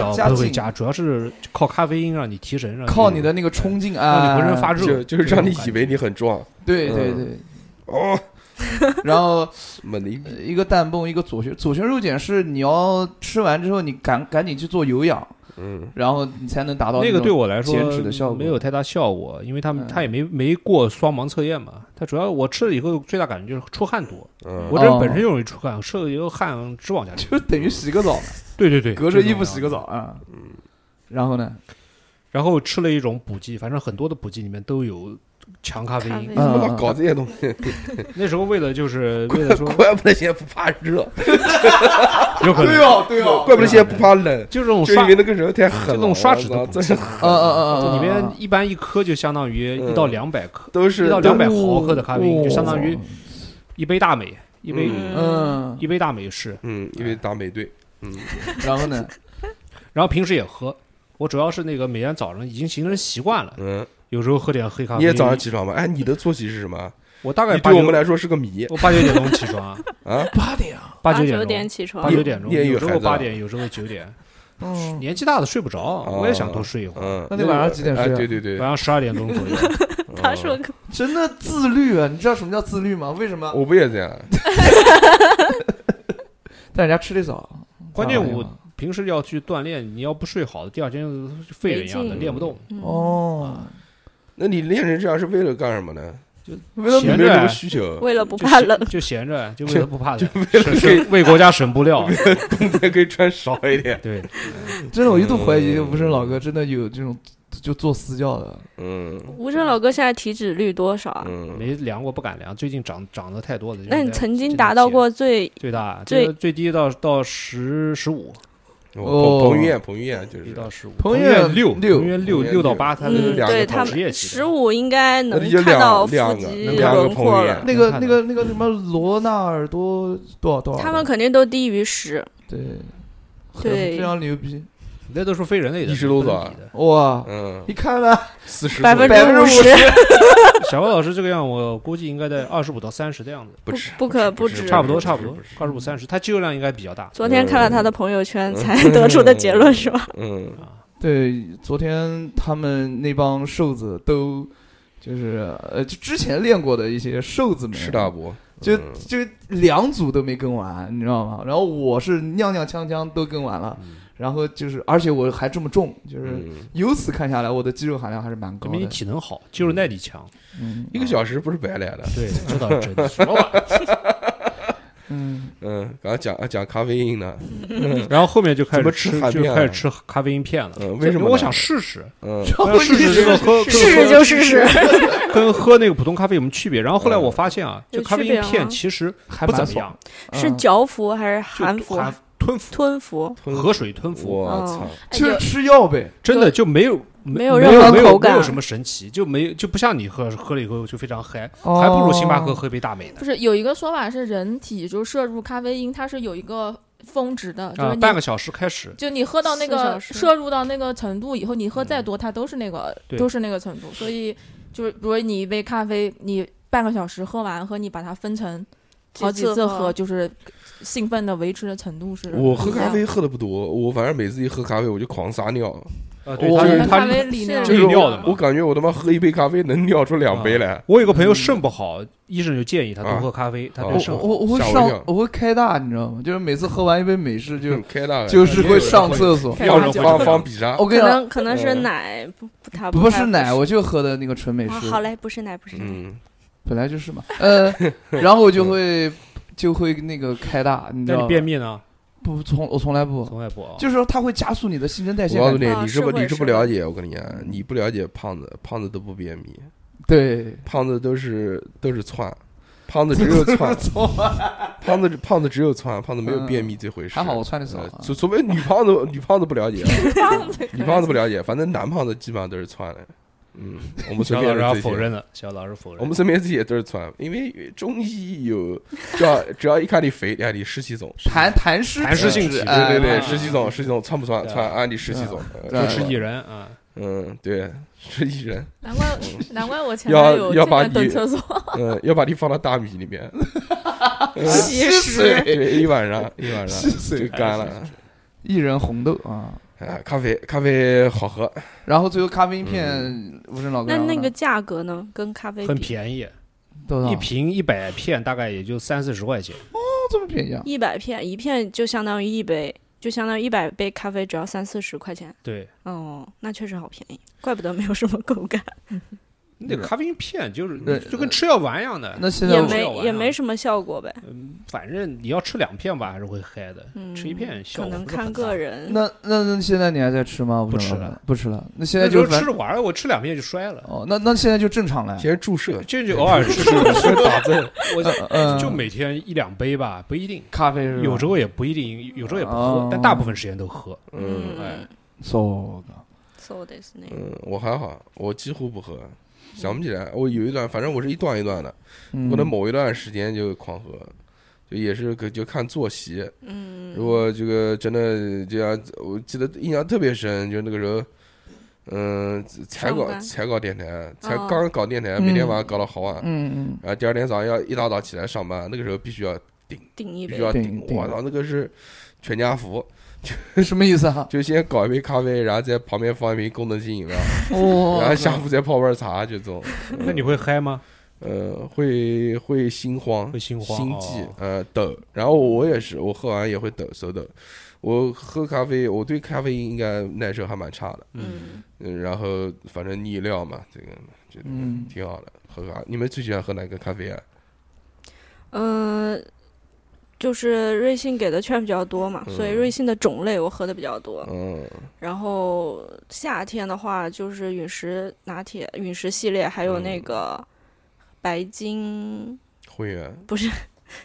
进
加
倒
加
不会
进
加，主要是靠咖啡因让你提神，让
靠你的那个冲劲 啊，
让你浑身发热，
呃就就是让你
这种
以为你很壮
对对
嗯
对。
哦，
然后
猛的一
呃
逼，
一个蛋泵，一个左旋左旋肉碱是你要吃完之后，你赶赶紧去做有氧，
嗯，
然后你才能达到
那个
种
对我来说
减脂的效果
没有太大效果，因为他们
嗯
他也没没过双盲测验嘛。他主要我吃了以后最大感觉就是出汗多，
嗯
我这人
哦
本身就容易出汗，吃了以后汗直往下流。
就等于洗个澡嘛，
对对对，
隔着
这种
衣
样
服洗个
子。
澡啊。
嗯
然后呢？
然后吃了一种补剂，反正很多的补剂里面都有强咖啡
咖
因
啡因。
你怎么
嗯
老搞这些东西？
那时候为了 就是为了说，
怪不得现在不怕热，
有可能
哦，对哦
怪不得现在不怕冷，
就这种
就因
刷
为那个时候太狠了，
这种刷脂的
我
补
操
剂
真是
嗯嗯嗯
这
嗯，
里面
嗯
一般一颗就相当于一到
嗯
两百克，
都是
一到
都
两百毫克的咖啡因，就相当于
哦
一杯大美，一杯
嗯，
一杯大美式。
嗯，因为打美队，嗯，
然后呢？
然后平时也喝，我主要是那个每天早上已经形成习惯了，
嗯，
有时候喝点黑咖啡。
你也早上起床吧？哎，你的作息是什么？
我大概
你
八
对
九
我们来说是个谜
我八九点钟起床啊，
啊！
八点啊，
八
八
点
九
钟
点起床
八，九点钟，
你也有
有时
孩
候
子啊
八点，有时候九点。
嗯，
年纪大了睡不着，
哦
我也想多睡一会儿。
嗯，
那你晚上几点睡啊
哎对对对，
晚上十二点钟左 右，
嗯
他
哦
说
真的自律啊！你知道什么叫自律吗？为什么？
我不也这样？啊
但人家吃的早，
关键
早点
我
嘛
平时要去锻炼，你要不睡好，第二天废人一样的
没劲
练不动。
嗯
哦，
那你练成这样是为了干什么呢？
为了
你
闲着
没有这
啊
个需求，
为了不
就
怕
闲
冷，
就闲 着，就为了不怕冷，
了
是为国家省布料。
还可以穿少 一点。
对，
真的，我一度怀疑无声老哥真的有这种就做私教的。
嗯
吴声老哥现在体脂率多少啊？
嗯，
没量过，不敢量。最近涨涨得太多了。
那
就
你
在
曾经达到过最
最大
最
这个最低到到十十五，
我彭
哦
彭于晏，彭于晏就是
一到十五，
彭于晏
晏六，
六
彭于晏六
彭于晏
六到八，他
就是
嗯，
两个
对
头
他
职业
们
级的
十五应该能
那就
看到
两两
腹
个
肌
能看到
轮
彭
廓
于
了
晏，
那个
看
那个那个什么罗纳尔多多少多少的，
他们肯定都低于十。
对很
对
非常牛逼
那都是非人类的，
一十多
不能
岁
比的。
哇！
嗯，
一看啊呢，
四十
百分
百分之
之
五
十
小高老师这个样，我估计应该在二十五到三十的样子，
不止，
不可
不
不
止
止。
差不多差不
不
多
是，
二十五三十，他肌肉量应该比较大。
昨天看了他的朋友圈才得出的结论是吧？
嗯，
对，昨天他们那帮瘦子都就是呃，就之前练过的一些瘦子们，
吃大伯，
就
嗯
就两组都没跟完，你知道吗？然后我是踉踉跄跄都跟完了，
嗯
然后就是而且我还这么重，就是
嗯，
由此看下来，我的肌肉含量还是蛮高
证明你
的。
体能好，肌肉耐力强。
嗯
一个小时不是白来的。
对，这倒是真的。 什么玩意儿
嗯，
嗯，刚刚讲啊讲咖啡因呢，
然后后面就开
怎么
始
吃
吃，
含
就
片啊
开始吃咖啡因片了。
嗯为什么呢
我想试 试，
嗯，
我要试试这个 喝，
试试就试试，
跟喝那个普通咖啡有什么区别？然后
嗯
后来我发现啊，
有
就咖啡
区别
因
吗
片其实
还
不怎
蛮
么
爽，
样，
是
嗯
嚼服还是
就
含服？
含吞服，
吞服，
吞
河水吞服，
我操
哦，
就是吃药呗。
真的就没有
没
没
有
没
任何
没有
口感
没有什么神奇，就没就不像你喝喝了以后就非常嗨，
哦
还不如星巴克喝一杯大美呢
不。是有一个说法是人体就摄入咖啡因，它是有一个峰值的，就是
啊，
你、
半个小时开始，
就你喝到那
四小
个
时
摄入到那个程度以后，你喝再多，它都是那个
对
都是那个程度。所以就是，比如你一杯咖啡，你半个小时喝完，和你把它分成好几次喝，就是兴奋的维持的程度是嗯不一样的。
我喝咖啡喝的不多，我反正每次一喝咖啡我就狂撒尿，
啊，
我
它
就是
它
咖啡里面
就
就是是
尿的
我
嘛。
感觉我他妈喝一杯咖啡能尿出两杯来，
我有个朋友肾不好，医生就建议他多喝咖啡，他对
哦
肾
我
好。
我我会
吓我一
上
跳，
我会开大，你知道吗？就是每次喝完一杯美式就，
嗯
嗯
开大了，
就是是会上厕所。
开
要
大
人
酒
会
放放比沙，
我跟
可
你讲，
能可能是奶不不它
不
太
是奶，
合
我就喝的那个纯美
适啊
式，
好嘞，不是奶，不是奶，
嗯，
本来就是嘛。 呃，然后我就会就会那个开大，你知
那
道
你
吗？
便秘呢？
不从我从来不，
从来不啊。
就是说它会加速你的新陈代谢
我告诉
感觉。
你，
啊
你是不
是会
你是不
是会
了解，我跟你讲，你不了解胖子，胖子都不便秘，
对，，
胖子都是都是窜，胖子只有窜
从
胖子胖子只有窜，胖子没有
嗯
便秘这回事。
还好我窜的少
呃
啊。
除除非女胖子，女胖子不了 解，女胖子不了解，反正男胖子基本上都是窜的。嗯，我们身
小
边
老师要
人
否
这些，
认了，小老师否认。
我们身边这些都是窜，因为中医有，只要只要一看你肥，哎，你湿气重，
痰痰湿
痰湿性体质
对对对，
呃
哎
湿气重，湿气重，窜不窜？
对啊
窜啊，你湿气重，
对
多
呃
吃薏仁啊，
嗯，对，吃薏仁，
难怪难怪我前
要
男友
要
天
把
天蹲
你
厕所，
嗯，要把你放到大米里 面，呃
吸水，
对，一晚上一晚上
吸水
就干了。
薏仁红豆啊。
哎，咖啡咖啡好喝，
然后最后咖啡因片，
嗯
吴声老哥啊
那
然后
那
呢
个价格呢？跟咖啡
很
比，
便宜，
多少
一瓶一百片大概也就三四十块钱。
啊哦这么便宜啊？
一百片一片就相当于一杯，就相当于一百杯咖啡只要三四十块钱。
对，
哦，那确实好便宜，怪不得没有什么口感，
那咖啡因片就是
对
就跟吃药丸一样的，
那现在
也
我
吃药
没
丸
也
啊
没什么效果呗。
反正你要吃两片吧，还是会嗨的。
嗯，
吃一片效
可
果
能
不是
看
很
个
大。
人。
那那那现在你还在吃吗？吴
不
声
吃
老哥
了，
不吃了。那现在
那时
啊就
候
是反
吃着玩儿，我吃两片就摔了，
哦，那那现在就正常了。
先注射，
这就偶尔 吃吃。
打针，
我
嗯，
就每天一两杯吧，不一定。
咖啡是吧
有时候也不一定，有时候也不
哦
喝，但大部分时间都喝。
嗯
哎
嗯，
so
そうですね。
嗯，我还好，我几乎不喝，想不起来，我有一段，反正我是一段一段的，我的
嗯
某一段时间就狂喝，就也是个就看作息，
嗯，
如果这个真的就像我记得印象特别深，就那个时候，嗯，才
上
搞
班
才搞电台，才
哦
刚搞电台，每天晚上搞到好晚，
嗯
然后第二天早上要一大早起来上班，那个时候必须要
顶一
必
杯
须，要
对
顶，
顶
我操，那个是全家福，
嗯，什么意思 啊？
就先搞一杯咖啡，然后在旁边放一瓶功能性饮料，
哦
然后下午再泡杯茶，就这种。
嗯
那你会嗨吗？
呃，会会心慌，
会心慌
心
哦
悸，呃，抖。然后我也是，我喝完也会抖，手抖。我喝咖啡，我对咖啡因应该耐受还蛮差的。
嗯，
嗯，然后反正逆料嘛，这个觉得
嗯
挺好的。喝咖，你们最喜欢喝哪个咖啡啊？
嗯、就是瑞幸给的券比较多嘛，所以
嗯
瑞幸的种类我喝的比较多。
嗯，
然后夏天的话，就是陨石拿铁、陨石系列，还有
嗯
那个白金，
会员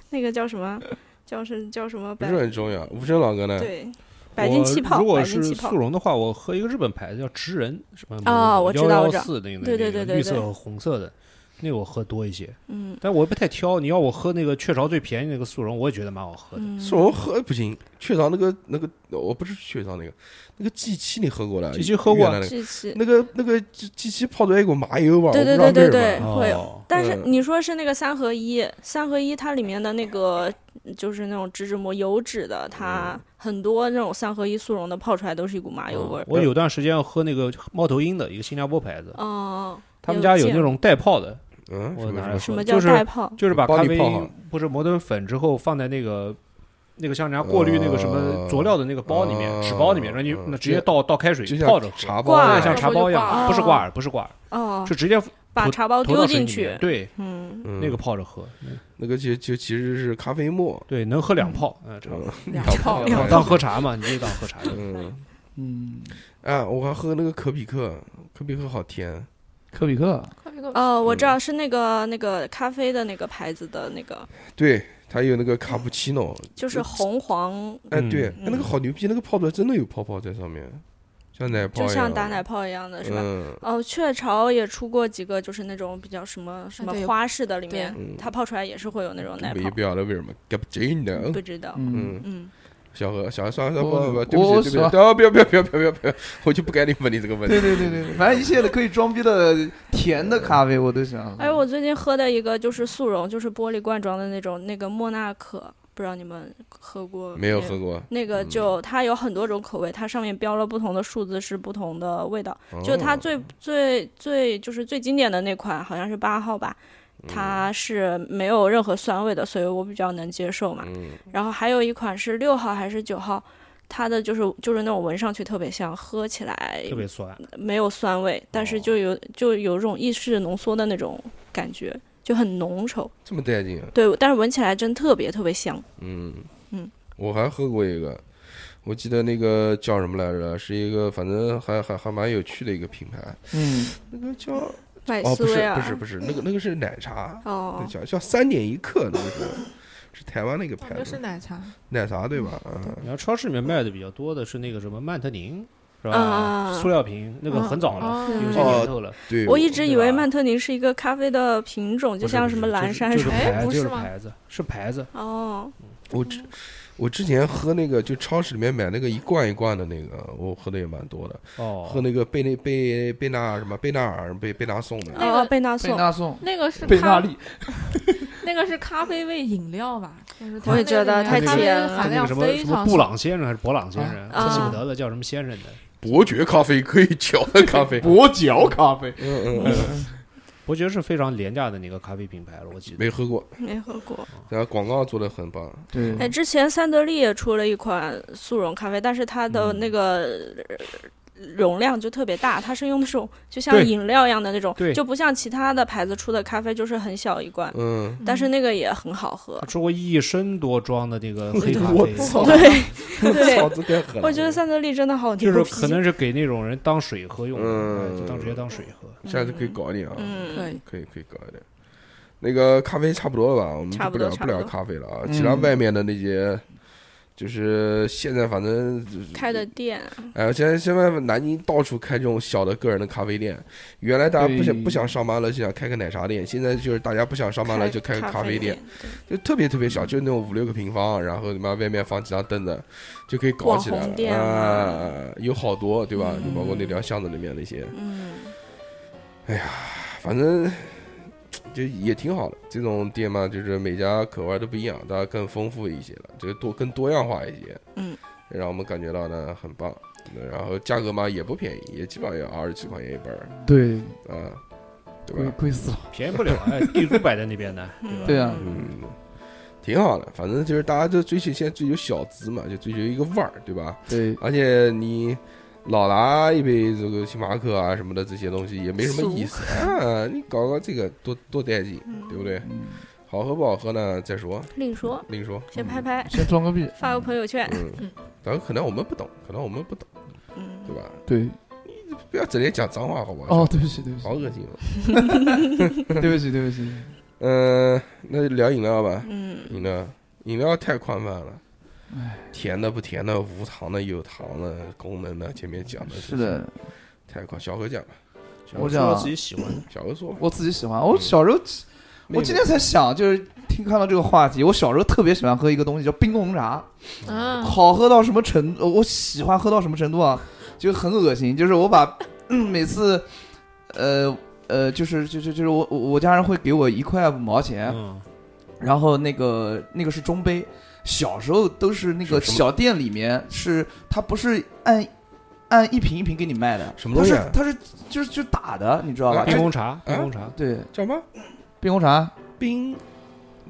那个叫什么？叫是叫什么
不
白
是？很重要。无声老哥呢？
对，白金
我
气泡
如果
白金
是
气泡
速溶的话，我喝一个日本牌子叫直人，什么
哦我知道我知道
四那个
对对
那个
对对
绿
对
色和红色的，那个我喝多一些，
嗯
但我不太挑。你要我喝那个雀巢最便宜那个速溶，我也觉得蛮好喝的。
嗯，
速溶喝不行，雀巢那个那个，我不是雀巢那个，那个 G 七你喝过了？
G 七喝过
越南那个
这期
那个那个 G G 七泡出来一股麻油味儿，
对对
我不知道那是
对对
什么
对会
哦
但是
嗯
你说是那个三合一，三合一它里面的那个就是那种脂质膜油脂的，它
嗯
很多那种三合一速溶的泡出来都是一股麻油味儿。
我有段时间喝那个猫头鹰的一个新加坡牌子，
嗯，
他们家有
见
那种带泡的，
嗯，
我
什么
拿
什
来
么
喝
什么
就
叫
是
带泡？
就是把
帮
咖
你
啡
泡
因
好
或者磨成粉之后放在那个那个像人家过滤那个什么
呃
佐料的那个包里面，
哦
纸包里面，然后你
哦
那直接倒倒开水
就
泡着
像
喝。
茶包
挂
一
对，
样
像茶包一
然
样，
后就挂
不是挂耳，不是挂耳，
哦
是，直接
把
投
茶包
投
丢
到水
进
里面
去。
对，
嗯，
嗯
那个泡着喝，
那个就就其实是咖啡沫，
对，能喝两泡，嗯，差不多。
两
泡
泡
两
哦当喝茶嘛，你就当喝茶用。
嗯，
嗯，
啊，我还喝那个可比克，可比克好甜，
科比克，
哦，
嗯
我知道是那个那个咖啡的那个牌子的那个，
对，它有那个卡布奇诺，
就是红黄，
哎，
嗯
对，哎那个好牛逼，那个泡出来真的有泡泡在上面，像奶泡一
就
样，
像打奶泡一样的是吧？
嗯
哦，雀巢也出过几个，就是那种比较什么什么
啊对
花式的，里
对
面
嗯，
它泡出来也是会啊有那种奶
没
泡，
必要了，为什么？干不真的
不，知道。
嗯，
嗯，
嗯，
小何，小何，算了算了，
我
不不不，
我
对不起，对不
我
起，啊，不要不要不要不要不要，我就不该你问你这个问
对
题，
对对对，对反正一切的可以装逼的甜的咖啡我都想喝。
哎，我最近喝的一个就是速溶，就是玻璃罐装的那种，那个莫纳可，不知道你们喝过
没有喝嗯过，
那个就它有很多种口味，它上面标了不同的数字是不同的味道。就它
哦
最最最就是最经典的那款好像是八号吧，
嗯
它是没有任何酸味的，所以我比较能接受嘛。
嗯
然后还有一款是六号还是九号，它的就是就是那种闻上去特别香，喝起来
特别哦酸，
没有酸味，但是就有就有一种意式浓缩的那种感觉，就很浓稠。
这么带劲啊，
对，但是闻起来真特别特别香。
嗯
嗯，
我还喝过一个，我记得那个叫什么来着？是一个反正还还还蛮有趣的一个品牌，
嗯，
那个叫
麦
哦
斯
不
威
是
尔
不是不是那个那个是奶茶，
哎啊哦
那，叫叫三点一刻那个是是台湾那个牌
哦就是
子
奶茶，
奶茶对吧？嗯
然后超市里面卖的比较多的是那个什么曼特宁，是吧？
啊
塑料瓶那个很早了，
哦
有些
哦
年头了，
对，
我一直以为
对吧
曼特宁是一个咖啡的品种，就
不是
像
不
什
是
么蓝山
就
什
是
么。
就是牌
哎
子，就
不
是是
吗
牌子，是牌子，
哦，
我之我之前喝那个就超市里面买那个一罐一罐的那个，我喝的也蛮多的，
哦，
喝那个贝内贝贝纳什么贝纳尔贝贝纳颂的，
那个
哦，贝纳
贝
颂，
纳颂。
那个是
贝纳
咖
利，
那个是咖啡味饮料吧？就是它
我也觉得
那个里
太
面咖啡
甜了
那
含
个
量
什么
非
什么
常
布
少。
朗先生还是勃朗先生，
啊
我记不得了，叫什么先生的。
伯爵咖啡可以嚼的咖啡，
伯嚼咖啡，
嗯嗯嗯，
伯爵是非常廉价的那个咖啡品牌了，我记得。
没喝过，
没喝过。
然后广告做的很棒，
对，
哎，之前三得利也出了一款速溶咖啡，但是它的那个呃容量就特别大，它是用那种就像
对
饮料一样的那种
对，
就不像其他的牌子出的咖啡就是很小一罐，
嗯，
但是那个也很好喝
他。出过一升多装的那个黑咖
我
啡，
操，
对
操，
对，
这太狠了，
我觉得三得利真的好
就
牛
是
逼。
可能是给那种人当水喝用的，
嗯
哎就当直接当水喝。
下次可以搞一点啊，
嗯，
对，
可以可以搞一点。那个咖啡差不多了吧？我们
差
就不
不多
聊
差
不
不多
聊咖啡了啊，其他
嗯
外面的那些，就是现在反正
开的店，
哎，现在现在南京到处开这种小的个人的咖啡店。原来大家不想
对
不想上班了，就想开个奶茶店。现在就是大家不想上班了，就开个
咖
咖啡店
店，，
就特别特别小，就那种五六个平方，然后你妈外面放几张凳子，就可以搞起来
网红
了
店嗯啊
啊！有好多对吧？就包括那条巷子里面那些，
嗯，
反正就也挺好的。这种店嘛，就是每家口味都不一样，大家更丰富一些了，就是多更多样化一些。
嗯，
让我们感觉到呢很棒。那然后价格嘛也不便宜，也基本上也二十几块钱一本儿
对，
啊，对
贵
吧？
贵死了。
便宜不了，哎，地主摆在那边呢，对吧？
对啊
嗯，挺好的。反正就是大家就追求现在追求小资嘛，就追求一个味儿，对吧？
对，
而且你老拿一杯这个星巴克啊什么的这些东西也没什么意思啊，你搞搞这个多多带劲，对不对？
嗯
好喝不好喝呢再说，
另说，
另说。
先拍拍，
先装个逼，
发个朋友圈，
嗯，然后可能我们不懂，可能我们不懂，
嗯
对，吧？
对，
不要整天讲脏话好不好？
哦，对不起，对不
好
起，
恶心哦。
对不起，对不起，
呃嗯，那就聊饮料吧。
嗯，
饮料，饮料太宽泛了。
哎
甜的不甜的，无糖的有糖的，功能的，前面讲的
是的，，
太快。小何讲吧，小何
我
说
讲
自己喜欢的，
小何说吧，
我自己喜欢。我小时候，我今天才想，就是听看到这个话题，我小时候特别喜欢喝一个东西叫冰红茶，
嗯，
好喝到什么程度？我喜欢喝到什么程度啊？就很恶心，就是我把 每次，呃呃，就是就就就是我我我家人会给我一块五毛钱，
嗯，
然后那个那个是中杯，小时候都是那个
是什么
小店里面是它不是按按一瓶一瓶给你卖的，
什么东西啊
它是它是就是就打的，你知道吧？
啊
冰
就
红茶，冰红茶，
对，
叫什么
冰红茶、
冰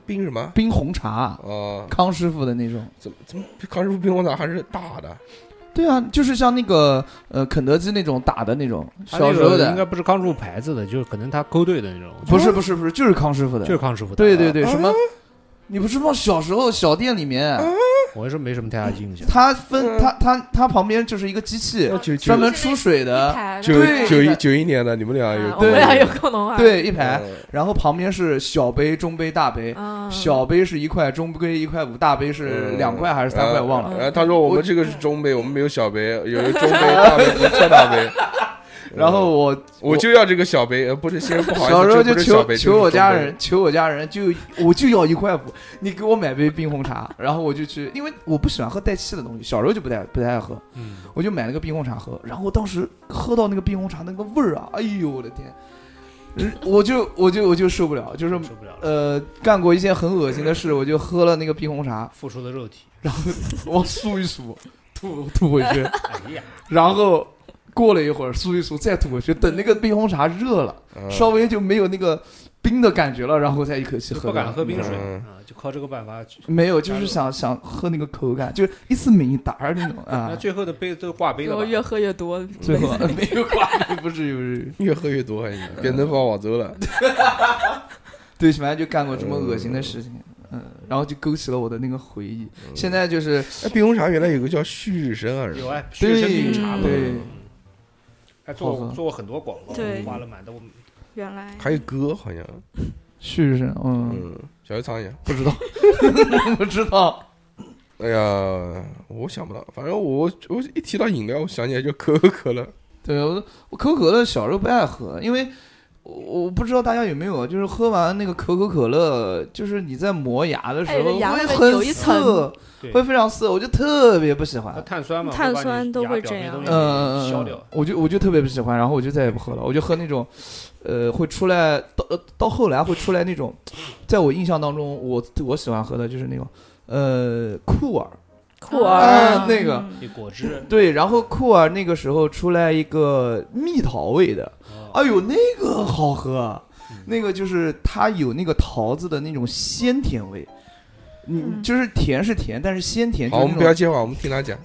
冰什么？
冰红茶，
哦，
康师傅的那种。
怎么怎么康师傅冰红茶还是大的？
对啊，就是像那个呃肯德基那种打的那种，
它
小
那
时候
个
的
应该不是康师傅牌子的，就是可能他勾兑的那种，
不是不是不是，就是康师傅的。
就是康师傅的。
对对对，
啊
什么？你不知道小时候小店里面，
我是没什么太大印象。
它分
嗯
它它它旁边就是一个机器
那，九
呃专
九
门出水的，
就
九
对啊
九一九一年的，你们俩有
啊我们
对
俩有共同话题，
对，一排，
嗯
然后旁边是小杯、中杯、大杯，
啊
嗯，
小杯是一块，中杯一块五，大杯是两块还是三块，
嗯
忘了。
哎，他说我们这个是中杯，我们没有小杯，有中杯、大杯和特大杯。
然后我
我就要这个小杯，呃，不是，嗯先不好意思，
小时候
这
就
不是小
求
杯
求我家人，，求我家人就我就要一块五，你给我买杯冰红茶，然后我就去，因为我不喜欢喝带气的东西，小时候就不太不太爱喝，
嗯，
我就买了个冰红茶喝，然后当时喝到那个冰红茶那个味儿啊，哎呦我的天，嗯我就我就我就受不了，就是
受不了了，
呃干过一件很恶心的事，我就喝了那个冰红茶，
付出的肉 体。
我漱一漱，吐吐回去，
哎呀，
然后过了一会儿漱一漱再吐回去，等那个冰红茶热了，
嗯
稍微就没有那个冰的感觉了，然后再一口气
就
喝
不
掉，
敢喝冰水
嗯
啊，就靠这个办法去。
没有，就是想想喝那个口感，就是一次抿一沓儿那种
那
啊。
最后的杯都挂杯
然
了
后
吧？
越喝越多，
最后 没有挂，不至于不至于。
越喝越多，还行，变成放广州了。
对，反正就干过这么恶心的事情，嗯，然后就勾起了我的那个回忆。现在就是
哎，冰红茶原来有个叫旭日升啊儿，
有哎，学
对
生冰茶嘛，
对
嗯，还做
好
过
喝啊
做过很多广告
对，
花了蛮多。
原来
还有歌好像，
旭日升，嗯，
嗯，小学唱一下。
不知道， 不知道，
哎呀，我想不到，反正我我一提到饮料，我想起来就可口可乐。
对我我可口可乐小时候不爱喝，因为我我不知道大家有没有，就是喝完那个可口可乐，就是你在磨牙的时
哎
候
牙
会
会有
很
一
涩，
对，
会非常涩，我就特别不喜欢
它。碳酸嘛，
碳酸
会把你
都
牙
会
表
这
面
样
东
嗯
西
嗯嗯，
消
嗯
掉。
我就我就特别不喜欢，然后我就再也不喝了，我就喝那种，呃，会出来到呃到后来会出来那种，在我印象当中，我我喜欢喝的就是那种，呃，酷儿，
酷
哎
儿
那个
嗯
那果汁，
对，然后酷儿那个时候出来一个蜜桃味的，
啊，
哎呦，那个好喝，啊
嗯
那个就是它有那个桃子的那种鲜甜味，嗯，
嗯
就是甜是甜，但是鲜甜就
好，
是
我
那
们
种
不要接话，我们听他讲。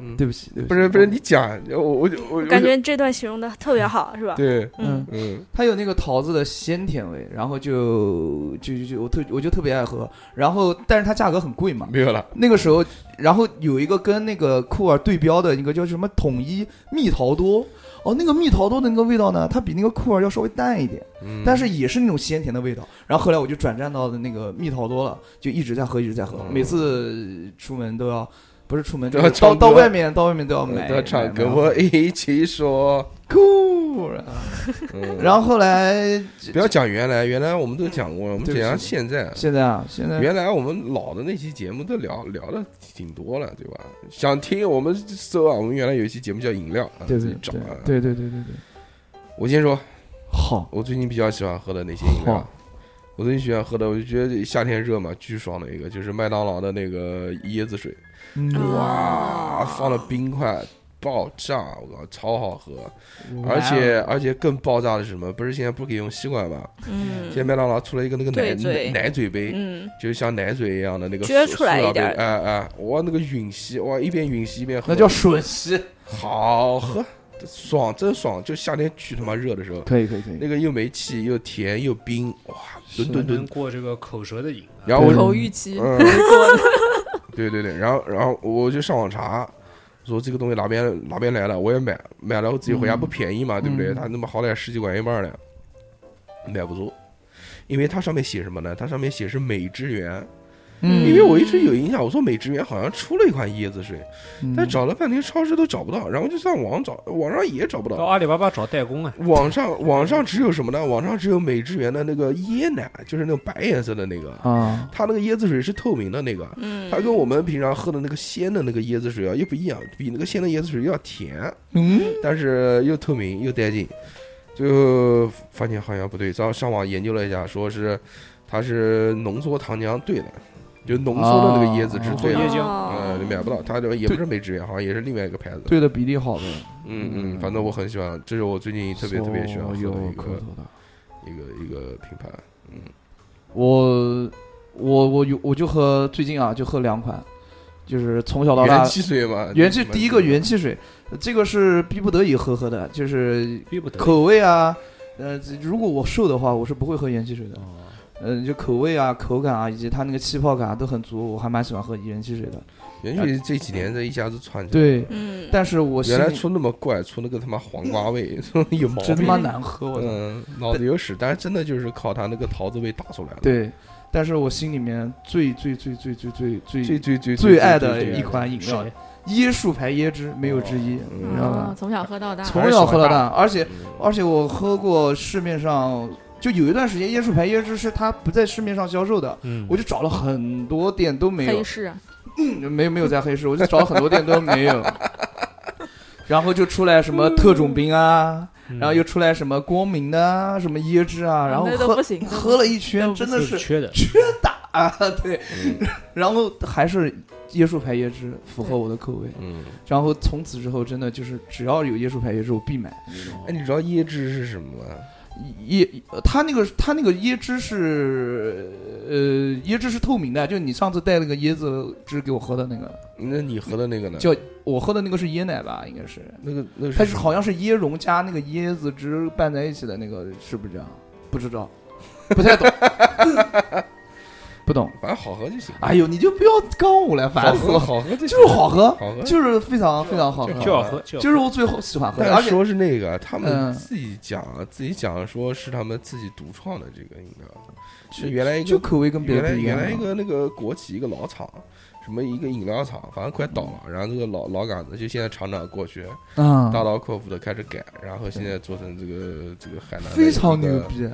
嗯，
对不起，对不起，
不是不是，你讲，我我我我
感觉这段形容的特别好，是吧？
对，
嗯
嗯，
嗯，
它有那个桃子的鲜甜味，然后就就就就我特我就特别爱喝，然后但是它价格很贵嘛，
没有了。
那个时候，然后有一个跟那个酷儿对标的一个叫什么统一蜜桃多，哦，那个蜜桃多的那个味道呢，它比那个酷儿要稍微淡一点，
嗯
但是也是那种鲜甜的味道。然后后来我就转战到的那个蜜桃多了，就一直在喝，一直在喝，
嗯
每次出门都要。不是出门，
都要
就是到
唱歌
到外面，到外面都要买。
嗯都要唱，
买
跟我一起说。
酷儿啊。
嗯，
然后后来，
不要讲原来，原来我们都讲过，我们
对
讲
不起
讲现在。
现在啊，现在
原来我们老的那期节目都聊聊的挺多了，对吧？想听我们搜啊，我们原来有一期节目叫《饮料》，啊
对
自
对
己找啊。
对对对对对对，
我先说，啊
好，
我最近比较喜欢喝的那些饮料
哦
好。
我最近喜欢喝的，我就觉得夏天热嘛，巨爽的一个就是麦当劳的那个椰子水，
嗯，
哇，放了冰块，爆炸，我靠，超好喝！
哦
哦
而且而且更爆炸的是什么？不是现在不给用吸管吗？现在
嗯
麦当劳出了一个那个奶
对对
奶奶嘴杯，
嗯，
就是像奶嘴一样的那个
撅
塑
出来
塑料
一点
杯哎哎，哇，那个吮吸，哇，一边吮吸一边喝，
那叫吮吸，
好喝，爽，真爽！就夏天巨他妈热的时候，
可以可以可以
那个又没气又甜又冰，哇，
是嗯
吨 吨
能
吨。
过这个口舌的瘾啊。
然后我
对
口欲期，
呃
嗯， 对对对，然后然后我就上网查，说这个东西哪边哪边来的，我也买，买了我自己回家
嗯
不便宜嘛，对不对？
嗯
它那么好歹十几块钱一半呢，买不住，因为它上面写什么呢？它上面写是每支元，
嗯
因为我一直有印象，我说美职园好像出了一款椰子水，
嗯
但找了半天超市都找不到，然后就上网找，网上也找不
到
到。
阿里巴巴找代工啊，
网上网上只有什么呢？网上只有美职园的那个椰奶，就是那种白颜色的那个，
啊，
它那个椰子水是透明的那个，
嗯，
它跟我们平常喝的那个鲜的那个椰子水啊又不一样，比那个鲜的椰子水要甜，
嗯，
但是又透明又带劲。最后发现好像不对，上上网研究了一下，说是它是浓缩糖浆兑的，就浓缩的那个椰子汁
哦
兑的
椰。浆
呃，
哦
你买不到，它这也不是美汁园，好像也是另外一个牌子。
对的比例好呗，
嗯嗯，反正我很喜欢，这是我最近特别特别喜欢喝的
有
一
哦可
个
多的。
一个一个品牌。
我我我有我就喝最近啊，就喝两款，就是从小到大
元气水嘛，
元气第一个元
气，
气水，这个是逼不得已喝喝的，就是
逼不得已。
口味啊，呃，如果我瘦的话，我是不会喝元气水的。
哦
嗯、就口味啊、口感啊，以及它那个气泡感啊都很足，我还蛮喜欢喝元气水的。
元气水这几年这一下子窜起来。
对，
嗯，
但是我心
原来
里
出那么怪，出那个他妈黄瓜味， 有毛
真他
病。
妈难喝，我操！
嗯，脑子有屎，但是真的就是靠他那个桃子味打出来的。，
对，但是我心里面最最最最最最最
最最最
最爱的一款饮料
谁，
椰树牌椰汁没有之一，
哦
你知道吧
啊，？从小喝到大，
从小喝到大，而且
嗯
而且我喝过市面上，就有一段时间椰树牌椰汁是它不在市面上销售的，
嗯，
我就找了很多店都没有
黑，市，啊
没有没有在黑市，我就找了很多店都没 有。然后就出来什么
嗯
特种兵啊，
嗯
然后又出来什么光明的啊，什么椰汁啊，然后
那都
喝
不行，
喝了一圈，真的
就是缺的，
打啊，对，然后还是椰树牌椰汁符合我的口味，
嗯，
然后从此之后真的就是只要有椰树牌椰汁我必买。
哎，你知道椰汁是什么吗？
椰，呃它那个它那个椰汁是呃椰汁是透明的，就你上次带那个椰子汁给我喝的那个，
那你喝的那个呢？
叫我喝的那个是椰奶吧，应该是，
那个那
它
是
是好像是椰蓉加那个椰子汁拌在一起的那个，是不是这样？不知道，不太懂， 不懂。
反正好喝就行。
哎呦，你就不要刚我来
好
烦死
喝
了。
好喝就行
就是好喝，
好喝
就是非常非常好喝，
就要喝， 就要喝
就是我最后喜欢喝的，而
但
且
说是那个，他们
嗯
自己讲，自己讲说是他们自己独创的这个饮料，是原来一
就
个
口味跟别
原
的
来
不一
原
样啊。
来一个那个国企一个老厂，什么一个饮料厂，反正快倒了，
嗯
然后这个老老杆子就现在厂长过去大
啊，
刀阔斧的开始改，然后现在做成这个这个海南的
非常
一个
牛，逼。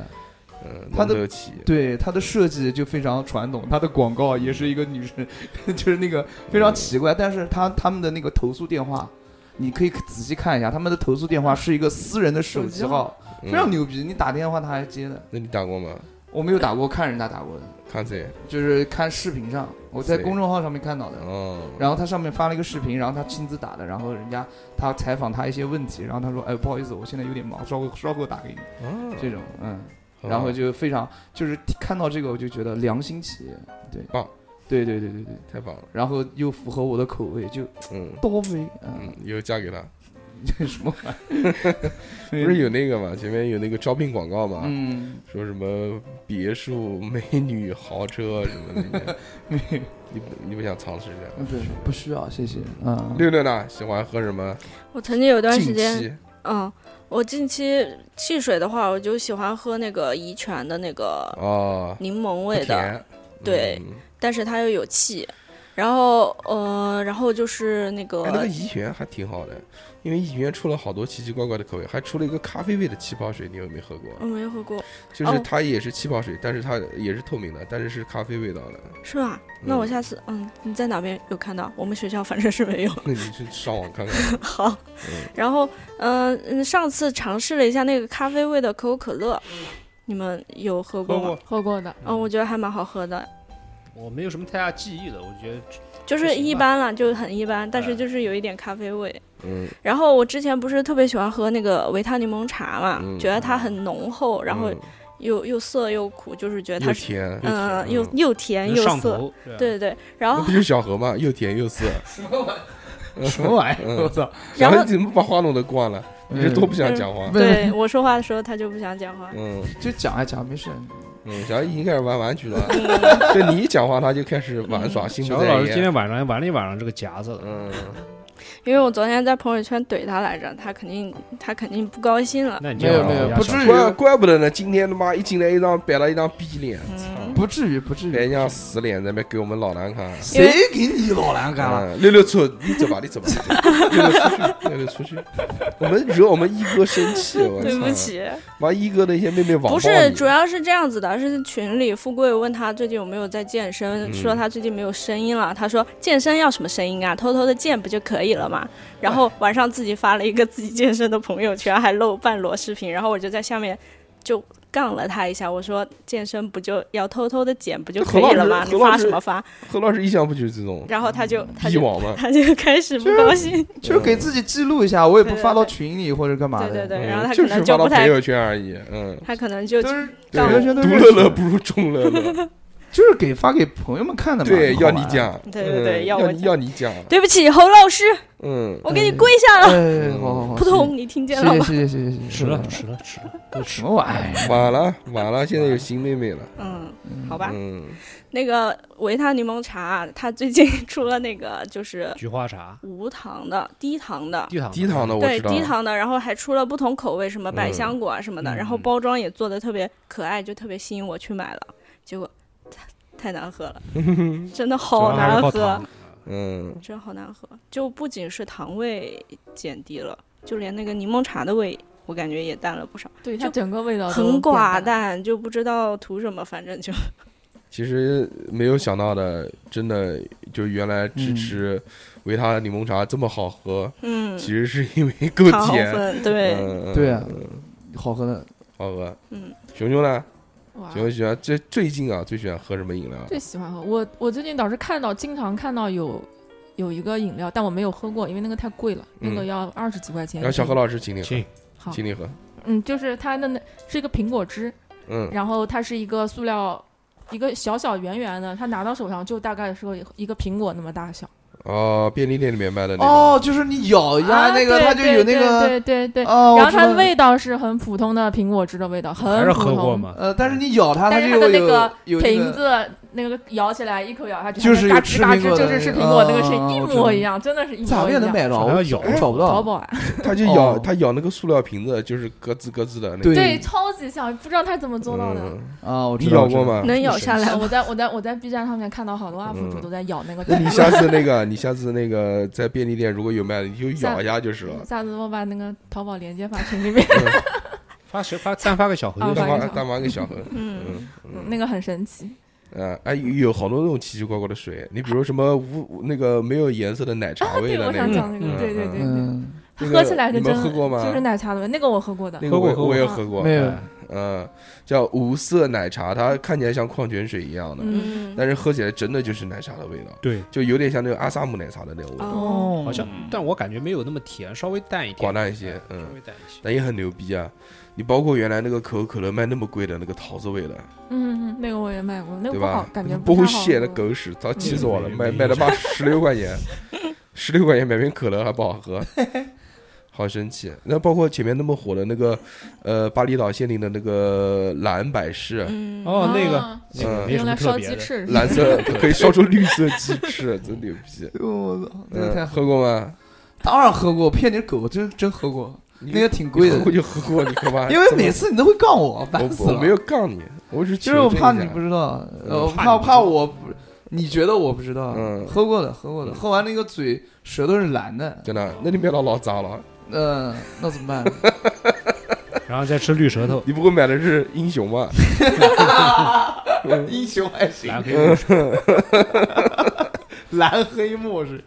嗯，
它的
龙头企业
对它的设计就非常传统，它的广告也是一个女生， 就是那个非常奇怪。但是它他们的那个投诉电话，你可以仔细看一下，他们的投诉电话是一个私人的手机号，非
嗯
常牛逼。你打电话他还接的，
那你打过吗？
我没有打过，看人家打过的，
看谁？
就是看视频上，我在
谁
公众号上面看到的。
哦，
然后他上面发了一个视频，然后他亲自打的，然后人家他采访他一些问题，然后他说：“哎，不好意思，我现在有点忙，稍后稍后打给你。”
哦
这种，嗯，
很好
然后就非常就是看到这个我就觉得良心企业，对，
棒，
对对对对对，
太棒了，
然后又符合我的口味，就
嗯
到位，嗯
嗯，，以后嫁给他。
这什么玩意儿？
不是有那个嘛，前面有那个招聘广告嘛，
嗯，
说什么别墅、美女、豪车什么那些，你不你不想尝试一
嗯
下？
对，不需要，谢谢，嗯，
六六呢？喜欢喝什么？
我曾经有段时
近
间，
期
嗯，我近期汽水的话，我就喜欢喝那个怡泉的那个
哦，
柠檬
不
味的，
甜，
对
嗯。
但是它又有气。然后，呃，然后就是那个
哎，那个怡泉还挺好的，因为怡泉出了好多奇奇怪怪的口味，还出了一个咖啡味的气泡水，你有没有喝过？
嗯我没喝过，哦
就是它也是气泡水，但是它也是透明的，但是是咖啡味道的。
是吧？那我
嗯
下次，嗯，你在哪边有看到？我们学校反正是没有。
那你去上网看 看。
好，
嗯，
然后，嗯、嗯，上次尝试了一下那个咖啡味的可口可乐，你们有喝过
喝
吗？
过，
喝过的，
嗯，我觉得还蛮好喝的，
我没有什么太大记忆了，我觉得
就是
行
一
吧
般啦，就很一般，但是
嗯
就是有一点咖啡味。
嗯，
然后我之前不是特别喜欢喝那个维他柠檬茶嘛，
嗯
觉得它很浓厚，然后
嗯
又又涩又苦，就是觉得它
又
是
甜，
嗯
又
又
甜
又甜
能
又
上
涩，
头，对啊吧
对对对。然
那
后
不就是小何吗？又甜又涩。
什么玩意儿？
嗯
我操，
然后
你怎么把话筒都关了？你是多
嗯
不
嗯
想讲话？
对我说话的时候，他就不想讲话。
嗯
就讲啊讲，没事，
嗯，小姨已经开始玩玩具了，就你一讲话，他就开始玩耍，心
小
不
欧
在
老师今
焉。
天晚上玩了一晚上这个夹子了，
嗯，
因为我昨天在朋友圈怼他来着，他肯定他肯定不高兴了。
那你
没
就
有
好
没有
好，
嗯
压
不
小
至于
怪怪不得呢，今天他妈一进来一张摆了一张逼脸，操！
嗯，
不至于，不至
别
于。
让死脸在那边给我们老难看。
谁给你老难干了？
嗯六六出，你走吧，你走吧，六六出去，六六出去，我们惹我们一哥生气，我操
对不，起，
妈一哥那些妹妹网暴
不是，
你
主要是这样子的，是群里富贵问他最近有没有在健身，
嗯
说他最近没有声音了，他说健身要什么声音啊，偷偷的健不就可以了嘛。然后晚上自己发了一个自己健身的朋友圈，还露半裸视频，然后我就在下面就。杠了他一下，我说健身不就要偷偷的减不就可以了吗？
何
你
老师何老
发
师
什么发？
何老师一向不就是这种
然后他就他
逼
就
网嘛，
他就开始不高兴，
嗯
就是给自己记录一下，我也不发到群里或者干嘛
对
的。
对
嗯
对，然后他
就
可
是
能
发
就
到
不
朋
太，
友圈而已，嗯，
他可能就
都是
对
朋友圈都
独
认
乐
识
乐不如众乐乐，
就是给发给朋友们看的嘛。
对，
很好
要
玩
你。讲，
对对
嗯
对要
要
我
你
讲
要你讲，
对不起，侯老师，
嗯，
我给你跪下了，
哎，好好好，
扑通，你听
谢
见了
谢，
吗？
谢谢谢谢谢谢谢谢，嗯
迟了，迟了，迟了，都迟
什
了。
么玩意儿？
晚了晚了，现在有新妹妹了，
嗯，好吧，
嗯，
那个维他柠檬茶，啊它最近 出了那个就是
菊花茶，
无糖的、低糖的，
低糖，
低糖的，我
对
知道
低，糖的，然后还出了不同口味，什么百香果啊什么的，
嗯
然后包装也做的特别可爱，就特别吸引我去买了，结果太太难 喝了，真
主
的
要
好
还是
难
靠
喝
哦
糖，。
嗯，
真好难喝，就不仅是糖味减低了，就连那个柠檬茶的味，我感觉也淡了不少，
对它
就
整个味道都
很
变
寡
淡。
淡，就不知道涂什么，反正 就
其实没有想到的，真的就原来
嗯
支持维他柠檬茶这么好喝，
嗯
其，实是因为够
糖
甜。
分对。
嗯
对啊，
嗯
好喝的。
好喝。
嗯，
熊熊呢？
哇
熊熊喜欢最最近啊，最喜欢喝什么饮料？
最喜欢喝我，我最近倒是看到，经常看到有有一个饮料，但我没有喝过，因为那个太贵了，那个
嗯
要二十几块钱一
然
瓶。
后小何老师请你喝，
行，
好，
请你喝。
嗯，就是它的那是一个苹果汁，
嗯，
然后它是一个塑料，一个小小圆圆的，它拿到手上就大概是个一个苹果那么大小。
哦，便利店里面卖的那种。
哦，就是你咬一下
啊
那个，
对
它就有那个。
对对对对对。
哦，
然
我
后
知道
它味道是很普通的苹果汁的味道，
还
很
是
普
喝过
通。
嘛？
呃，但是你咬它，它
但是
就
它的那
有
个
有那
瓶
个
子那个咬起来，一口咬下去，
就是有
嘎吱
吃
嘎
苹
吱，
果的
就是吃
那
苹
个
果那个
啊
声
啊
音
我
一
知
模
道
一样，真的是一
咋
模
也
一样
能。买着？
还
我
要咬，
找不
淘
到。
宝啊，
他就咬
哦
他咬那个塑料瓶子，就是咯吱咯吱的那个。
对
对，超级像，不知道他怎么做到的。
嗯
啊，我
你
知道
咬过？吗？
能咬下来
我
吗？
在我在我在 B 站上面看到好多
嗯
UP 主都在咬那个。
那你下次那个，你 下次那个在便利店如果有卖的，你就咬一下就是了。
下嗯次我把那个淘宝链接发群里面，
发谁发散发给小何
啊
就
大
行
妈
发给小何
大妈跟小何，
嗯，
嗯嗯
那个很神奇。
啊，哎，有好多那种奇奇怪怪的水，你比如什么无那个没有颜色的奶茶味
啊对，
的
我
那
想
种，
讲那个，
嗯
对对对对，
嗯，
那个
喝起来是
你们
真
喝过吗
就是奶茶的味，那个我喝过的。
那个我
喝过
我也
喝
喝过，
没有
哎。
嗯，叫无色奶茶，它看起来像矿泉水一样的，
嗯，
但是喝起来真的就是奶茶的味道，
对，
就有点像那个阿萨姆奶茶的那种味道，
哦，
好像，但我感觉没有那么甜，稍微淡一点，哎
寡淡一些，
稍
嗯，
微淡一些。
但也很牛逼啊。你包括原来那个可口可乐卖那么贵的那个桃子味的，
嗯，嗯那个我也买过，那
对
个不好
吧，？
感觉
不
太
会
好
卸的
喝
狗屎，早气死我了！
嗯
卖
没
卖他妈十六块钱，十六块钱买瓶可乐还不好 喝，好生气。那包括前面那么火的那个，呃，巴厘岛限定的那个蓝百事，
嗯，
哦，那个
啊
那个
嗯
没什
用
么
来
特
烧
别
鸡
的，
翅，
蓝色可以烧出绿色鸡翅，真牛 逼！
我操，那个太
嗯，
好，
喝过吗？
当然喝过，骗你狗，真真喝过，
你
那个挺贵的
你喝，过就喝过，你干嘛？
因为每次你都会杠我，烦死
我
了。
我没有，杠你，我是
就是我
求证一
怕你
下
不知道，呃，
嗯
我
怕你
怕
不知道
怕我不，你觉得我不知道？
嗯
喝过的，喝过的，喝完那个嘴舌头是蓝的，
真的，那你卖到老砸了。
嗯，那怎么 办？
然后再吃绿舌头，
你不会买的是英雄吧？
英雄还行，
蓝黑
蓝黑墨水，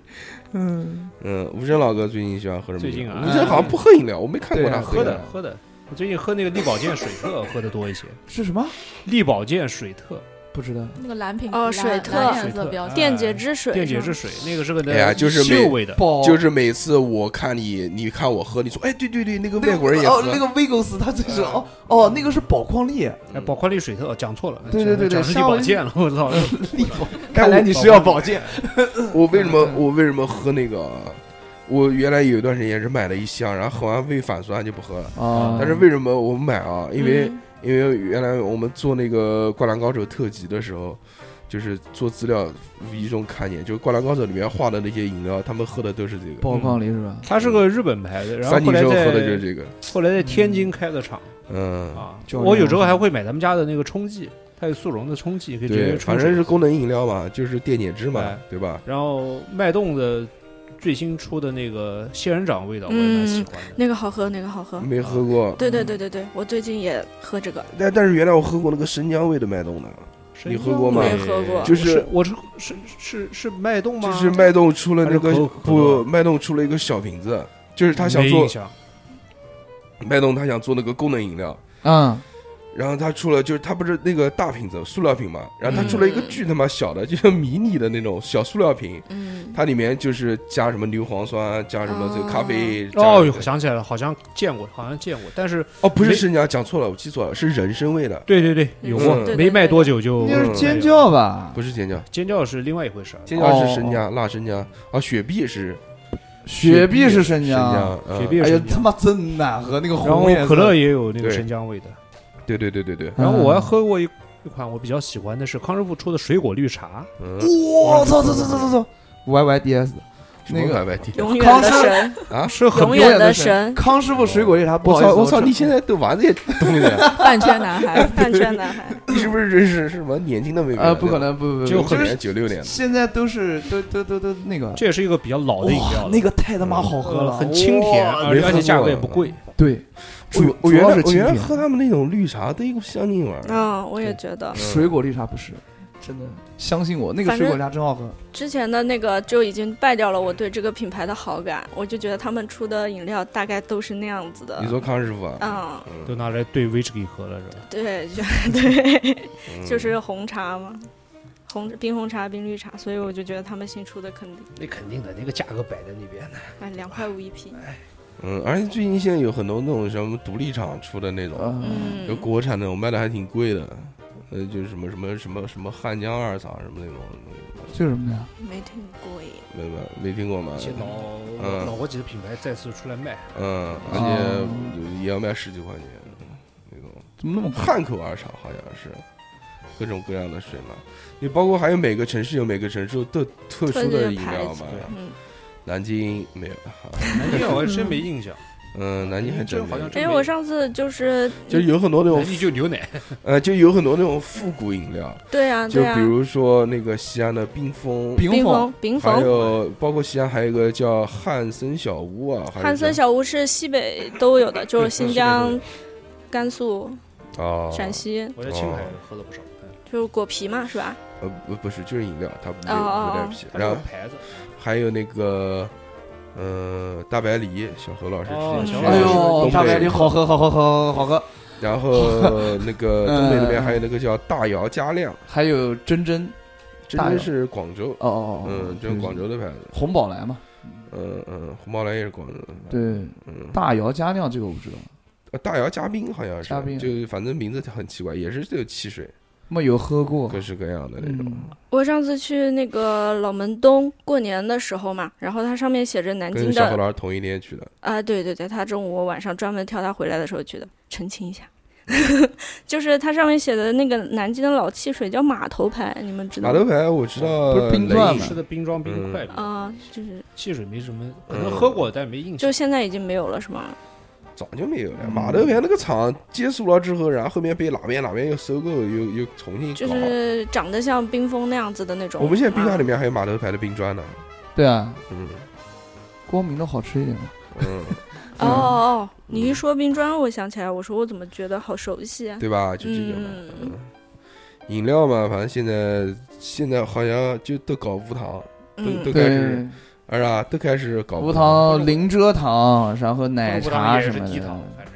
嗯，
嗯，吴声老哥最近喜欢喝什么饮料？
最近啊
吴声好像不喝饮料，我没看过他
对啊
喝
饮
的
料
喝的。我最近喝那个力保健水特喝的多一些，
是什么？
力保健水特
不知道。
那个蓝瓶
哦
蓝
水特
蓝
水
颜
特
色标
哎
嗯
签，
电解质水，
电解质水，那个是个
哎呀就是
嗅
每
味的，
宝
就是每次我看你，你看我喝，你说哎，对对对，那个
那个
外国人也嗯
哦
喝，，
那个 Vigos 他最是哦哦，那个是宝矿力，
哎，宝矿力水特哦讲错了，
对对对对
讲成力
夏威夷
保健了，我操！
力宝。看来你是要保
啊
健，
我为什么我为什么喝那个？我原来有一段时间是买了一箱，然后喝完胃反酸就不喝了。
嗯
啊
但是为什么我买啊？因为、
嗯
因为原来我们做那个《灌篮高手》特辑的时候，就是做资料无意中看见，就是《灌篮高手》里面画的那些饮料，他们喝的都是这个。
宝矿力是吧？
它是个日本牌的，然后
三
后
井
来
寿喝
在
的就是这个。
后来在天津开的厂
嗯，
啊，
就是
我有时候
那种
还会买他们家的那个冲剂，它有速溶的冲剂，可以直接
对，
冲
反
水
正是功能饮料嘛，就是电解质嘛
哎，
对吧？
然后脉动的最新出的那个仙人掌味道，我也
嗯
蛮喜欢的。
那个好喝，那个好喝。
没喝过，
对对对对对，我最近也喝这个，
啊但但是原来我喝过那个生姜味的脉动的，
神
你
经
喝过吗
病
没喝过
就是
我是是是是脉动吗？
就是脉动出了那
还是
个
可口可乐
不，脉动出了一个小瓶子，就是他想
没
做
印象哦
脉动，他想做那个功能饮料，
嗯，
然后他出了，就是他不是那个大瓶子塑料瓶嘛，然后他出了一个
嗯
巨他妈小的，就像迷你的那种小塑料瓶，
嗯，
它里面就是加什么牛磺酸，啊加什么这个咖啡，加
哦，哟想起来了，好像见过，好像见过，但是
哦，不是
没
生姜，讲错了，我记错了，是人参味的，
对对对，有过
嗯，对
没卖多久就
那是尖
没有了，
叫吧？
不是尖椒，
尖叫是另外一回事儿。
尖椒是
哦
生姜，辣生姜啊，雪碧是
雪碧是生
生
姜，
姜，嗯
雪碧是
哎
生
呀
姜，
他妈真难喝，那个
然后
红颜色
可乐也有那个
对
生姜味的。
哎对对对对对，
然后我还
嗯
喝过一一款我比较喜欢的是康师傅出的水果绿茶，
嗯，
哇，操操操操操操！Y Y D S，那个
海外地
永远的
康师
神，
啊是很
永
永
远
远的
的
神
神，
康师傅水果绿茶，不
我
好意思，
操我操，
这
你现在对丸子也懂 的，
饭圈男孩。
饭圈男孩。
你是不是认识什么年轻的妹妹？
呃，不可，能，不不不，
就
九
很
是
年九六年的，
现在都是都都都都那个，
这也是一个比较老的饮料
哇
了，，
那个太他妈好
呃
喝了，
很清甜，
哇
而
没
且而
喝
且价格
过
也不贵。
对，
我
主
我
主
原
要
来
是
我
清
原来
甜。
喝他们那种绿茶都一股香精味儿，
嗯，我也觉得
水果绿茶不是，真的，相信我，那个
反
水
正
果绿茶真好喝。
之前的那个就已经败掉了我对这个品牌的好感，我就觉得他们出的饮料大概都是那样子的。
你说康师傅啊？
嗯，
都拿来兑威士忌喝了是吧？
对，就 对，
嗯
就是红茶嘛，红冰红茶、冰绿茶，所以我就觉得他们新出的肯定
那肯定的，那个价格摆在那边呢。
哎两块五一瓶。
嗯，而且最近现在有很多那种什么独立厂出的那种，
嗯，
有
嗯，
国产那种卖的还挺贵的，呃，就是什么什么什么什么汉江二厂什么那种，
这是什么呀？
没听过耶。
没没没听过吗
一？些老
嗯
老国企的品牌再次出来 卖，
嗯，
哦
而且也要卖十几块钱那种。
怎么那么
汉口二厂好像是各种各样的水嘛，你包括还有每个城市有每个城市特特殊的饮料嘛，
嗯，
南京没有，好
南京我还真没印象。
嗯，南京还真没有，
因为我上次就是，
就有很多那
南
种
京就牛奶，
呃，就有很多那种复古饮料，
对啊
就
对啊
比，如说那个西安的冰峰。
冰
冰
峰
峰冰
还
峰。
有，包括西安还有一个叫汉森小屋啊，还是
汉森
叫
小屋是西北都有的，就是新疆、甘肃、
哦，
陕西，
我在青海喝了不少。嗯
就是果皮嘛，是吧？
呃不不是就是饮料，它不
哦哦
有
哦
带皮，
它
然
有
后
牌子，
还有那个，呃，大白梨，小何老师
哦
之前
小
去
何老
哎
师
呦，
东
大白
北
梨好喝，好喝，好喝，好喝。
然 后那个东北那边
嗯
还有那个叫大姚佳酿，
还有真真，
真
大
真
姚
是广州，
哦哦哦，
嗯，这是广州的牌子，
红宝来嘛。
嗯嗯，红宝来也是广州的牌子，
对，
嗯，
大姚佳酿这个我不知道。
呃大姚嘉宾好像
嘉宾
是，就反正名字很奇怪，也是这个汽水，
没有喝过
各。式各样的那种，
嗯，
我上次去那个老门东过年的时候嘛，然后它上面写着南
跟
京
小何
的
老师同一天去的，
啊，对对对，他中午我晚上专门挑他回来的时候去的，澄清一下， 就是它上面写的那个南京的老汽水叫码头牌，你们知道
马
吗？
头牌我知道，
不是冰钻吗
吃的冰装
嗯
冰块里，
啊、就是
汽水没什么，可能喝过但没印象
就。现在已经没有了是吗？
早就没有了。
嗯
马头牌那个厂结束了之后，然后后面被哪边哪边又收购，又又重新
就
嗯搞。
是长得像冰封那样子的那种。
我们现在冰箱里
啊
面还有马头牌的冰砖呢，
对啊，
嗯
光明的好吃一点嘛。
嗯，
哦哦哦，你一说冰砖，我想起来，我说我怎么觉得好熟悉啊？
对 吧？就这种。
嗯
饮料嘛，反正现在现在好像就都搞无糖，
嗯
都，开
对
始，哎呀，都开始搞
无
糖。
糖零蔗糖，然后奶
喝不到
茶
也
什
是嗯
么
低糖
的，。
反正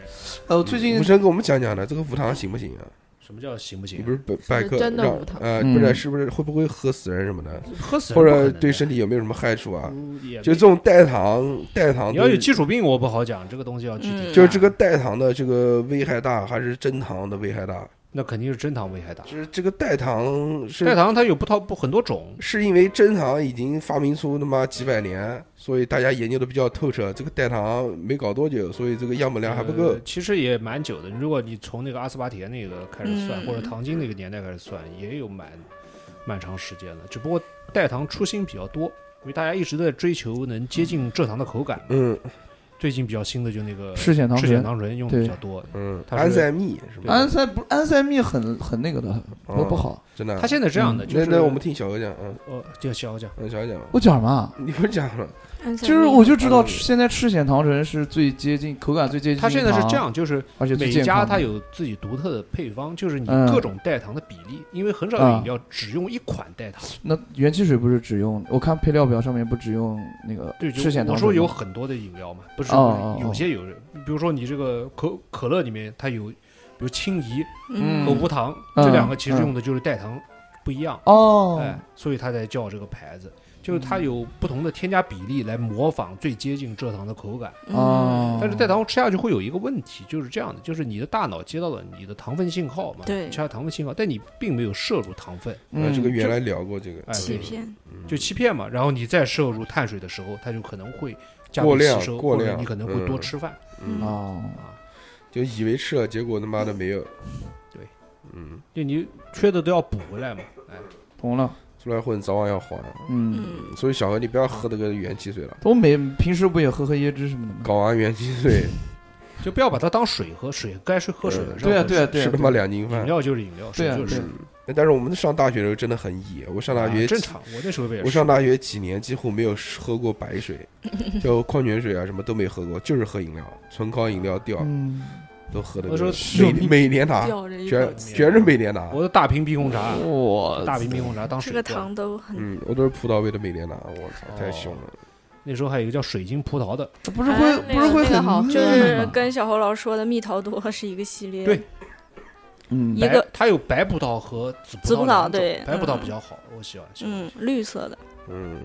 呃，最近
嗯吴声给我们讲讲呢，这个无糖行不行啊？
什么叫行不
你
行
不？是百百科
真的
让
无糖
呃，
嗯
不是是不是会不会喝死人什么的，
喝死人不可
或者
能的
对身体有没有什么害处啊？
嗯也没
就这种代糖代糖
你
东
要
西，
有基础病，我不好讲这个东西要具体。
嗯
就是这个代糖的这个危害大还是真糖的危害大？
那肯定是真糖危害大。
就是这个代糖是
代糖它有不同不很多种，
是因为真糖已经发明出他妈几百年，所以大家研究的比较透彻。这个代糖没搞多久，所以这个样本量还不够
呃。其实也蛮久的。如果你从那个阿斯巴甜那个开始算，
嗯
或者糖精那个年代开始算，也有蛮蛮长时间了。只不过代糖初心比较多，因为大家一直在追求能接近蔗糖的口感，
嗯，
最近比较新的就那个
赤藓糖
赤
醇
藓糖醇用的比较多。
嗯，
它是
安赛蜜是吧？
安塞不安塞蜜很很那个的，
嗯
哦
不不，好。
真的啊。
它现在这样的，
嗯
就是
那那我们听小何讲，嗯
呃，就小我讲，
嗯，小何讲吧，
我讲什么啊？
你不是讲了？
就是我就知道
嗯
吃现在赤藓糖醇是最接近口感最接近。
它现在是这，样，就是
而且
每
最
一
健康
家
的
它有自己独特的配方，就是你
嗯
各种代糖的比例，因为很少有饮料只用一款代糖。
那元气水不是只用？我看配料表上面不只用那个
对，就
赤藓糖醇吗。
我说有很多的饮料嘛，不是
哦哦哦
有些有，比如说你这个可可乐里面它有，比如青怡
嗯
和无糖
嗯
这两个，其实
嗯
用的就是代糖不一样，
哦，嗯
哎，所以它才叫这个牌子。就是它有不同的添加比例来模仿最接近蔗糖的口感，
嗯，
哦，
但是代糖吃下去会有一个问题，就是这样的，就是你的大脑接到了你的糖分信号嘛，
对
其他糖分信号，但你并没有摄入糖分，
啊，
嗯，
这个原来聊过这个嗯
哎，
欺
对
骗，
就欺骗嘛。然后你再摄入碳水的时候，它就可能会加
过
倍吸
量
收，
过
或者
量
你可能会多
嗯
吃饭。
嗯
哦，
就以为吃了，结果他妈的没有。
对，
嗯，
就你缺的都要补回来嘛。哎，
懂了，
出来混早晚要还。
嗯，
嗯，
所以小何，你不要喝那个元气水了，
我每平时不也喝喝椰汁什么的吗？
搞完元气水
就不要把它当水喝，水该是喝水
嗯
的时候
对啊，
喝
对啊，
水
对
吃
啊
他，妈两斤
饮
饭。
料就是饮料，水
对啊
就是
对
水
啊。
哎但是我们上大学的时候真的很野，我上大学
啊正常，我那时候不也
我
是
上大学几年几乎没有喝过白水，就矿泉水啊什么都没喝过，就是喝饮料，纯靠饮料调，
嗯，
都喝的
我说
每每年拿，
吊着一口
全
气。
全是每年拿。
我的大瓶冰红茶，啊
哇，
大瓶冰红茶当
这
水
个
灌。
糖都很，
嗯，我都是葡萄味的每年拿，我操，太凶了。
那时候还有一个叫水晶葡萄的，
不是
啊
会
哎
不是会
那个好
很
喝
就
腻
是
吗
跟小侯老师说的蜜桃多是一个系列，
对
嗯
一
白
个
它有白葡萄和紫葡
紫葡萄
两种
对
白葡萄比
嗯
较好，我喜欢。喜欢
嗯，绿色的，
嗯，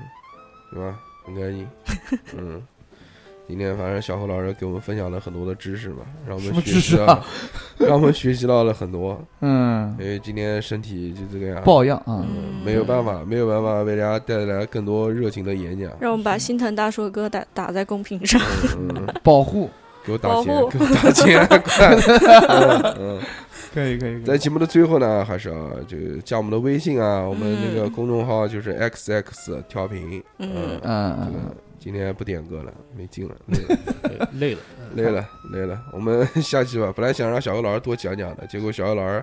对吧？很开 心。嗯，今天反正小侯老师给我们分享了很多的知识嘛，让我
什
们
么
学
知
习
识
到
啊
了，让我们学习到了很多。
嗯
因为今天身体就这个样，
不好样啊，
嗯，
没有办法，没有办法为大家带来更多热情的演讲。
让我们把心疼大硕哥打打在公屏上，
嗯嗯，
保护
给我打
保
钱，
护
给我打钱，快！嗯 嗯，
可以可以
在节目的最后呢，还是啊，就加我们的微信啊，我们那个
嗯
公众号就是 x x 调频。
嗯
嗯，这
嗯
个今天不点歌了，没劲了，累了，
对累了，嗯
累了，累了。我们下期吧，本来想让小何老师多讲讲的，结果小何老师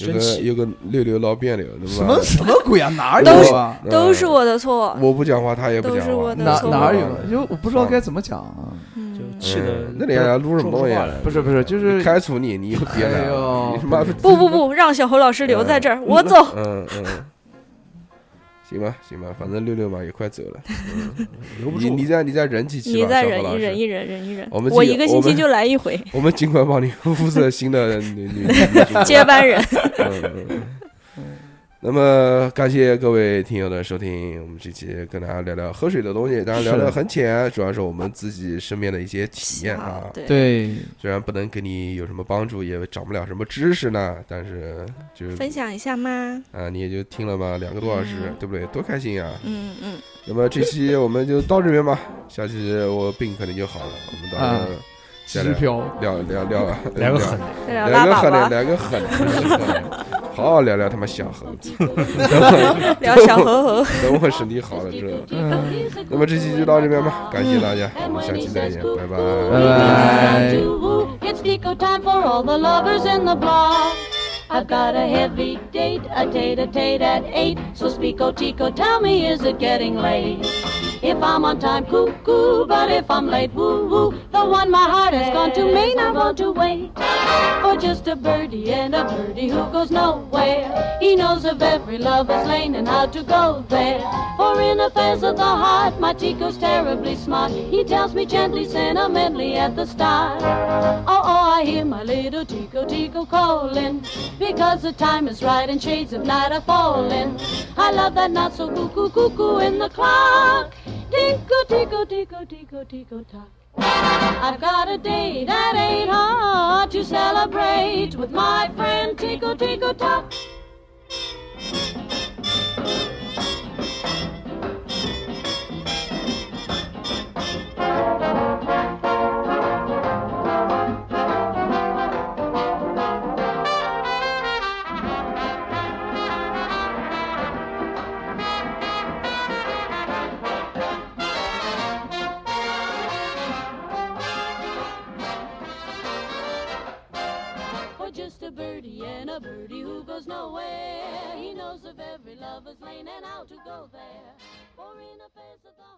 有
生
个
气。
有个六六闹别扭，对吧？
什么什么鬼啊？哪
都是
有啊？
嗯
都是我的错，
我不讲话，他也不
都
讲
是
话，嗯
我的
哪
错
哪
误
有？因为我不知道该怎么讲啊。
嗯，
气得
啊嗯那你还撸什么东西啊
说不出话来？
不是不是就是
你开除你，你以后别来
哎
了，
呦
你他妈
不不不，让小侯老师留在这儿，我走，
嗯嗯，行吧行吧，反正六六嘛也快走了，
嗯留不
你
住
你。再你再忍几期
你
吧，
再
小
忍
何
一
老
忍
师，
一忍忍一忍，
我们这个
一个星
我
期
们
就来一回，
我们尽管帮你物色新的女 女女主
接班人，
嗯嗯嗯那么感谢各位听友的收听，我们这期跟大家聊聊喝水的东西，当然聊
是
的很浅，主要是我们自己身边的一些 体验啊。
对，
对，
虽然不能给你有什么帮助，也长不了什么知识呢，但是就是
分享一下吗？
啊，你也就听了嘛，两个多小时，
嗯
对不对？多开心啊！
嗯嗯，
那么这期我们就到这边吧，下期我病肯定就好了，我们到时候
啊支票
聊聊聊聊，
来个狠，
再聊
聊
拉
个
粑
狠的，
粑，
来个狠的，好好聊聊他妈小猴 子，
聊小侯侯，
等我身体好了之后，那么这期就到这边吧，感谢大家，我们下期再见，拜拜。
拜拜。
It's disco time for all the lovers in the bar. I've got a heavy date, a date a date at eight. So speako tico, tell me, is it getting late? If I'm on time, cuckoo, but if I'm late, woo woo. The one my heart has gone to may not want to wait. For just a birdie and a birdie who goes nowhere. He knows of every lover's lane and how to go there. For in affairs of the heart, my Chico's terribly smart. He tells me gently, sentimentally at the start. Oh, oh, I hear my little Chico, Chico calling. Because the time is right and shades of night are falling. I love that not so cuckoo, cuckoo in the clock. Tico, tico, tico, tico, tico, tock. I've got a date at eight hard to celebrate with my friend Tico Tico Tuck. lover's lane and how to go there. For in a face of the